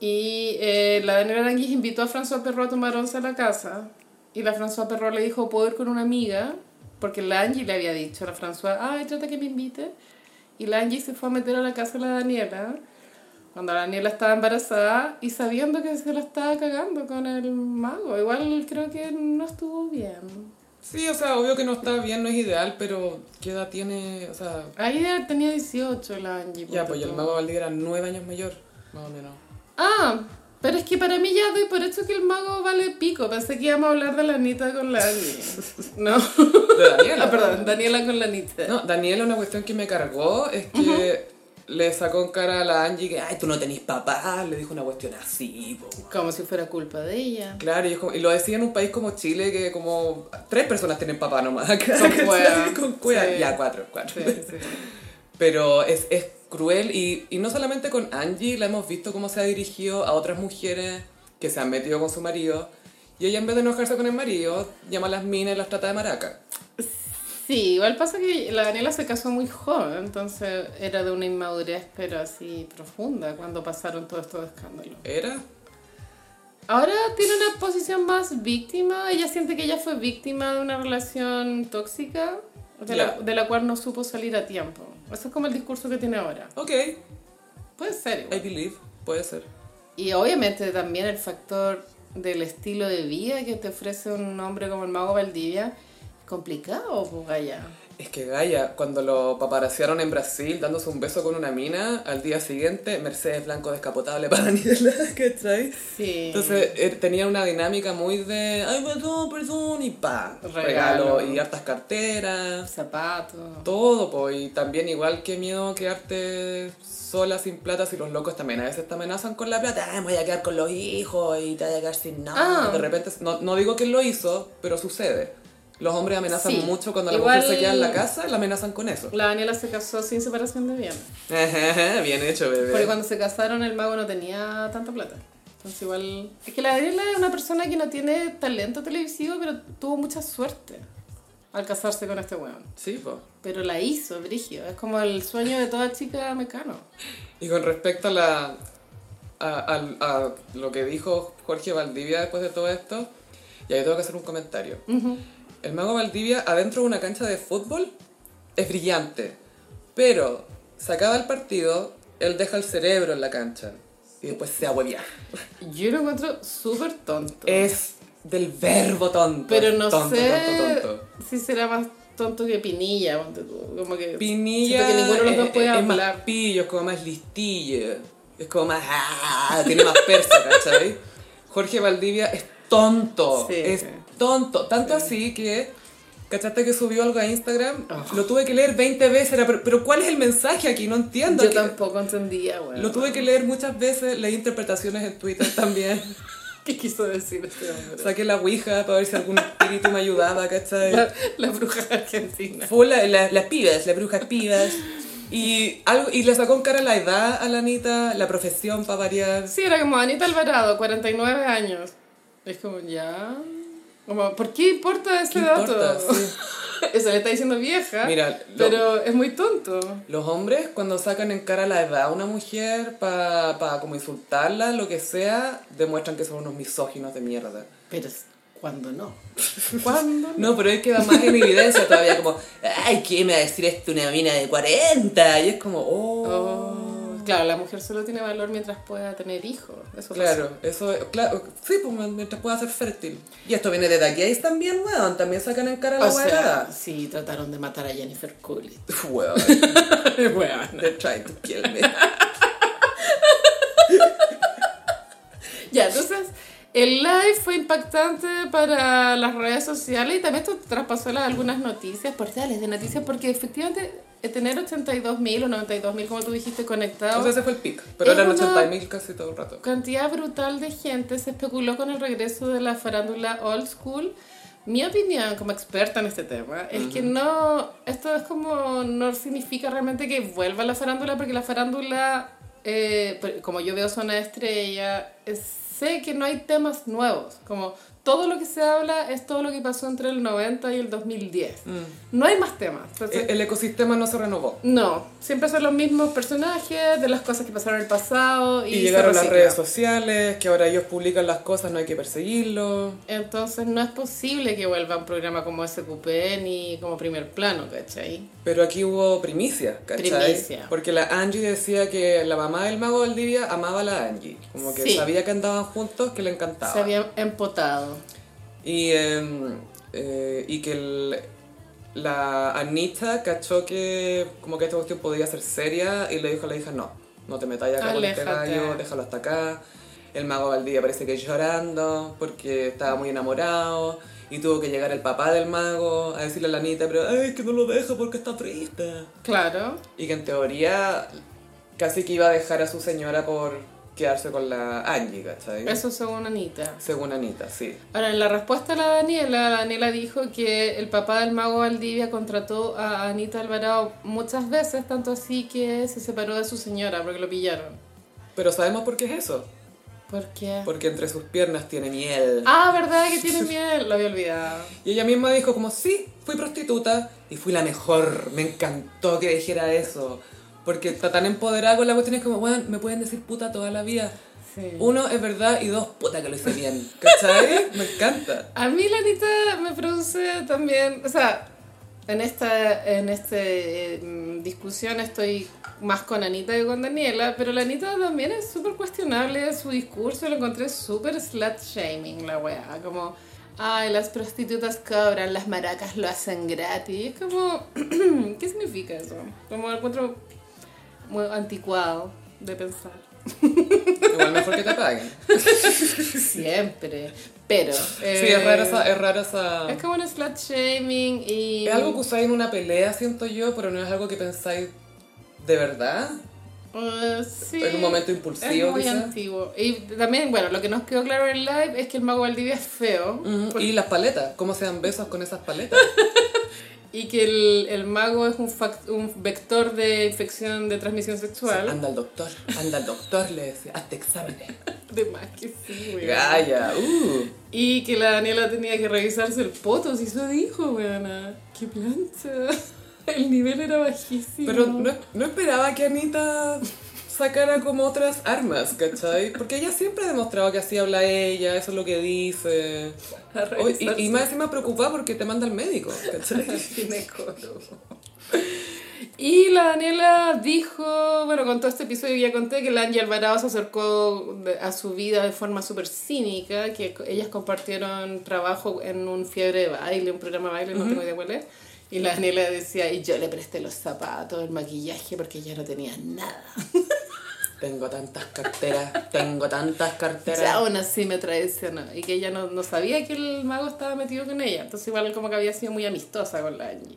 [SPEAKER 2] Y eh, la Daniela Aranguis invitó a François Perro a tomar once a la casa. Y la François Perro le dijo, ¿puedo ir con una amiga? Porque la Angie le había dicho a la François, ay, trata que me invite. Y la Angie se fue a meter a la casa de la Daniela. Cuando la Daniela estaba embarazada y sabiendo que se la estaba cagando con el mago. Igual creo que no estuvo bien.
[SPEAKER 1] Sí, o sea, obvio que no está bien, no es ideal, pero ¿qué edad tiene? O sea,
[SPEAKER 2] Ahí tenía 18 la Angie.
[SPEAKER 1] ya,
[SPEAKER 2] ponte
[SPEAKER 1] pues y el
[SPEAKER 2] tú.
[SPEAKER 1] mago Valdivia era nueve años mayor, más o menos.
[SPEAKER 2] Ah, pero es que para mí ya doy por hecho que el mago vale pico. Pensé que íbamos a hablar de la Anita con la Angie. No.
[SPEAKER 1] De Daniela.
[SPEAKER 2] Ah, perdón, Daniela con la Anita.
[SPEAKER 1] No, Daniela, una cuestión que me cargó es que le sacó en cara a la Angie que, ay, tú no tenés papá, le dijo una cuestión así, po.
[SPEAKER 2] Como si fuera culpa de ella.
[SPEAKER 1] Claro, y, es como- y lo decía en un país como Chile que como tres personas tienen papá nomás acá.
[SPEAKER 2] Son
[SPEAKER 1] ¿cachai?
[SPEAKER 2] cuevas,
[SPEAKER 1] Con cuevas.
[SPEAKER 2] sí.
[SPEAKER 1] Ya, cuatro, cuatro.
[SPEAKER 2] Sí, sí.
[SPEAKER 1] Pero es, es cruel y, y no solamente con Angie, la hemos visto cómo se ha dirigido a otras mujeres que se han metido con su marido. Y ella en vez de enojarse con el marido, llama a las minas y las trata de maraca.
[SPEAKER 2] Sí, igual pasa que la Daniela se casó muy joven, entonces era de una inmadurez, pero así profunda, cuando pasaron todos estos escándalos.
[SPEAKER 1] ¿Era?
[SPEAKER 2] Ahora tiene una posición más víctima. Ella siente que ella fue víctima de una relación tóxica de, la,
[SPEAKER 1] Ya.
[SPEAKER 2] de la cual no supo salir a tiempo. Eso es como el discurso que tiene ahora.
[SPEAKER 1] Ok,
[SPEAKER 2] Puede ser.
[SPEAKER 1] I
[SPEAKER 2] igual.
[SPEAKER 1] believe, puede ser.
[SPEAKER 2] Y obviamente también el factor del estilo de vida que te ofrece un hombre como el mago Valdivia. Complicado, pues Gaya.
[SPEAKER 1] Es que Gaia, cuando lo paparaciaron en Brasil dándose un beso con una mina, al día siguiente Mercedes Blanco descapotable para Daniela, ¿cachai?
[SPEAKER 2] Sí.
[SPEAKER 1] Entonces eh, tenía una dinámica muy de, ay, perdón, perdón, y pa,
[SPEAKER 2] Regalo.
[SPEAKER 1] regalo y hartas carteras.
[SPEAKER 2] zapatos.
[SPEAKER 1] Todo, po, y también igual que miedo quedarte sola sin plata si los locos también a veces te amenazan con la plata, "Ay, me voy a quedar con los hijos y te voy a quedar sin nada.
[SPEAKER 2] Ah.
[SPEAKER 1] De repente, no, no digo que lo hizo, pero sucede. Los hombres amenazan
[SPEAKER 2] Sí.
[SPEAKER 1] mucho cuando la
[SPEAKER 2] Igual-
[SPEAKER 1] mujer se queda en la casa, la amenazan con eso.
[SPEAKER 2] La Daniela se casó sin separación de bienes.
[SPEAKER 1] Bien hecho, bebé.
[SPEAKER 2] Porque cuando se casaron el mago no tenía tanta plata. Entonces igual... Es que la Daniela es una persona que no tiene talento televisivo, pero tuvo mucha suerte al casarse con este weón.
[SPEAKER 1] Sí, po.
[SPEAKER 2] Pero la hizo, Brigio. Es como el sueño de toda chica mecano.
[SPEAKER 1] Y con respecto a la a, a- a lo que dijo Jorge Valdivia después de todo esto, y ahí tengo que hacer un comentario. El mago Valdivia adentro de una cancha de fútbol es brillante, pero se acaba el partido, él deja el cerebro en la cancha y después se ahuevia.
[SPEAKER 2] Yo lo encuentro súper tonto.
[SPEAKER 1] Es del verbo tonto.
[SPEAKER 2] pero
[SPEAKER 1] Pues,
[SPEAKER 2] no
[SPEAKER 1] tonto,
[SPEAKER 2] sé
[SPEAKER 1] Tonto, tonto.
[SPEAKER 2] si será más tonto que Pinilla, ponte tú, como que...
[SPEAKER 1] Pinilla
[SPEAKER 2] Siento que ninguno de los dos
[SPEAKER 1] es-
[SPEAKER 2] puede
[SPEAKER 1] es, más
[SPEAKER 2] hablar.
[SPEAKER 1] pillo, es como más listilla. Es como más... ¡ah! tiene más persa, ¿cachai? Jorge Valdivia es tonto.
[SPEAKER 2] Sí,
[SPEAKER 1] es
[SPEAKER 2] sí.
[SPEAKER 1] tonto. Tanto así que... ¿Cachaste que subió algo a Instagram?
[SPEAKER 2] Oh.
[SPEAKER 1] Lo tuve que leer 20 veces. Era, pero, pero ¿cuál es el mensaje aquí? No entiendo.
[SPEAKER 2] Yo
[SPEAKER 1] ¿Qué-
[SPEAKER 2] tampoco entendía, bueno.
[SPEAKER 1] Lo tuve que leer muchas veces. Leí interpretaciones en Twitter también.
[SPEAKER 2] ¿Qué quiso decir este hombre?
[SPEAKER 1] Saqué la ouija para ver si algún espíritu me ayudaba, ¿cachai?
[SPEAKER 2] La, la bruja argentina.
[SPEAKER 1] Fue la- la- las pibas, las brujas pibas. Y, algo, y le sacó en cara la edad a la Anita, la profesión para variar.
[SPEAKER 2] Sí, era como Anita Alvarado, 49 años. Es como, ya... Como, ¿por qué importa ese
[SPEAKER 1] ¿Qué
[SPEAKER 2] dato?
[SPEAKER 1] importa? Sí.
[SPEAKER 2] Eso le está diciendo vieja,
[SPEAKER 1] Mira, lo-
[SPEAKER 2] pero es muy tonto.
[SPEAKER 1] Los hombres cuando sacan en cara la edad a una mujer para como insultarla, lo que sea, demuestran que son unos misóginos de mierda.
[SPEAKER 2] Pero cuando no. ¿Cuándo?
[SPEAKER 1] No, pero ahí queda más en evidencia todavía, como, ay, ¿qué me va a decir esto una mina de 40? Y es como, oh.
[SPEAKER 2] Oh, Claro, la mujer solo tiene valor mientras pueda tener hijos. Eso
[SPEAKER 1] Claro, eso es- claro, sí, pues mientras pueda ser fértil. Y esto viene de The Gays también, weón, también sacan en cara
[SPEAKER 2] pasa.
[SPEAKER 1] la
[SPEAKER 2] O sea,
[SPEAKER 1] weá.
[SPEAKER 2] sí, trataron de matar a Jennifer Coolidge.
[SPEAKER 1] Weón,
[SPEAKER 2] bueno.
[SPEAKER 1] they're trying to kill me.
[SPEAKER 2] Ya, entonces, el live fue impactante para las redes sociales y también esto traspasó las, algunas noticias, portales de noticias, porque efectivamente eh, tener 82.000 o 92.000, como tú dijiste, conectados.
[SPEAKER 1] Entonces ese fue el pic, pero
[SPEAKER 2] Es
[SPEAKER 1] eran
[SPEAKER 2] una-
[SPEAKER 1] 80.000 casi todo el rato.
[SPEAKER 2] cantidad brutal de gente se especuló con el regreso de la farándula old school. Mi opinión como experta en este tema es que no, esto es como, no significa realmente que vuelva la farándula, porque la farándula, eh, per- como yo veo Zona de Estrella, es- sé que no hay temas nuevos, como todo lo que se habla es todo lo que pasó entre el 90 y el 2010.
[SPEAKER 1] Mm.
[SPEAKER 2] No hay más temas. Entonces,
[SPEAKER 1] El el ecosistema no se renovó.
[SPEAKER 2] no, siempre son los mismos personajes, de las cosas que pasaron en el pasado y,
[SPEAKER 1] Y
[SPEAKER 2] se
[SPEAKER 1] llegaron las
[SPEAKER 2] recicla.
[SPEAKER 1] redes sociales, que ahora ellos publican las cosas, no hay que perseguirlo.
[SPEAKER 2] Entonces no es posible que vuelva un programa como SQP ni como primer plano, ¿cachai?
[SPEAKER 1] Pero aquí hubo primicia, ¿cachai?
[SPEAKER 2] Primicia.
[SPEAKER 1] Porque la Angie decía que la mamá del mago Valdivia amaba a la Angie. Como que
[SPEAKER 2] Sí.
[SPEAKER 1] sabía que andaban juntos, que le encantaba.
[SPEAKER 2] Se había empotado.
[SPEAKER 1] Y, em, eh, y que el- la Anita cachó que como que esta cuestión podía ser seria y le dijo a la hija, no, no te metas acá con este
[SPEAKER 2] Aléjate.
[SPEAKER 1] gallo, déjalo hasta acá. El mago Valdivia parece que llorando porque estaba muy enamorado y tuvo que llegar el papá del mago a decirle a la Anita, pero "Ay, es que no lo deja porque está triste.
[SPEAKER 2] Claro.
[SPEAKER 1] Y que en teoría casi que iba a dejar a su señora por quedarse con la Angie, ¿cachai?
[SPEAKER 2] Eso según Anita.
[SPEAKER 1] Según Anita, sí.
[SPEAKER 2] Ahora, en la respuesta a la Daniela, la Daniela dijo que el papá del mago Valdivia contrató a Anita Alvarado muchas veces, tanto así que se separó de su señora porque lo pillaron.
[SPEAKER 1] Pero sabemos por qué es eso.
[SPEAKER 2] ¿Por qué?
[SPEAKER 1] Porque entre sus piernas tiene miel.
[SPEAKER 2] Ah, ¿verdad que tiene miel? Lo había olvidado.
[SPEAKER 1] Y ella misma dijo como, sí, fui prostituta y fui la mejor. Me encantó que dijera eso. Porque está tan empoderada con la cuestión es como, bueno, me pueden decir puta toda la vida.
[SPEAKER 2] Sí.
[SPEAKER 1] Uno, es verdad, y dos, puta que lo hice bien. ¿Cachai? me encanta.
[SPEAKER 2] A mí la Anita me produce también, o sea, en esta en este, eh, mm, discusión estoy más con Anita que con Daniela, pero la Anita también es súper cuestionable su discurso, lo encontré súper slut shaming la weá, como, ay, las prostitutas cobran, las maracas lo hacen gratis, es como, ¿qué significa eso? Como lo encuentro muy anticuado de pensar.
[SPEAKER 1] Igual mejor que te paguen.
[SPEAKER 2] Siempre, pero...
[SPEAKER 1] Sí, es rara
[SPEAKER 2] eh,
[SPEAKER 1] esa... Es, rara esa...
[SPEAKER 2] es como un slut shaming y.
[SPEAKER 1] es algo que usáis en una pelea, siento yo, pero no es algo que pensáis de verdad.
[SPEAKER 2] Eh, sí.
[SPEAKER 1] En un momento impulsivo,
[SPEAKER 2] Es muy
[SPEAKER 1] quizás.
[SPEAKER 2] antiguo. Y también, bueno, lo que nos quedó claro en el live es que el mago Valdivia es feo.
[SPEAKER 1] Ujú. Y las paletas, cómo se dan besos con esas paletas.
[SPEAKER 2] Y que el, el mago es un, fac- un vector de infección de transmisión sexual.
[SPEAKER 1] Anda al doctor, anda al doctor, le decía, hazte exámenes.
[SPEAKER 2] De más que sí, weón.
[SPEAKER 1] Gaya, uh.
[SPEAKER 2] Y que la Daniela tenía que revisarse el poto, si eso dijo, weona. ¡Qué plancha! El nivel era bajísimo.
[SPEAKER 1] Pero no, no esperaba que Anita sacara como otras armas, ¿cachai? Porque ella siempre ha demostrado que así habla ella, eso es lo que dice.
[SPEAKER 2] A
[SPEAKER 1] O- y,
[SPEAKER 2] revisarse.
[SPEAKER 1] y más encima preocupada porque te manda al médico, ¿cachai?
[SPEAKER 2] ginecólogo. Y la Daniela dijo, bueno, con todo este episodio ya conté que la Angie Alvarado se acercó de- a su vida de forma súper cínica, que co- ellas compartieron trabajo en un fiebre de baile, un programa de baile, no tengo idea cuál es, Y la Daniela decía, y yo le presté los zapatos, el maquillaje, porque ya no tenía nada.
[SPEAKER 1] Tengo tantas carteras, tengo tantas carteras.
[SPEAKER 2] Pero aún así me traicionó. Y que ella no, no sabía que el mago estaba metido con ella. Entonces igual como que había sido muy amistosa con la Angie.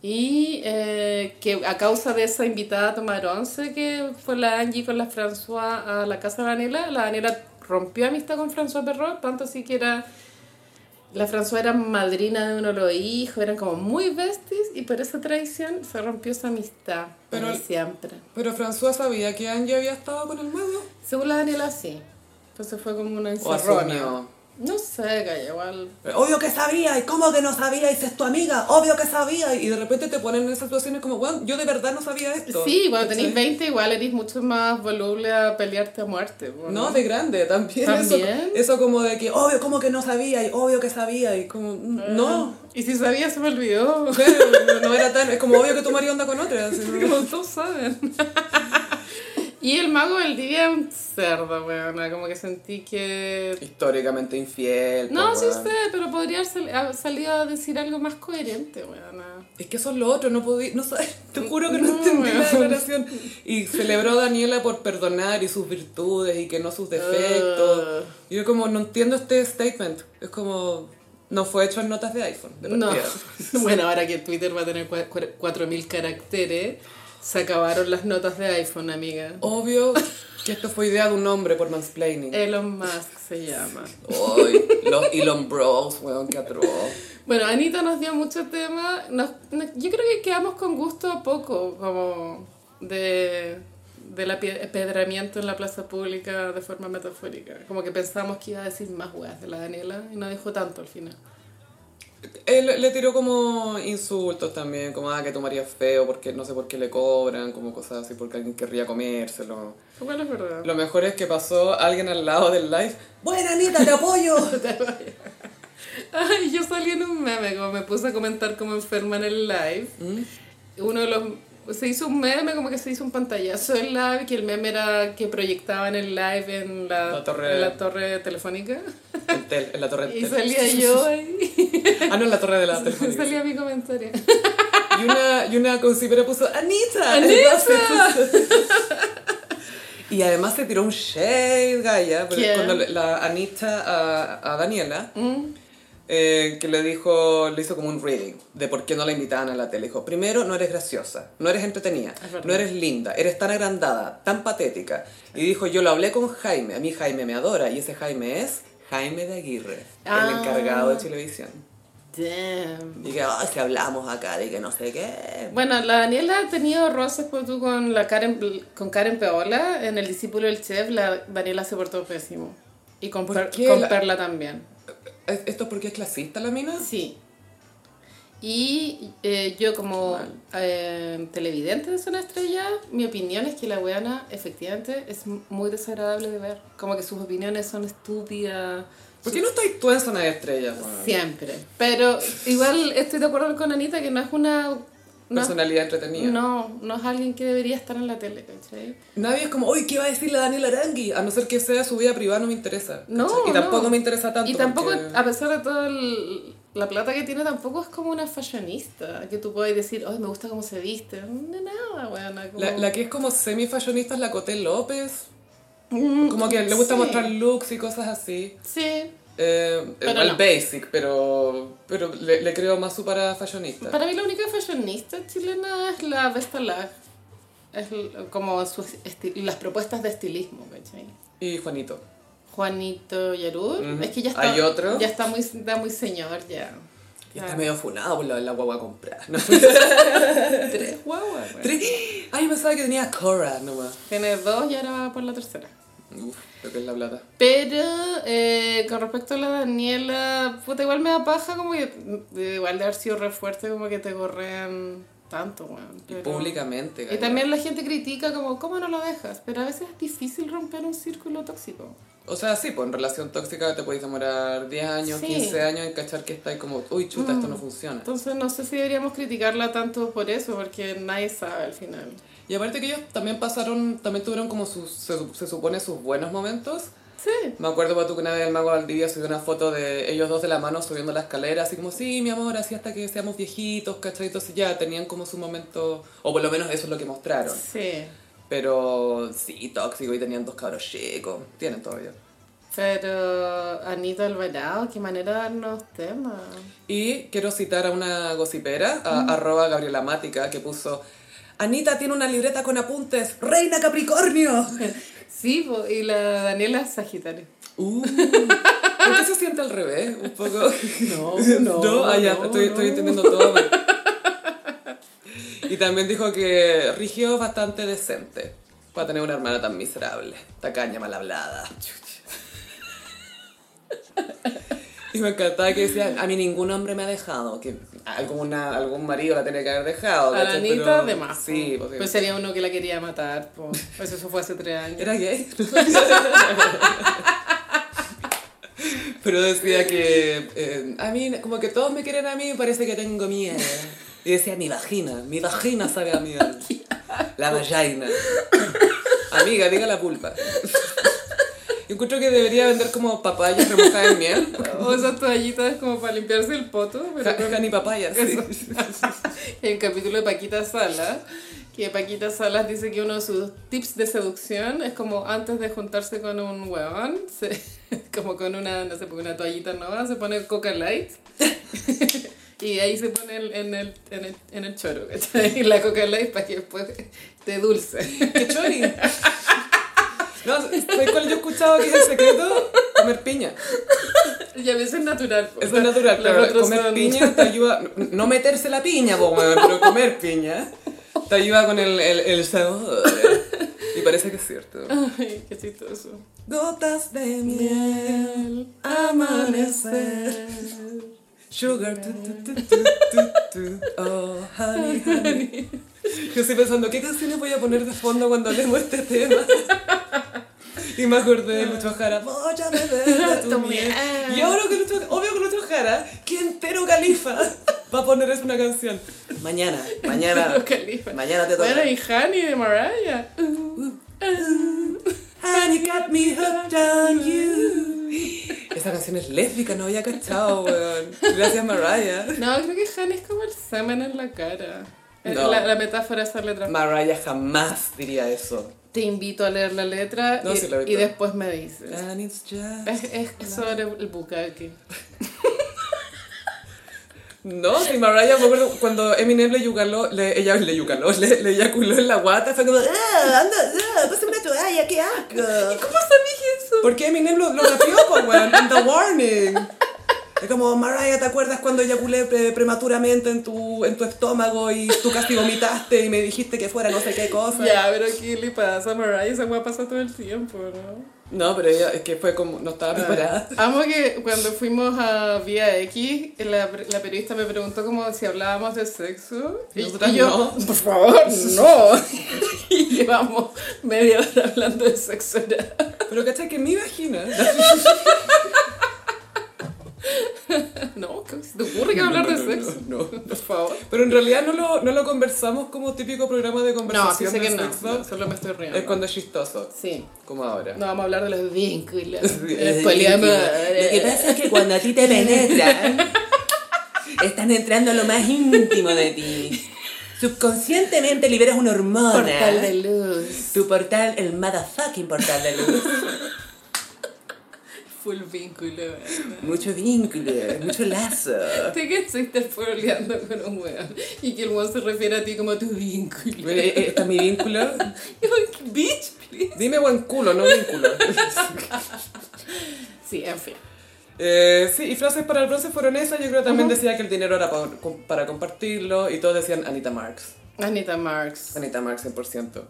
[SPEAKER 2] Y eh, que a causa de esa invitada a tomar once que fue la Angie con la François a la casa de Daniela, la Daniela rompió amistad con François Perrot, tanto así que era... La François era madrina de uno de los hijos, eran como muy besties y por esa traición se rompió esa amistad.
[SPEAKER 1] Pero-
[SPEAKER 2] Pero siempre.
[SPEAKER 1] Pero François sabía que Angie había estado con el mago.
[SPEAKER 2] Según la Daniela, sí. Entonces fue como una
[SPEAKER 1] O
[SPEAKER 2] encerrona.
[SPEAKER 1] asumió.
[SPEAKER 2] No sé, calla, igual.
[SPEAKER 1] Obvio que sabía, ¿y cómo que no sabía? Y es tu amiga, obvio que sabía. Y de repente te ponen en esas situaciones como, bueno, yo de verdad no sabía esto.
[SPEAKER 2] Sí, cuando tenéis
[SPEAKER 1] ¿Cachai?
[SPEAKER 2] 20 igual eres mucho más voluble a pelearte a muerte. po,
[SPEAKER 1] No, de grande, también. Eso,
[SPEAKER 2] ¿También?
[SPEAKER 1] eso como de que, obvio, como que no sabía, y obvio que sabía, y como, mm, no.
[SPEAKER 2] Y si sabía, se me olvidó.
[SPEAKER 1] Claro, no- no era tan, es como obvio que tomaría onda con otra. así, ¿no?
[SPEAKER 2] Como todos saben. y el mago del día es un cerdo, weón. Como que sentí que...
[SPEAKER 1] Históricamente infiel.
[SPEAKER 2] No,
[SPEAKER 1] pues,
[SPEAKER 2] sí
[SPEAKER 1] weón.
[SPEAKER 2] sé, pero podría haber sal- haber salido a decir algo más coherente, weón.
[SPEAKER 1] Es que eso es lo otro, no podía, no sé, te juro que no,
[SPEAKER 2] No,
[SPEAKER 1] entendí la
[SPEAKER 2] weón.
[SPEAKER 1] declaración. Y celebró a Daniela por perdonar y sus virtudes y que no sus defectos. Yo como no entiendo este statement, es como no fue hecho en notas de iPhone. de
[SPEAKER 2] No.
[SPEAKER 1] partida.
[SPEAKER 2] bueno, ahora que Twitter va a tener cua- cuar- 4000 caracteres, se acabaron las notas de iPhone, amiga.
[SPEAKER 1] Obvio que esto fue idea de un hombre por mansplaining.
[SPEAKER 2] Elon Musk se llama.
[SPEAKER 1] Ay, los Elon Bros, weón, que atroz.
[SPEAKER 2] Bueno, Anita nos dio mucho tema. Nos, nos- yo creo que quedamos con gusto a poco, como de del apie- apedramiento en la plaza pública de forma metafórica. Como que pensamos que iba a decir más weas de la Daniela y no dijo tanto al final.
[SPEAKER 1] Él le tiró como insultos también, como ah, que tomaría feo porque no sé por qué le cobran, como cosas así, porque alguien querría comérselo.
[SPEAKER 2] Lo cual es verdad.
[SPEAKER 1] Lo mejor es que pasó alguien al lado del live. Buena Anita, te apoyo.
[SPEAKER 2] Ay, yo salí en un meme, como me puse a comentar como enferma en el live.
[SPEAKER 1] ¿Mm?
[SPEAKER 2] Uno de los... Se hizo un meme, como que se hizo un pantallazo del live, que el meme era que proyectaban el live en la,
[SPEAKER 1] La torre-
[SPEAKER 2] en la torre telefónica.
[SPEAKER 1] En, tel- en la torre
[SPEAKER 2] Y
[SPEAKER 1] tel-
[SPEAKER 2] salía yo ahí.
[SPEAKER 1] Ah, no, en la torre de la telefónica.
[SPEAKER 2] salía mi comentario.
[SPEAKER 1] Y una, y una concibera puso, ¡Anita!
[SPEAKER 2] ¡Anita!
[SPEAKER 1] Y además se tiró un shade, Gaia, porque
[SPEAKER 2] ¿Quién?
[SPEAKER 1] cuando le- la Anita a, a Daniela,
[SPEAKER 2] Mm.
[SPEAKER 1] eh, que le dijo, le hizo como un reading de por qué no la invitaban a la tele. Dijo, primero, no eres graciosa, no eres entretenida,
[SPEAKER 2] Es verdad.
[SPEAKER 1] no eres linda, eres tan agrandada, tan patética. Y dijo, yo lo hablé con Jaime, a mí Jaime me adora, y ese Jaime es Jaime de Aguirre, el
[SPEAKER 2] Ah.
[SPEAKER 1] encargado de Televisión.
[SPEAKER 2] Damn.
[SPEAKER 1] Y que, ay, que hablamos acá de que no sé qué.
[SPEAKER 2] Bueno, la Daniela ha tenido roces por tú con la Karen con Karen Peola en El discípulo del chef, la Daniela se portó pésimo. Y con,
[SPEAKER 1] ¿Por
[SPEAKER 2] Per-
[SPEAKER 1] qué
[SPEAKER 2] con
[SPEAKER 1] la-
[SPEAKER 2] Perla también.
[SPEAKER 1] ¿Es- ¿Esto es porque es clasista la mina?
[SPEAKER 2] Sí. Y eh, yo como eh, televidente de Zona Estrella, mi opinión es que la weana efectivamente es m- muy desagradable de ver. Como que sus opiniones son estúpidas.
[SPEAKER 1] ¿Por qué no estáis tú en zona de estrellas? weón?
[SPEAKER 2] Siempre. Pero igual estoy de acuerdo con Anita que no es una... No, es-
[SPEAKER 1] Personalidad entretenida.
[SPEAKER 2] no, no es alguien que debería estar en la tele, ¿cachai?
[SPEAKER 1] Nadie es como, uy, ¿qué va a decir la Daniela Arangui? A no ser que sea su vida privada, no me interesa.
[SPEAKER 2] No,
[SPEAKER 1] ¿cachai? Y tampoco
[SPEAKER 2] no.
[SPEAKER 1] me interesa tanto.
[SPEAKER 2] Y tampoco,
[SPEAKER 1] porque-
[SPEAKER 2] a pesar de toda la plata que tiene, tampoco es como una fashionista. Que tú puedes decir, ay, me gusta cómo se viste. De nada, weona. como-
[SPEAKER 1] La, la que es como semi-fashionista es la Coté López. Como que le gusta
[SPEAKER 2] Mm, sí.
[SPEAKER 1] mostrar looks y cosas así.
[SPEAKER 2] Sí,
[SPEAKER 1] Eh,
[SPEAKER 2] Pero
[SPEAKER 1] igual
[SPEAKER 2] no.
[SPEAKER 1] basic, pero, pero le, le creo más su para fashionista.
[SPEAKER 2] para mí la única fashionista chilena es la Vesta Lag. Es l- como sus esti- las propuestas de estilismo, ¿cachai?
[SPEAKER 1] Y Juanito.
[SPEAKER 2] Juanito Yarur.
[SPEAKER 1] Ujú.
[SPEAKER 2] Es que ya está,
[SPEAKER 1] ¿Hay otro?
[SPEAKER 2] ya está muy, está muy señor, ya.
[SPEAKER 1] Y
[SPEAKER 2] Ah.
[SPEAKER 1] está medio funado por la, la guagua comprada. ¿no?
[SPEAKER 2] Tres guaguas, güey.
[SPEAKER 1] Tres- Ay, pensaba que tenía Cora nomás.
[SPEAKER 2] Tiene dos y ahora va por la tercera.
[SPEAKER 1] Uf, lo que es la plata.
[SPEAKER 2] Pero eh, con respecto a la Daniela, puta, igual me da paja como que de- igual de haber sido re fuerte como que te corren tanto, weón.
[SPEAKER 1] Y
[SPEAKER 2] pero-
[SPEAKER 1] públicamente.
[SPEAKER 2] Y
[SPEAKER 1] gallo.
[SPEAKER 2] también la gente critica como, ¿cómo no lo dejas? Pero a veces es difícil romper un círculo tóxico.
[SPEAKER 1] O sea, sí, pues en relación tóxica te podéis demorar 10 años,
[SPEAKER 2] Sí. Mm.
[SPEAKER 1] 15 años en cachar que estáis como, uy, chuta, esto no funciona.
[SPEAKER 2] Entonces no sé si deberíamos criticarla tanto por eso, porque nadie sabe al final.
[SPEAKER 1] Y aparte que ellos también pasaron, también tuvieron como sus, se, se supone sus buenos momentos.
[SPEAKER 2] Sí.
[SPEAKER 1] Me acuerdo cuando que una vez el mago Valdivia subió una foto de ellos dos de la mano subiendo la escalera, así como, sí, mi amor, así hasta que seamos viejitos, ¿cachai? Entonces ya tenían como su momento, o por lo menos eso es lo que mostraron.
[SPEAKER 2] Sí.
[SPEAKER 1] Pero sí, tóxico y tenían dos cabros chicos. Tienen todavía.
[SPEAKER 2] Pero Anito Alvarado, qué manera de darnos temas.
[SPEAKER 1] Y quiero citar a una gocipera, a, arroba Gabriela Mática, que puso... Anita tiene una libreta con apuntes. ¡Reina Capricornio!
[SPEAKER 2] Sí, po, y la Daniela Sagitario.
[SPEAKER 1] Uh, ¿Por qué se siente al revés? Un poco...
[SPEAKER 2] No,
[SPEAKER 1] No, ah, ya, estoy, estoy entendiendo todo. mal. Y también dijo que Rigio es bastante decente para tener una hermana tan miserable, tacaña, mal hablada. Y me encantaba que decían, a mí ningún hombre me ha dejado, que alguna, algún marido la tenía que haber dejado.
[SPEAKER 2] A la
[SPEAKER 1] ¿cachai?
[SPEAKER 2] Anita,
[SPEAKER 1] Pero-
[SPEAKER 2] de más.
[SPEAKER 1] Sí,
[SPEAKER 2] po.
[SPEAKER 1] porque-
[SPEAKER 2] Pues sería uno que la quería matar, po. Pues eso fue hace tres años.
[SPEAKER 1] Era gay. Pero decía que eh, a mí, como que todos me quieren a mí, parece que tengo miedo. Y decía, mi vagina, mi vagina sabe a miedo. La vagina. Amiga, diga la pulpa. Yo encuentro que debería vender como papayas remojadas en miel.
[SPEAKER 2] O esas toallitas como para limpiarse el poto, pero con-
[SPEAKER 1] Ja- Honey papayas, sí.
[SPEAKER 2] Hay un capítulo de Paquita Salas, que Paquita Salas dice que uno de sus tips de seducción es como antes de juntarse con un huevón, se- como con una, no sé, una toallita nueva, se pone Coca Light. Y ahí se pone el- en, el, en, el, en el choro, ¿cachai? La Coca Light para que después te dulce.
[SPEAKER 1] ¡Qué chori! No, ¿sabes cuál yo he escuchado que es el secreto? Comer piña.
[SPEAKER 2] Y a veces es natural. po.
[SPEAKER 1] Eso es natural,
[SPEAKER 2] Los
[SPEAKER 1] pero
[SPEAKER 2] otros
[SPEAKER 1] comer
[SPEAKER 2] son-
[SPEAKER 1] piña te ayuda. n- No meterse la piña, po, weón, pero comer piña te ayuda con el, el, el sabor. Y parece que es cierto.
[SPEAKER 2] Ay, qué chistoso.
[SPEAKER 1] Gotas de miel, amanecer, sugar. tu, tu, tu, tu, tu, tu, oh, honey, honey. Yo estoy pensando, ¿qué canciones voy a poner de fondo cuando leemos este tema? Y me acordé de Lucho Jara. Voy a beber de tu
[SPEAKER 2] Tu
[SPEAKER 1] miel.
[SPEAKER 2] miel.
[SPEAKER 1] Y ahora que Lucho, obvio que Lucho Jara, que entero califa, va a poner es una canción. Mañana, mañana.
[SPEAKER 2] Coca Light.
[SPEAKER 1] Mañana te toca.
[SPEAKER 2] Bueno, y Honey de Mariah.
[SPEAKER 1] Honey got me hooked on you. Esa canción es lésbica, no había cachado, weón. Gracias, Mariah.
[SPEAKER 2] No, creo que Han es como el semen en la cara. Es
[SPEAKER 1] No.
[SPEAKER 2] La, la metáfora es esa letra.
[SPEAKER 1] Mariah jamás diría eso.
[SPEAKER 2] Te invito a leer la letra
[SPEAKER 1] No,
[SPEAKER 2] y,
[SPEAKER 1] sí la Ah. he visto.
[SPEAKER 2] y después me dices.
[SPEAKER 1] And it's just...
[SPEAKER 2] Es, es sobre el bucaque.
[SPEAKER 1] No, si Mariah, me acuerdo cuando Eminem le yucaló, le, ella le yucaló, le, le eyaculó en la guata, fue como, ah, anda, ah, pásame una toalla, qué asco.
[SPEAKER 2] ¿Cómo sabías eso?
[SPEAKER 1] Porque Eminem lo, lo rapeó, po, weón, en The Warning. Es como, Mariah, ¿te acuerdas cuando eyaculé pre- prematuramente en tu, en tu estómago y tú casi vomitaste y me dijiste que fuera no sé qué cosa?
[SPEAKER 2] Ya, pero ¿qué le pasa a Mariah? Esa weá pasa todo el tiempo, ¿no?
[SPEAKER 1] No, pero ella es que fue como, no
[SPEAKER 2] Ah.
[SPEAKER 1] estaba preparada.
[SPEAKER 2] Amo que cuando fuimos a Vía X, la, la periodista me preguntó como si hablábamos de sexo.
[SPEAKER 1] Y nosotras no.
[SPEAKER 2] por favor, no. y llevamos media hora hablando de sexo. oral.
[SPEAKER 1] Pero cachai que mi vagina.
[SPEAKER 2] No, ¿qué se te ocurre que hablar de sexo?
[SPEAKER 1] No, no, no.
[SPEAKER 2] Por favor.
[SPEAKER 1] Pero en realidad no lo, no lo conversamos como típico programa de
[SPEAKER 2] No, sí
[SPEAKER 1] conversación
[SPEAKER 2] sé
[SPEAKER 1] de
[SPEAKER 2] que no,
[SPEAKER 1] sexo.
[SPEAKER 2] no, solo me estoy riendo.
[SPEAKER 1] Es cuando es chistoso,
[SPEAKER 2] Sí,
[SPEAKER 1] como ahora.
[SPEAKER 2] no vamos a hablar de los vínculos.
[SPEAKER 1] El
[SPEAKER 2] El poliamor. eh,
[SPEAKER 3] Lo que pasa es que cuando a ti te penetran, están entrando a lo más íntimo de ti. Subconscientemente liberas una hormona.
[SPEAKER 2] Portal de luz.
[SPEAKER 3] Tu portal, el motherfucking portal de luz.
[SPEAKER 2] Full vínculo.
[SPEAKER 3] Mucho vínculo, mucho lazo.
[SPEAKER 2] Sé que estás pololeando con un weón y que el weón se refiere a ti como tu vínculo.
[SPEAKER 1] Eh, eh, ¿Está mi vínculo?
[SPEAKER 2] Yo, Bitch, please.
[SPEAKER 1] Dime buen culo, no vínculo.
[SPEAKER 2] Sí, en fin.
[SPEAKER 1] Eh, sí, y frases para el bronce fueron esas. Yo creo que también decía que el dinero era pa- com- para compartirlo. Y todos decían Anita Marx.
[SPEAKER 2] Anita Marx.
[SPEAKER 1] Anita Marx 100%.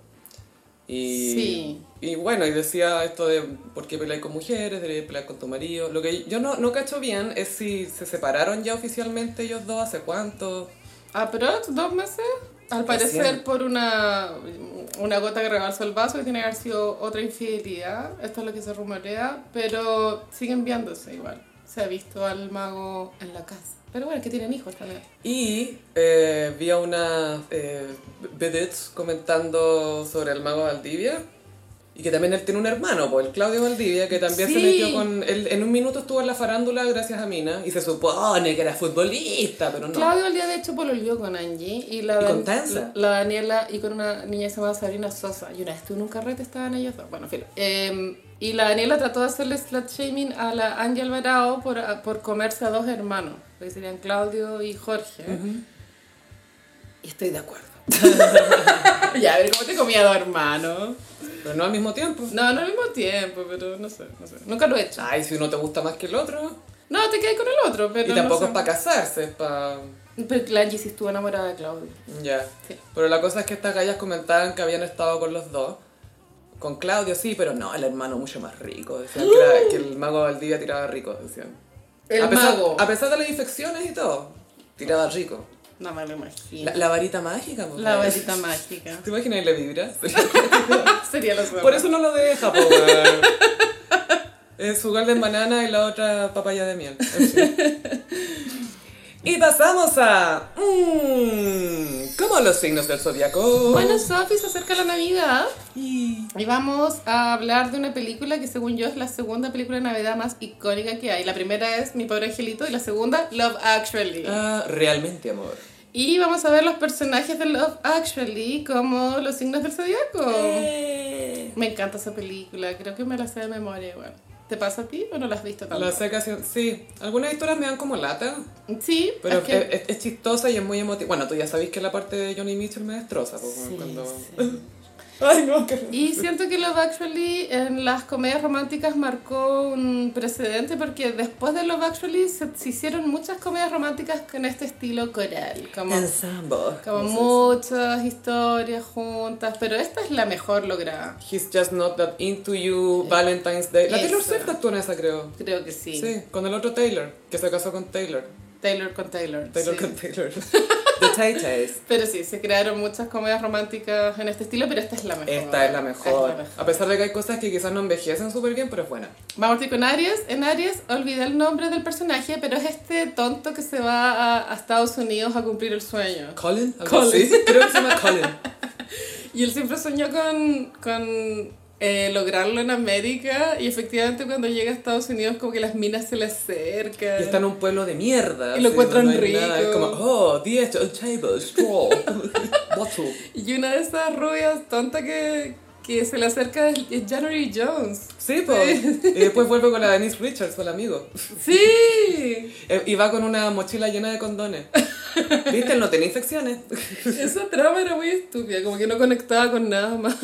[SPEAKER 1] Y,
[SPEAKER 2] Sí.
[SPEAKER 1] y bueno, y decía esto de por qué pelear con mujeres, de pelear con tu marido. Lo que yo no, no cacho bien es si se separaron ya oficialmente ellos dos, hace cuánto.
[SPEAKER 2] ¿Aprox? ¿Dos meses?
[SPEAKER 1] Recién.
[SPEAKER 2] Al parecer por una, una gota que rebalsó el vaso y tiene que haber sido otra infidelidad. Esto es lo que se rumorea, pero siguen viéndose igual. Se ha visto al mago en la casa. Pero bueno, que tienen hijos también.
[SPEAKER 1] Y eh, vi a una eh, vedette comentando sobre el mago Valdivia Y que también él tiene un hermano, pues, el Claudio Valdivia, que también se
[SPEAKER 2] Sí.
[SPEAKER 1] metió con... Él, en un minuto estuvo en la farándula gracias a Mina y se supone que era futbolista, pero no.
[SPEAKER 2] Claudio el día de hecho volvió con Angie y la,
[SPEAKER 1] Y con
[SPEAKER 2] Dan-
[SPEAKER 1] Tanza.
[SPEAKER 2] la Daniela y con una niña llamada Sabrina Sosa. Y una vez tuve un carrete, estaban ellos dos. Bueno, filo. Eh, y la Daniela trató de hacerle slut shaming a la Angie Alvarado por, por comerse a dos hermanos, que serían Claudio y Jorge. Y estoy de acuerdo. ya, a ver, ¿cómo te comía dos hermanos?
[SPEAKER 1] Pero no al mismo tiempo.
[SPEAKER 2] No, no al mismo tiempo, pero no sé, no sé. Nunca lo he hecho.
[SPEAKER 1] Ay, si uno te gusta más que el otro.
[SPEAKER 2] No, te quedas con el otro, pero
[SPEAKER 1] y tampoco
[SPEAKER 2] no
[SPEAKER 1] es
[SPEAKER 2] sé.
[SPEAKER 1] para casarse, es para...
[SPEAKER 2] Pero la Angie sí estuvo enamorada de Claudio.
[SPEAKER 1] Ya.
[SPEAKER 2] Sí.
[SPEAKER 1] Pero la cosa es que estas gallas comentaban que habían estado con los dos. Con Claudio sí, pero no, el hermano mucho más rico. Decían que, era- que el mago Valdivia tiraba rico, decían.
[SPEAKER 2] El
[SPEAKER 1] a pesar,
[SPEAKER 2] mago.
[SPEAKER 1] A pesar de las infecciones y todo, tiraba rico.
[SPEAKER 2] No me lo imagino.
[SPEAKER 1] La, la varita mágica, pues,
[SPEAKER 2] La
[SPEAKER 1] weón.
[SPEAKER 2] varita mágica.
[SPEAKER 1] ¿Te imaginas la vibra?
[SPEAKER 2] Sería lo
[SPEAKER 1] Por eso no Ah, lo deja, po, weón. Es su de banana y la otra papaya de miel. En fin. Y pasamos a... mm, ¿Cómo los signos del zodiaco?
[SPEAKER 2] Bueno, Sophie, se acerca la Navidad
[SPEAKER 1] Y-
[SPEAKER 2] y vamos a hablar de una película que según yo es la segunda película de Navidad más icónica que hay. La primera es Mi Pobre Angelito y la segunda, Love Actually.
[SPEAKER 1] Ah, realmente amor.
[SPEAKER 2] Y vamos a ver los personajes de Love Actually como los signos del zodiaco.
[SPEAKER 1] Eh.
[SPEAKER 2] Me encanta esa película, creo que me la sé de memoria igual. ¿Te pasa a ti o no la has visto tanto?
[SPEAKER 1] La seca, sí- sí. Algunas historias me dan como lata,
[SPEAKER 2] Sí,
[SPEAKER 1] pero
[SPEAKER 2] es que-
[SPEAKER 1] es, es chistosa y es muy emotiva. Bueno, tú ya sabéis que la parte de Johnny Mitchell me destroza. po, cuando... Ay, no, que...
[SPEAKER 2] Y siento que Love Actually en las comedias románticas marcó un precedente porque después de Love Actually se, se hicieron muchas comedias románticas con este estilo coral, como,
[SPEAKER 1] Ensemble.
[SPEAKER 2] como muchas historias juntas, pero esta es la mejor lograda.
[SPEAKER 1] He's just not that into you, Valentine's Day. La Taylor
[SPEAKER 2] Eso.
[SPEAKER 1] Swift actúa en esa, creo.
[SPEAKER 2] Creo que sí.
[SPEAKER 1] Sí. con el otro Taylor, que se casó con Taylor.
[SPEAKER 2] Taylor con Taylor.
[SPEAKER 1] Taylor
[SPEAKER 2] sí.
[SPEAKER 1] con Taylor. The Tay-Tays.
[SPEAKER 2] Pero sí, se crearon muchas comedias románticas en este estilo, pero esta es la mejor.
[SPEAKER 1] Esta es la mejor.
[SPEAKER 2] Es la
[SPEAKER 1] A pesar de que hay cosas que quizás no envejecen súper bien, pero es buena.
[SPEAKER 2] Vamos a ir con Aries. En Aries olvidé el nombre del personaje, pero es este tonto que se va a, a Estados Unidos a cumplir el sueño.
[SPEAKER 1] Colin. algo
[SPEAKER 2] Colin.
[SPEAKER 1] así. Creo que se llama Colin.
[SPEAKER 2] Y él siempre soñó con, con eh, lograrlo en América y efectivamente cuando llega a Estados Unidos como que las minas se le acercan.
[SPEAKER 1] Y está en un pueblo de mierda.
[SPEAKER 2] Y
[SPEAKER 1] así, donde
[SPEAKER 2] lo encuentran
[SPEAKER 1] no hay nada.
[SPEAKER 2] rico.
[SPEAKER 1] Es como, oh, 10 table, straw, bottle.
[SPEAKER 2] Y una de esas rubias tonta que, que se le acerca es es January Jones.
[SPEAKER 1] Sí, pues. Y después vuelve con la Denise Richards, con el amigo.
[SPEAKER 2] Sí,
[SPEAKER 1] Eh, Y va con una mochila llena de condones. ¿Viste? Él no tenía infecciones.
[SPEAKER 2] esa trama era muy estúpida, como que no conectaba con nada más.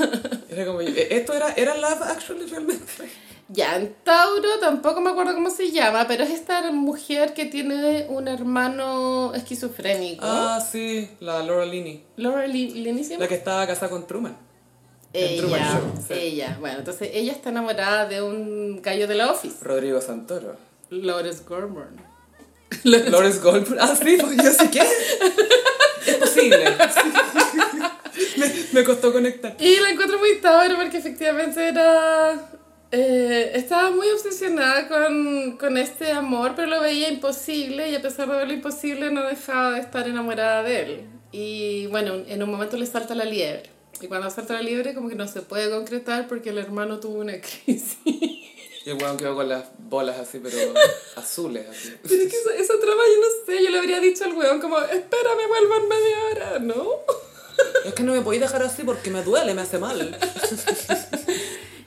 [SPEAKER 1] Era como, eh, esto era, era Love Actually realmente.
[SPEAKER 2] Ya, en Tauro tampoco me acuerdo cómo se llama, pero es esta mujer que tiene un hermano esquizofrénico.
[SPEAKER 1] Ah, sí, la Laura Linney.
[SPEAKER 2] Laura Lin- Linney se llama.
[SPEAKER 1] La que estaba casada con Truman. en Truman
[SPEAKER 2] Ella,
[SPEAKER 1] Show, sí.
[SPEAKER 2] ella. Bueno, entonces ella está enamorada de un gallo de la office,
[SPEAKER 1] Rodrigo Santoro.
[SPEAKER 2] Lawrence Gorman.
[SPEAKER 1] Lawrence Goldberg. Ah, sí, pues yo sé qué. Es posible. Me, me costó conectar.
[SPEAKER 2] Y la encuentro muy tauro porque efectivamente era... eh, estaba muy obsesionada con, con este amor, pero lo veía imposible y a pesar de verlo imposible no dejaba de estar enamorada de él. Y bueno, en un momento le salta la liebre. Y cuando salta la liebre como que no se puede concretar porque el hermano tuvo una crisis.
[SPEAKER 1] Y el weón quedó con las bolas así, pero azules. Así.
[SPEAKER 2] Pero es que esa, esa trama, yo no sé, yo le habría dicho al weón como, espérame, vuelvo en media hora, ¿no?
[SPEAKER 1] Es que no me podéis dejar así porque me duele, me hace mal.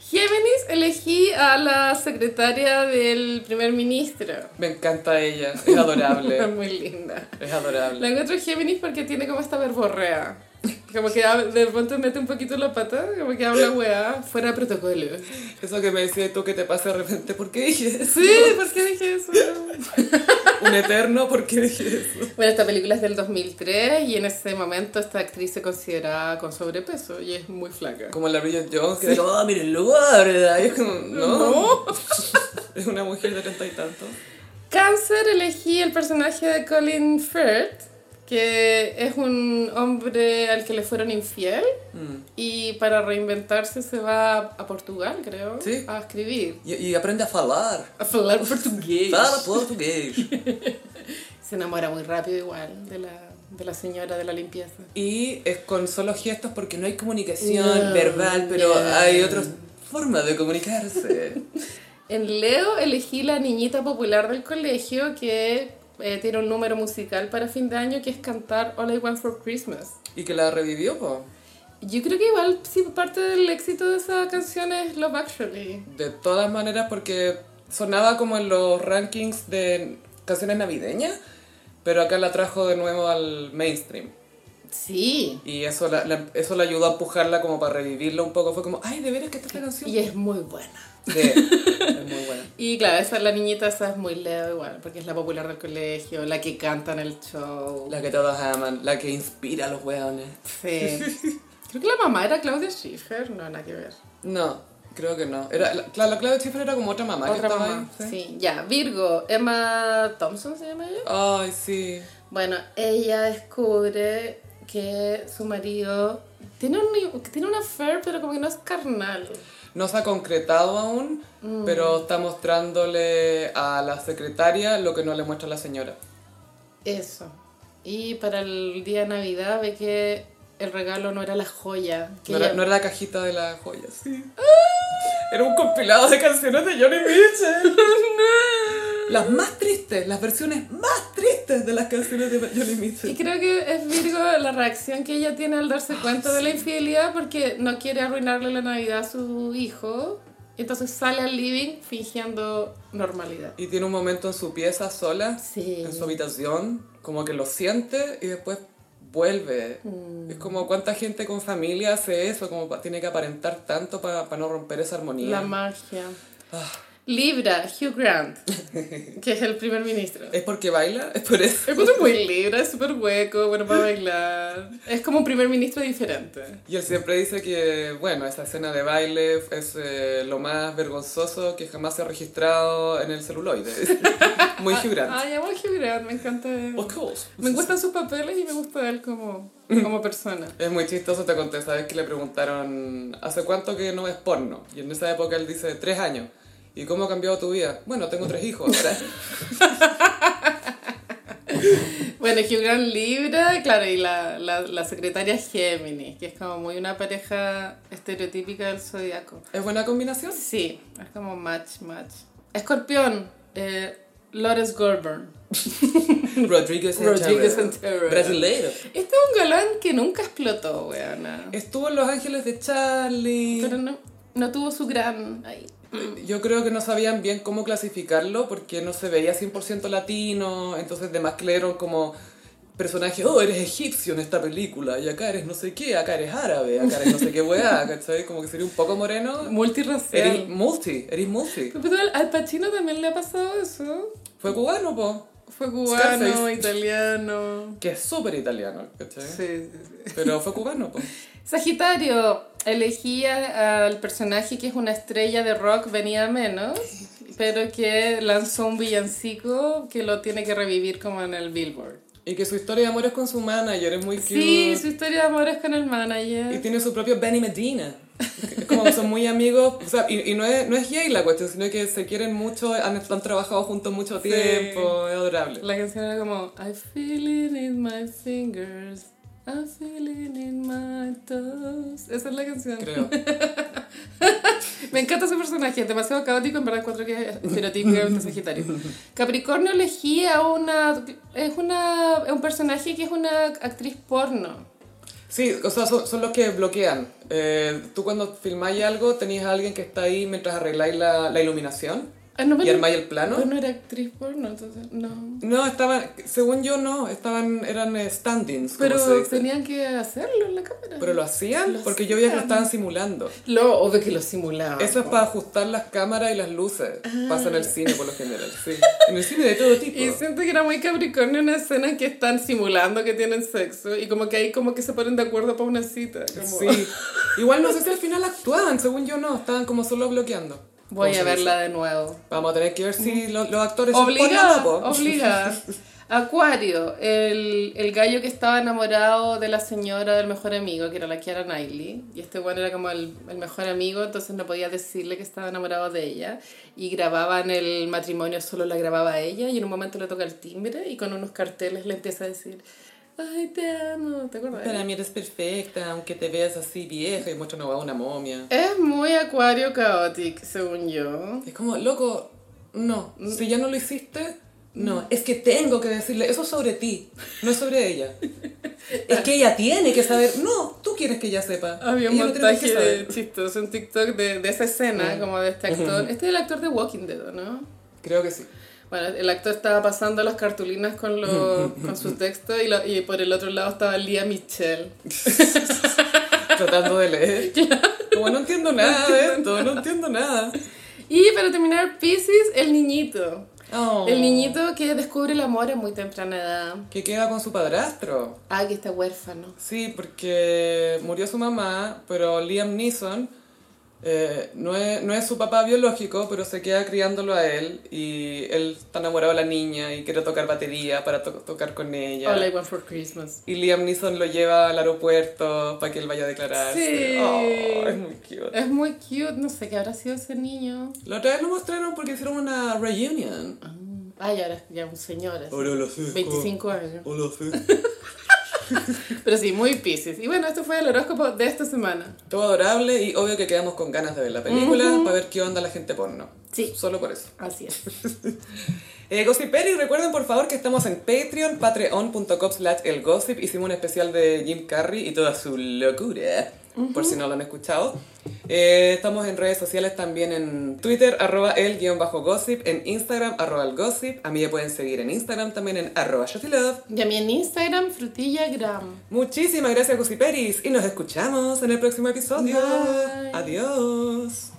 [SPEAKER 2] Géminis elegí a la secretaria del primer ministro.
[SPEAKER 1] Me encanta ella, es
[SPEAKER 2] Es
[SPEAKER 1] adorable.
[SPEAKER 2] muy linda.
[SPEAKER 1] Es
[SPEAKER 2] La
[SPEAKER 1] adorable.
[SPEAKER 2] encuentro Géminis porque tiene como esta verborrea. Como que hab- de pronto mete un poquito la pata, como que habla weá, fuera de protocolo.
[SPEAKER 1] Eso que me decías tú que te pasa de repente, ¿por qué dije eso?
[SPEAKER 2] Sí, ¿por qué dije eso?
[SPEAKER 1] Un eterno, ¿por qué dije eso?
[SPEAKER 2] Bueno, esta película es del 2003 y en ese momento esta actriz se consideraba con sobrepeso y es muy flaca.
[SPEAKER 1] Como la Bridget Jones, que era como, oh, miren, lo gorda. Y es como, no.
[SPEAKER 2] ¿No?
[SPEAKER 1] Es una mujer de treinta y tantos.
[SPEAKER 2] Cáncer elegí el personaje de Colin Firth, que es un hombre al que le fueron infiel
[SPEAKER 1] Mm.
[SPEAKER 2] y para reinventarse se va a Portugal, creo,
[SPEAKER 1] Sí.
[SPEAKER 2] a escribir.
[SPEAKER 1] Y, y aprende a hablar.
[SPEAKER 2] A hablar portugués.
[SPEAKER 1] Fala portugués.
[SPEAKER 2] Se enamora muy rápido igual de la, de la señora de la limpieza.
[SPEAKER 1] Y es con solo gestos porque no hay comunicación
[SPEAKER 2] No,
[SPEAKER 1] verbal, pero
[SPEAKER 2] no.
[SPEAKER 1] hay otros forma de comunicarse.
[SPEAKER 2] En Leo elegí la niñita popular del colegio que eh, tiene un número musical para fin de año que es cantar All I Want for Christmas.
[SPEAKER 1] y que la revivió, po.
[SPEAKER 2] Yo creo que igual sí, parte del éxito de esa canción es Love Actually.
[SPEAKER 1] De todas maneras, porque sonaba como en los rankings de canciones navideñas, pero acá la trajo de nuevo al mainstream.
[SPEAKER 2] Sí.
[SPEAKER 1] Y eso la, la- eso la ayudó a empujarla como para revivirla un poco. Fue como, ay, de veras que esta es la canción.
[SPEAKER 2] Y es muy buena.
[SPEAKER 1] Sí, es muy buena.
[SPEAKER 2] Y claro, esa la niñita esa es muy Leo igual, porque es la popular del colegio, la que canta en el show.
[SPEAKER 1] La que todos aman, la que inspira a los weones.
[SPEAKER 2] Sí. Creo que la mamá era Claudia Schiffer, no, nada que ver.
[SPEAKER 1] No, creo que no. Era, la, claro, la clave de Schiffer era como otra mamá que
[SPEAKER 2] Otra
[SPEAKER 1] estaba
[SPEAKER 2] mamá.
[SPEAKER 1] ahí. ¿sí?
[SPEAKER 2] sí, ya. Virgo, Emma Thompson se llama ella.
[SPEAKER 1] Ay, sí.
[SPEAKER 2] Bueno, ella descubre que su marido tiene un, tiene una affair, pero como que no es carnal.
[SPEAKER 1] No se ha concretado aún,
[SPEAKER 2] Mm.
[SPEAKER 1] pero está mostrándole a la secretaria lo que no le muestra la señora.
[SPEAKER 2] Eso. Y para el día de Navidad ve que el regalo no era la joya. Que
[SPEAKER 1] No era,
[SPEAKER 2] ella-
[SPEAKER 1] no era la cajita de las joyas, sí. Era un compilado de canciones de Johnny Mitchell. Las más tristes, las versiones más tristes de las canciones de Johnny
[SPEAKER 2] Y
[SPEAKER 1] Mitchell.
[SPEAKER 2] creo que es Virgo la reacción que ella tiene al darse cuenta de la infidelidad porque no quiere arruinarle la Navidad a su hijo. Entonces sale al living fingiendo normalidad.
[SPEAKER 1] Y tiene un momento en su pieza sola,
[SPEAKER 2] Sí.
[SPEAKER 1] en su habitación, como que lo siente y después vuelve.
[SPEAKER 2] Mm.
[SPEAKER 1] Es como cuánta gente con familia hace eso, como pa- tiene que aparentar tanto para no romper esa armonía.
[SPEAKER 2] La magia. Ah. Libra, Hugh Grant, que es el primer ministro.
[SPEAKER 1] ¿Es porque baila? ¿Es por eso?
[SPEAKER 2] Es muy Libra, es súper hueco, bueno para bailar. Es como un primer ministro diferente.
[SPEAKER 1] Y él siempre dice que, bueno, esa escena de baile es eh, lo más vergonzoso que jamás se ha registrado en el celuloide. Muy Hugh Grant.
[SPEAKER 2] Ay, amo a Hugh Grant, me encanta él.
[SPEAKER 1] Of course.
[SPEAKER 2] Me gustan sus papeles y me gusta él como, como persona.
[SPEAKER 1] Es muy chistoso, te conté, sabes que le preguntaron, ¿hace cuánto que no ves porno? Y en esa época él dice, tres años. ¿Y cómo ha cambiado tu vida? Bueno, tengo tres hijos ahora.
[SPEAKER 2] Bueno, Hugh Grant Libra, claro, y la, la, la secretaria Géminis, que es como muy una pareja estereotípica del zodiaco.
[SPEAKER 1] ¿Es buena combinación?
[SPEAKER 2] Sí, es como match, match. Escorpión, eh, Lawrence Gorburn.
[SPEAKER 1] Rodríguez
[SPEAKER 2] Rodríguez
[SPEAKER 1] Rodríguez
[SPEAKER 2] Santoro.
[SPEAKER 1] Brasileiro.
[SPEAKER 2] Este es un galán que nunca explotó, weona.
[SPEAKER 1] Estuvo en Los Ángeles de Charlie.
[SPEAKER 2] Pero no, no tuvo su gran... Ay.
[SPEAKER 1] Mm, Yo creo que no sabían bien cómo clasificarlo porque no se veía 100% latino, entonces de más que le dieron como personaje, oh, eres egipcio en esta película, y acá eres no sé qué, acá eres árabe, acá eres no sé qué weá, ¿cachai? Como que sería un poco moreno. Eres
[SPEAKER 2] Multirracial.
[SPEAKER 1] multi, eres multi.
[SPEAKER 2] Pero al- al Pacino también le ha pasado eso.
[SPEAKER 1] Fue cubano, po.
[SPEAKER 2] Fue cubano,
[SPEAKER 1] Scarface.
[SPEAKER 2] italiano.
[SPEAKER 1] Que es súper italiano, ¿cachai?
[SPEAKER 2] Sí, sí, sí.
[SPEAKER 1] Pero fue cubano, po.
[SPEAKER 2] Sagitario, elegía al personaje que es una estrella de rock, venía menos, pero que lanzó un villancico que lo tiene que revivir como en el Billboard.
[SPEAKER 1] Y que su historia de amor es con su manager, es muy cute.
[SPEAKER 2] Sí, su historia de amor es con el
[SPEAKER 1] Y
[SPEAKER 2] manager.
[SPEAKER 1] tiene su propio Benny Medina. Es Como son muy amigos, o sea, y, y no, es, no es gay la cuestión, sino que se quieren mucho, han, han trabajado juntos mucho
[SPEAKER 2] Sí.
[SPEAKER 1] tiempo, es adorable.
[SPEAKER 2] La canción era como I feel it in my fingers, I feel it in my toes. Esa es la canción.
[SPEAKER 1] Creo.
[SPEAKER 2] Me encanta ese personaje, es demasiado caótico, en verdad encuentro que es estereotípicamente Sagitario. Capricornio elegía una, es una es un personaje que es una actriz porno.
[SPEAKER 1] Sí, o sea, son, son los que bloquean. Eh, tú cuando filmáis algo, tenéis a alguien que está ahí mientras arregláis la, la iluminación
[SPEAKER 2] Ah, no,
[SPEAKER 1] y
[SPEAKER 2] pero-
[SPEAKER 1] armáis el plano.
[SPEAKER 2] Pues no era actriz porno, entonces no.
[SPEAKER 1] No, estaban, según yo no, estaban, eran eh, stand-ins, como se
[SPEAKER 2] Pero
[SPEAKER 1] dice.
[SPEAKER 2] tenían que hacerlo en la cámara.
[SPEAKER 1] Pero lo hacían,
[SPEAKER 2] Lo
[SPEAKER 1] porque yo veía que lo
[SPEAKER 2] hacían.
[SPEAKER 1] estaban simulando.
[SPEAKER 2] Lo, obvio que lo simulaba.
[SPEAKER 1] Eso es para ajustar las cámaras y las luces. Pasa en el cine por lo general, sí. En el cine de todo tipo.
[SPEAKER 2] Ah, Y siento que era muy Capricornio una escena en que están simulando que tienen sexo y como que ahí como que se ponen de acuerdo para una cita. como-
[SPEAKER 1] Sí. Igual no sé si al final actuaban, según yo no, estaban como solo bloqueando. ¿Cómo
[SPEAKER 2] Voy
[SPEAKER 1] se
[SPEAKER 2] a
[SPEAKER 1] dice?
[SPEAKER 2] verla Mm. de nuevo.
[SPEAKER 1] Vamos a tener que ver si lo- los actores son
[SPEAKER 2] Obligada,
[SPEAKER 1] porno o no, po.
[SPEAKER 2] obligada. Acuario, el, el gallo que estaba enamorado de la señora del mejor amigo, que era la Kiara Knightley, y este bueno era como el, el mejor amigo, entonces no podía decirle que estaba enamorado de ella, y grababan el matrimonio, solo la grababa ella, y en un momento le toca el timbre, y con unos carteles le empieza a decir, Ay, te amo, ¿te acuerdas?
[SPEAKER 1] Para mí eres perfecta, aunque te veas así vieja y mucho no va una momia.
[SPEAKER 2] Es muy acuario caótico, según yo.
[SPEAKER 1] Es como, loco, no,
[SPEAKER 2] Mm.
[SPEAKER 1] si ya no lo hiciste, no, es que tengo que decirle, eso es sobre ti, no es sobre ella. Es que ella tiene que saber, no, tú quieres que ella sepa.
[SPEAKER 2] Había un
[SPEAKER 1] Ella no tiene que
[SPEAKER 2] montaje
[SPEAKER 1] saber.
[SPEAKER 2] de chistoso en TikTok de, de esa escena, como de este actor. Este es el actor de Walking Dead, ¿o ¿no?
[SPEAKER 1] Creo que sí.
[SPEAKER 2] Bueno, el actor estaba pasando las cartulinas con, los, con su texto y, lo- y por el otro lado estaba Lía Michelle.
[SPEAKER 1] Tratando de leer. Como no entiendo nada de esto, no entiendo nada.
[SPEAKER 2] Y para terminar, Pisces, el niñito.
[SPEAKER 1] Oh.
[SPEAKER 2] El niñito que descubre el amor a muy temprana edad.
[SPEAKER 1] Que queda con su padrastro.
[SPEAKER 2] Ah, que está huérfano.
[SPEAKER 1] Sí, porque murió su mamá, pero Liam Neeson eh, no, es, no es su papá biológico, pero se queda criándolo a él y él está enamorado de la niña y quiere tocar batería para to- tocar con ella.
[SPEAKER 2] All I want for Christmas.
[SPEAKER 1] Y Liam Neeson lo lleva al aeropuerto para que él vaya a declararse.
[SPEAKER 2] Sí.
[SPEAKER 1] Oh, es muy cute.
[SPEAKER 2] Es muy cute, no sé qué habrá sido ese niño. Ah.
[SPEAKER 1] La otra vez lo mostraron porque hicieron una reunion.
[SPEAKER 2] Ay, ahora es ya un señor. así,
[SPEAKER 1] Ahora lo sé.
[SPEAKER 2] 25 años.
[SPEAKER 1] Hola, sí.
[SPEAKER 2] Pero sí, muy Pisces. Y bueno, esto fue el horóscopo de esta semana.
[SPEAKER 1] Todo adorable y obvio que quedamos con ganas de ver la película para ver qué onda la gente porno.
[SPEAKER 2] Sí.
[SPEAKER 1] Solo por eso.
[SPEAKER 2] Así es.
[SPEAKER 1] Eh, Gossip Berry, recuerden por favor que estamos en Patreon, patreon.com slash el gossip. Hicimos un especial de Jim Carrey y toda su locura, por si no lo han escuchado. Eh, estamos en redes sociales también en Twitter, arroba el guión bajo gossip, en Instagram, arroba el gossip. A mí me pueden seguir en Instagram también en arroba shotylove.
[SPEAKER 2] Y a mí en Instagram, frutillagram.
[SPEAKER 1] Muchísimas gracias, Gossiperis, y nos escuchamos en el próximo episodio.
[SPEAKER 2] Bye.
[SPEAKER 1] Adiós.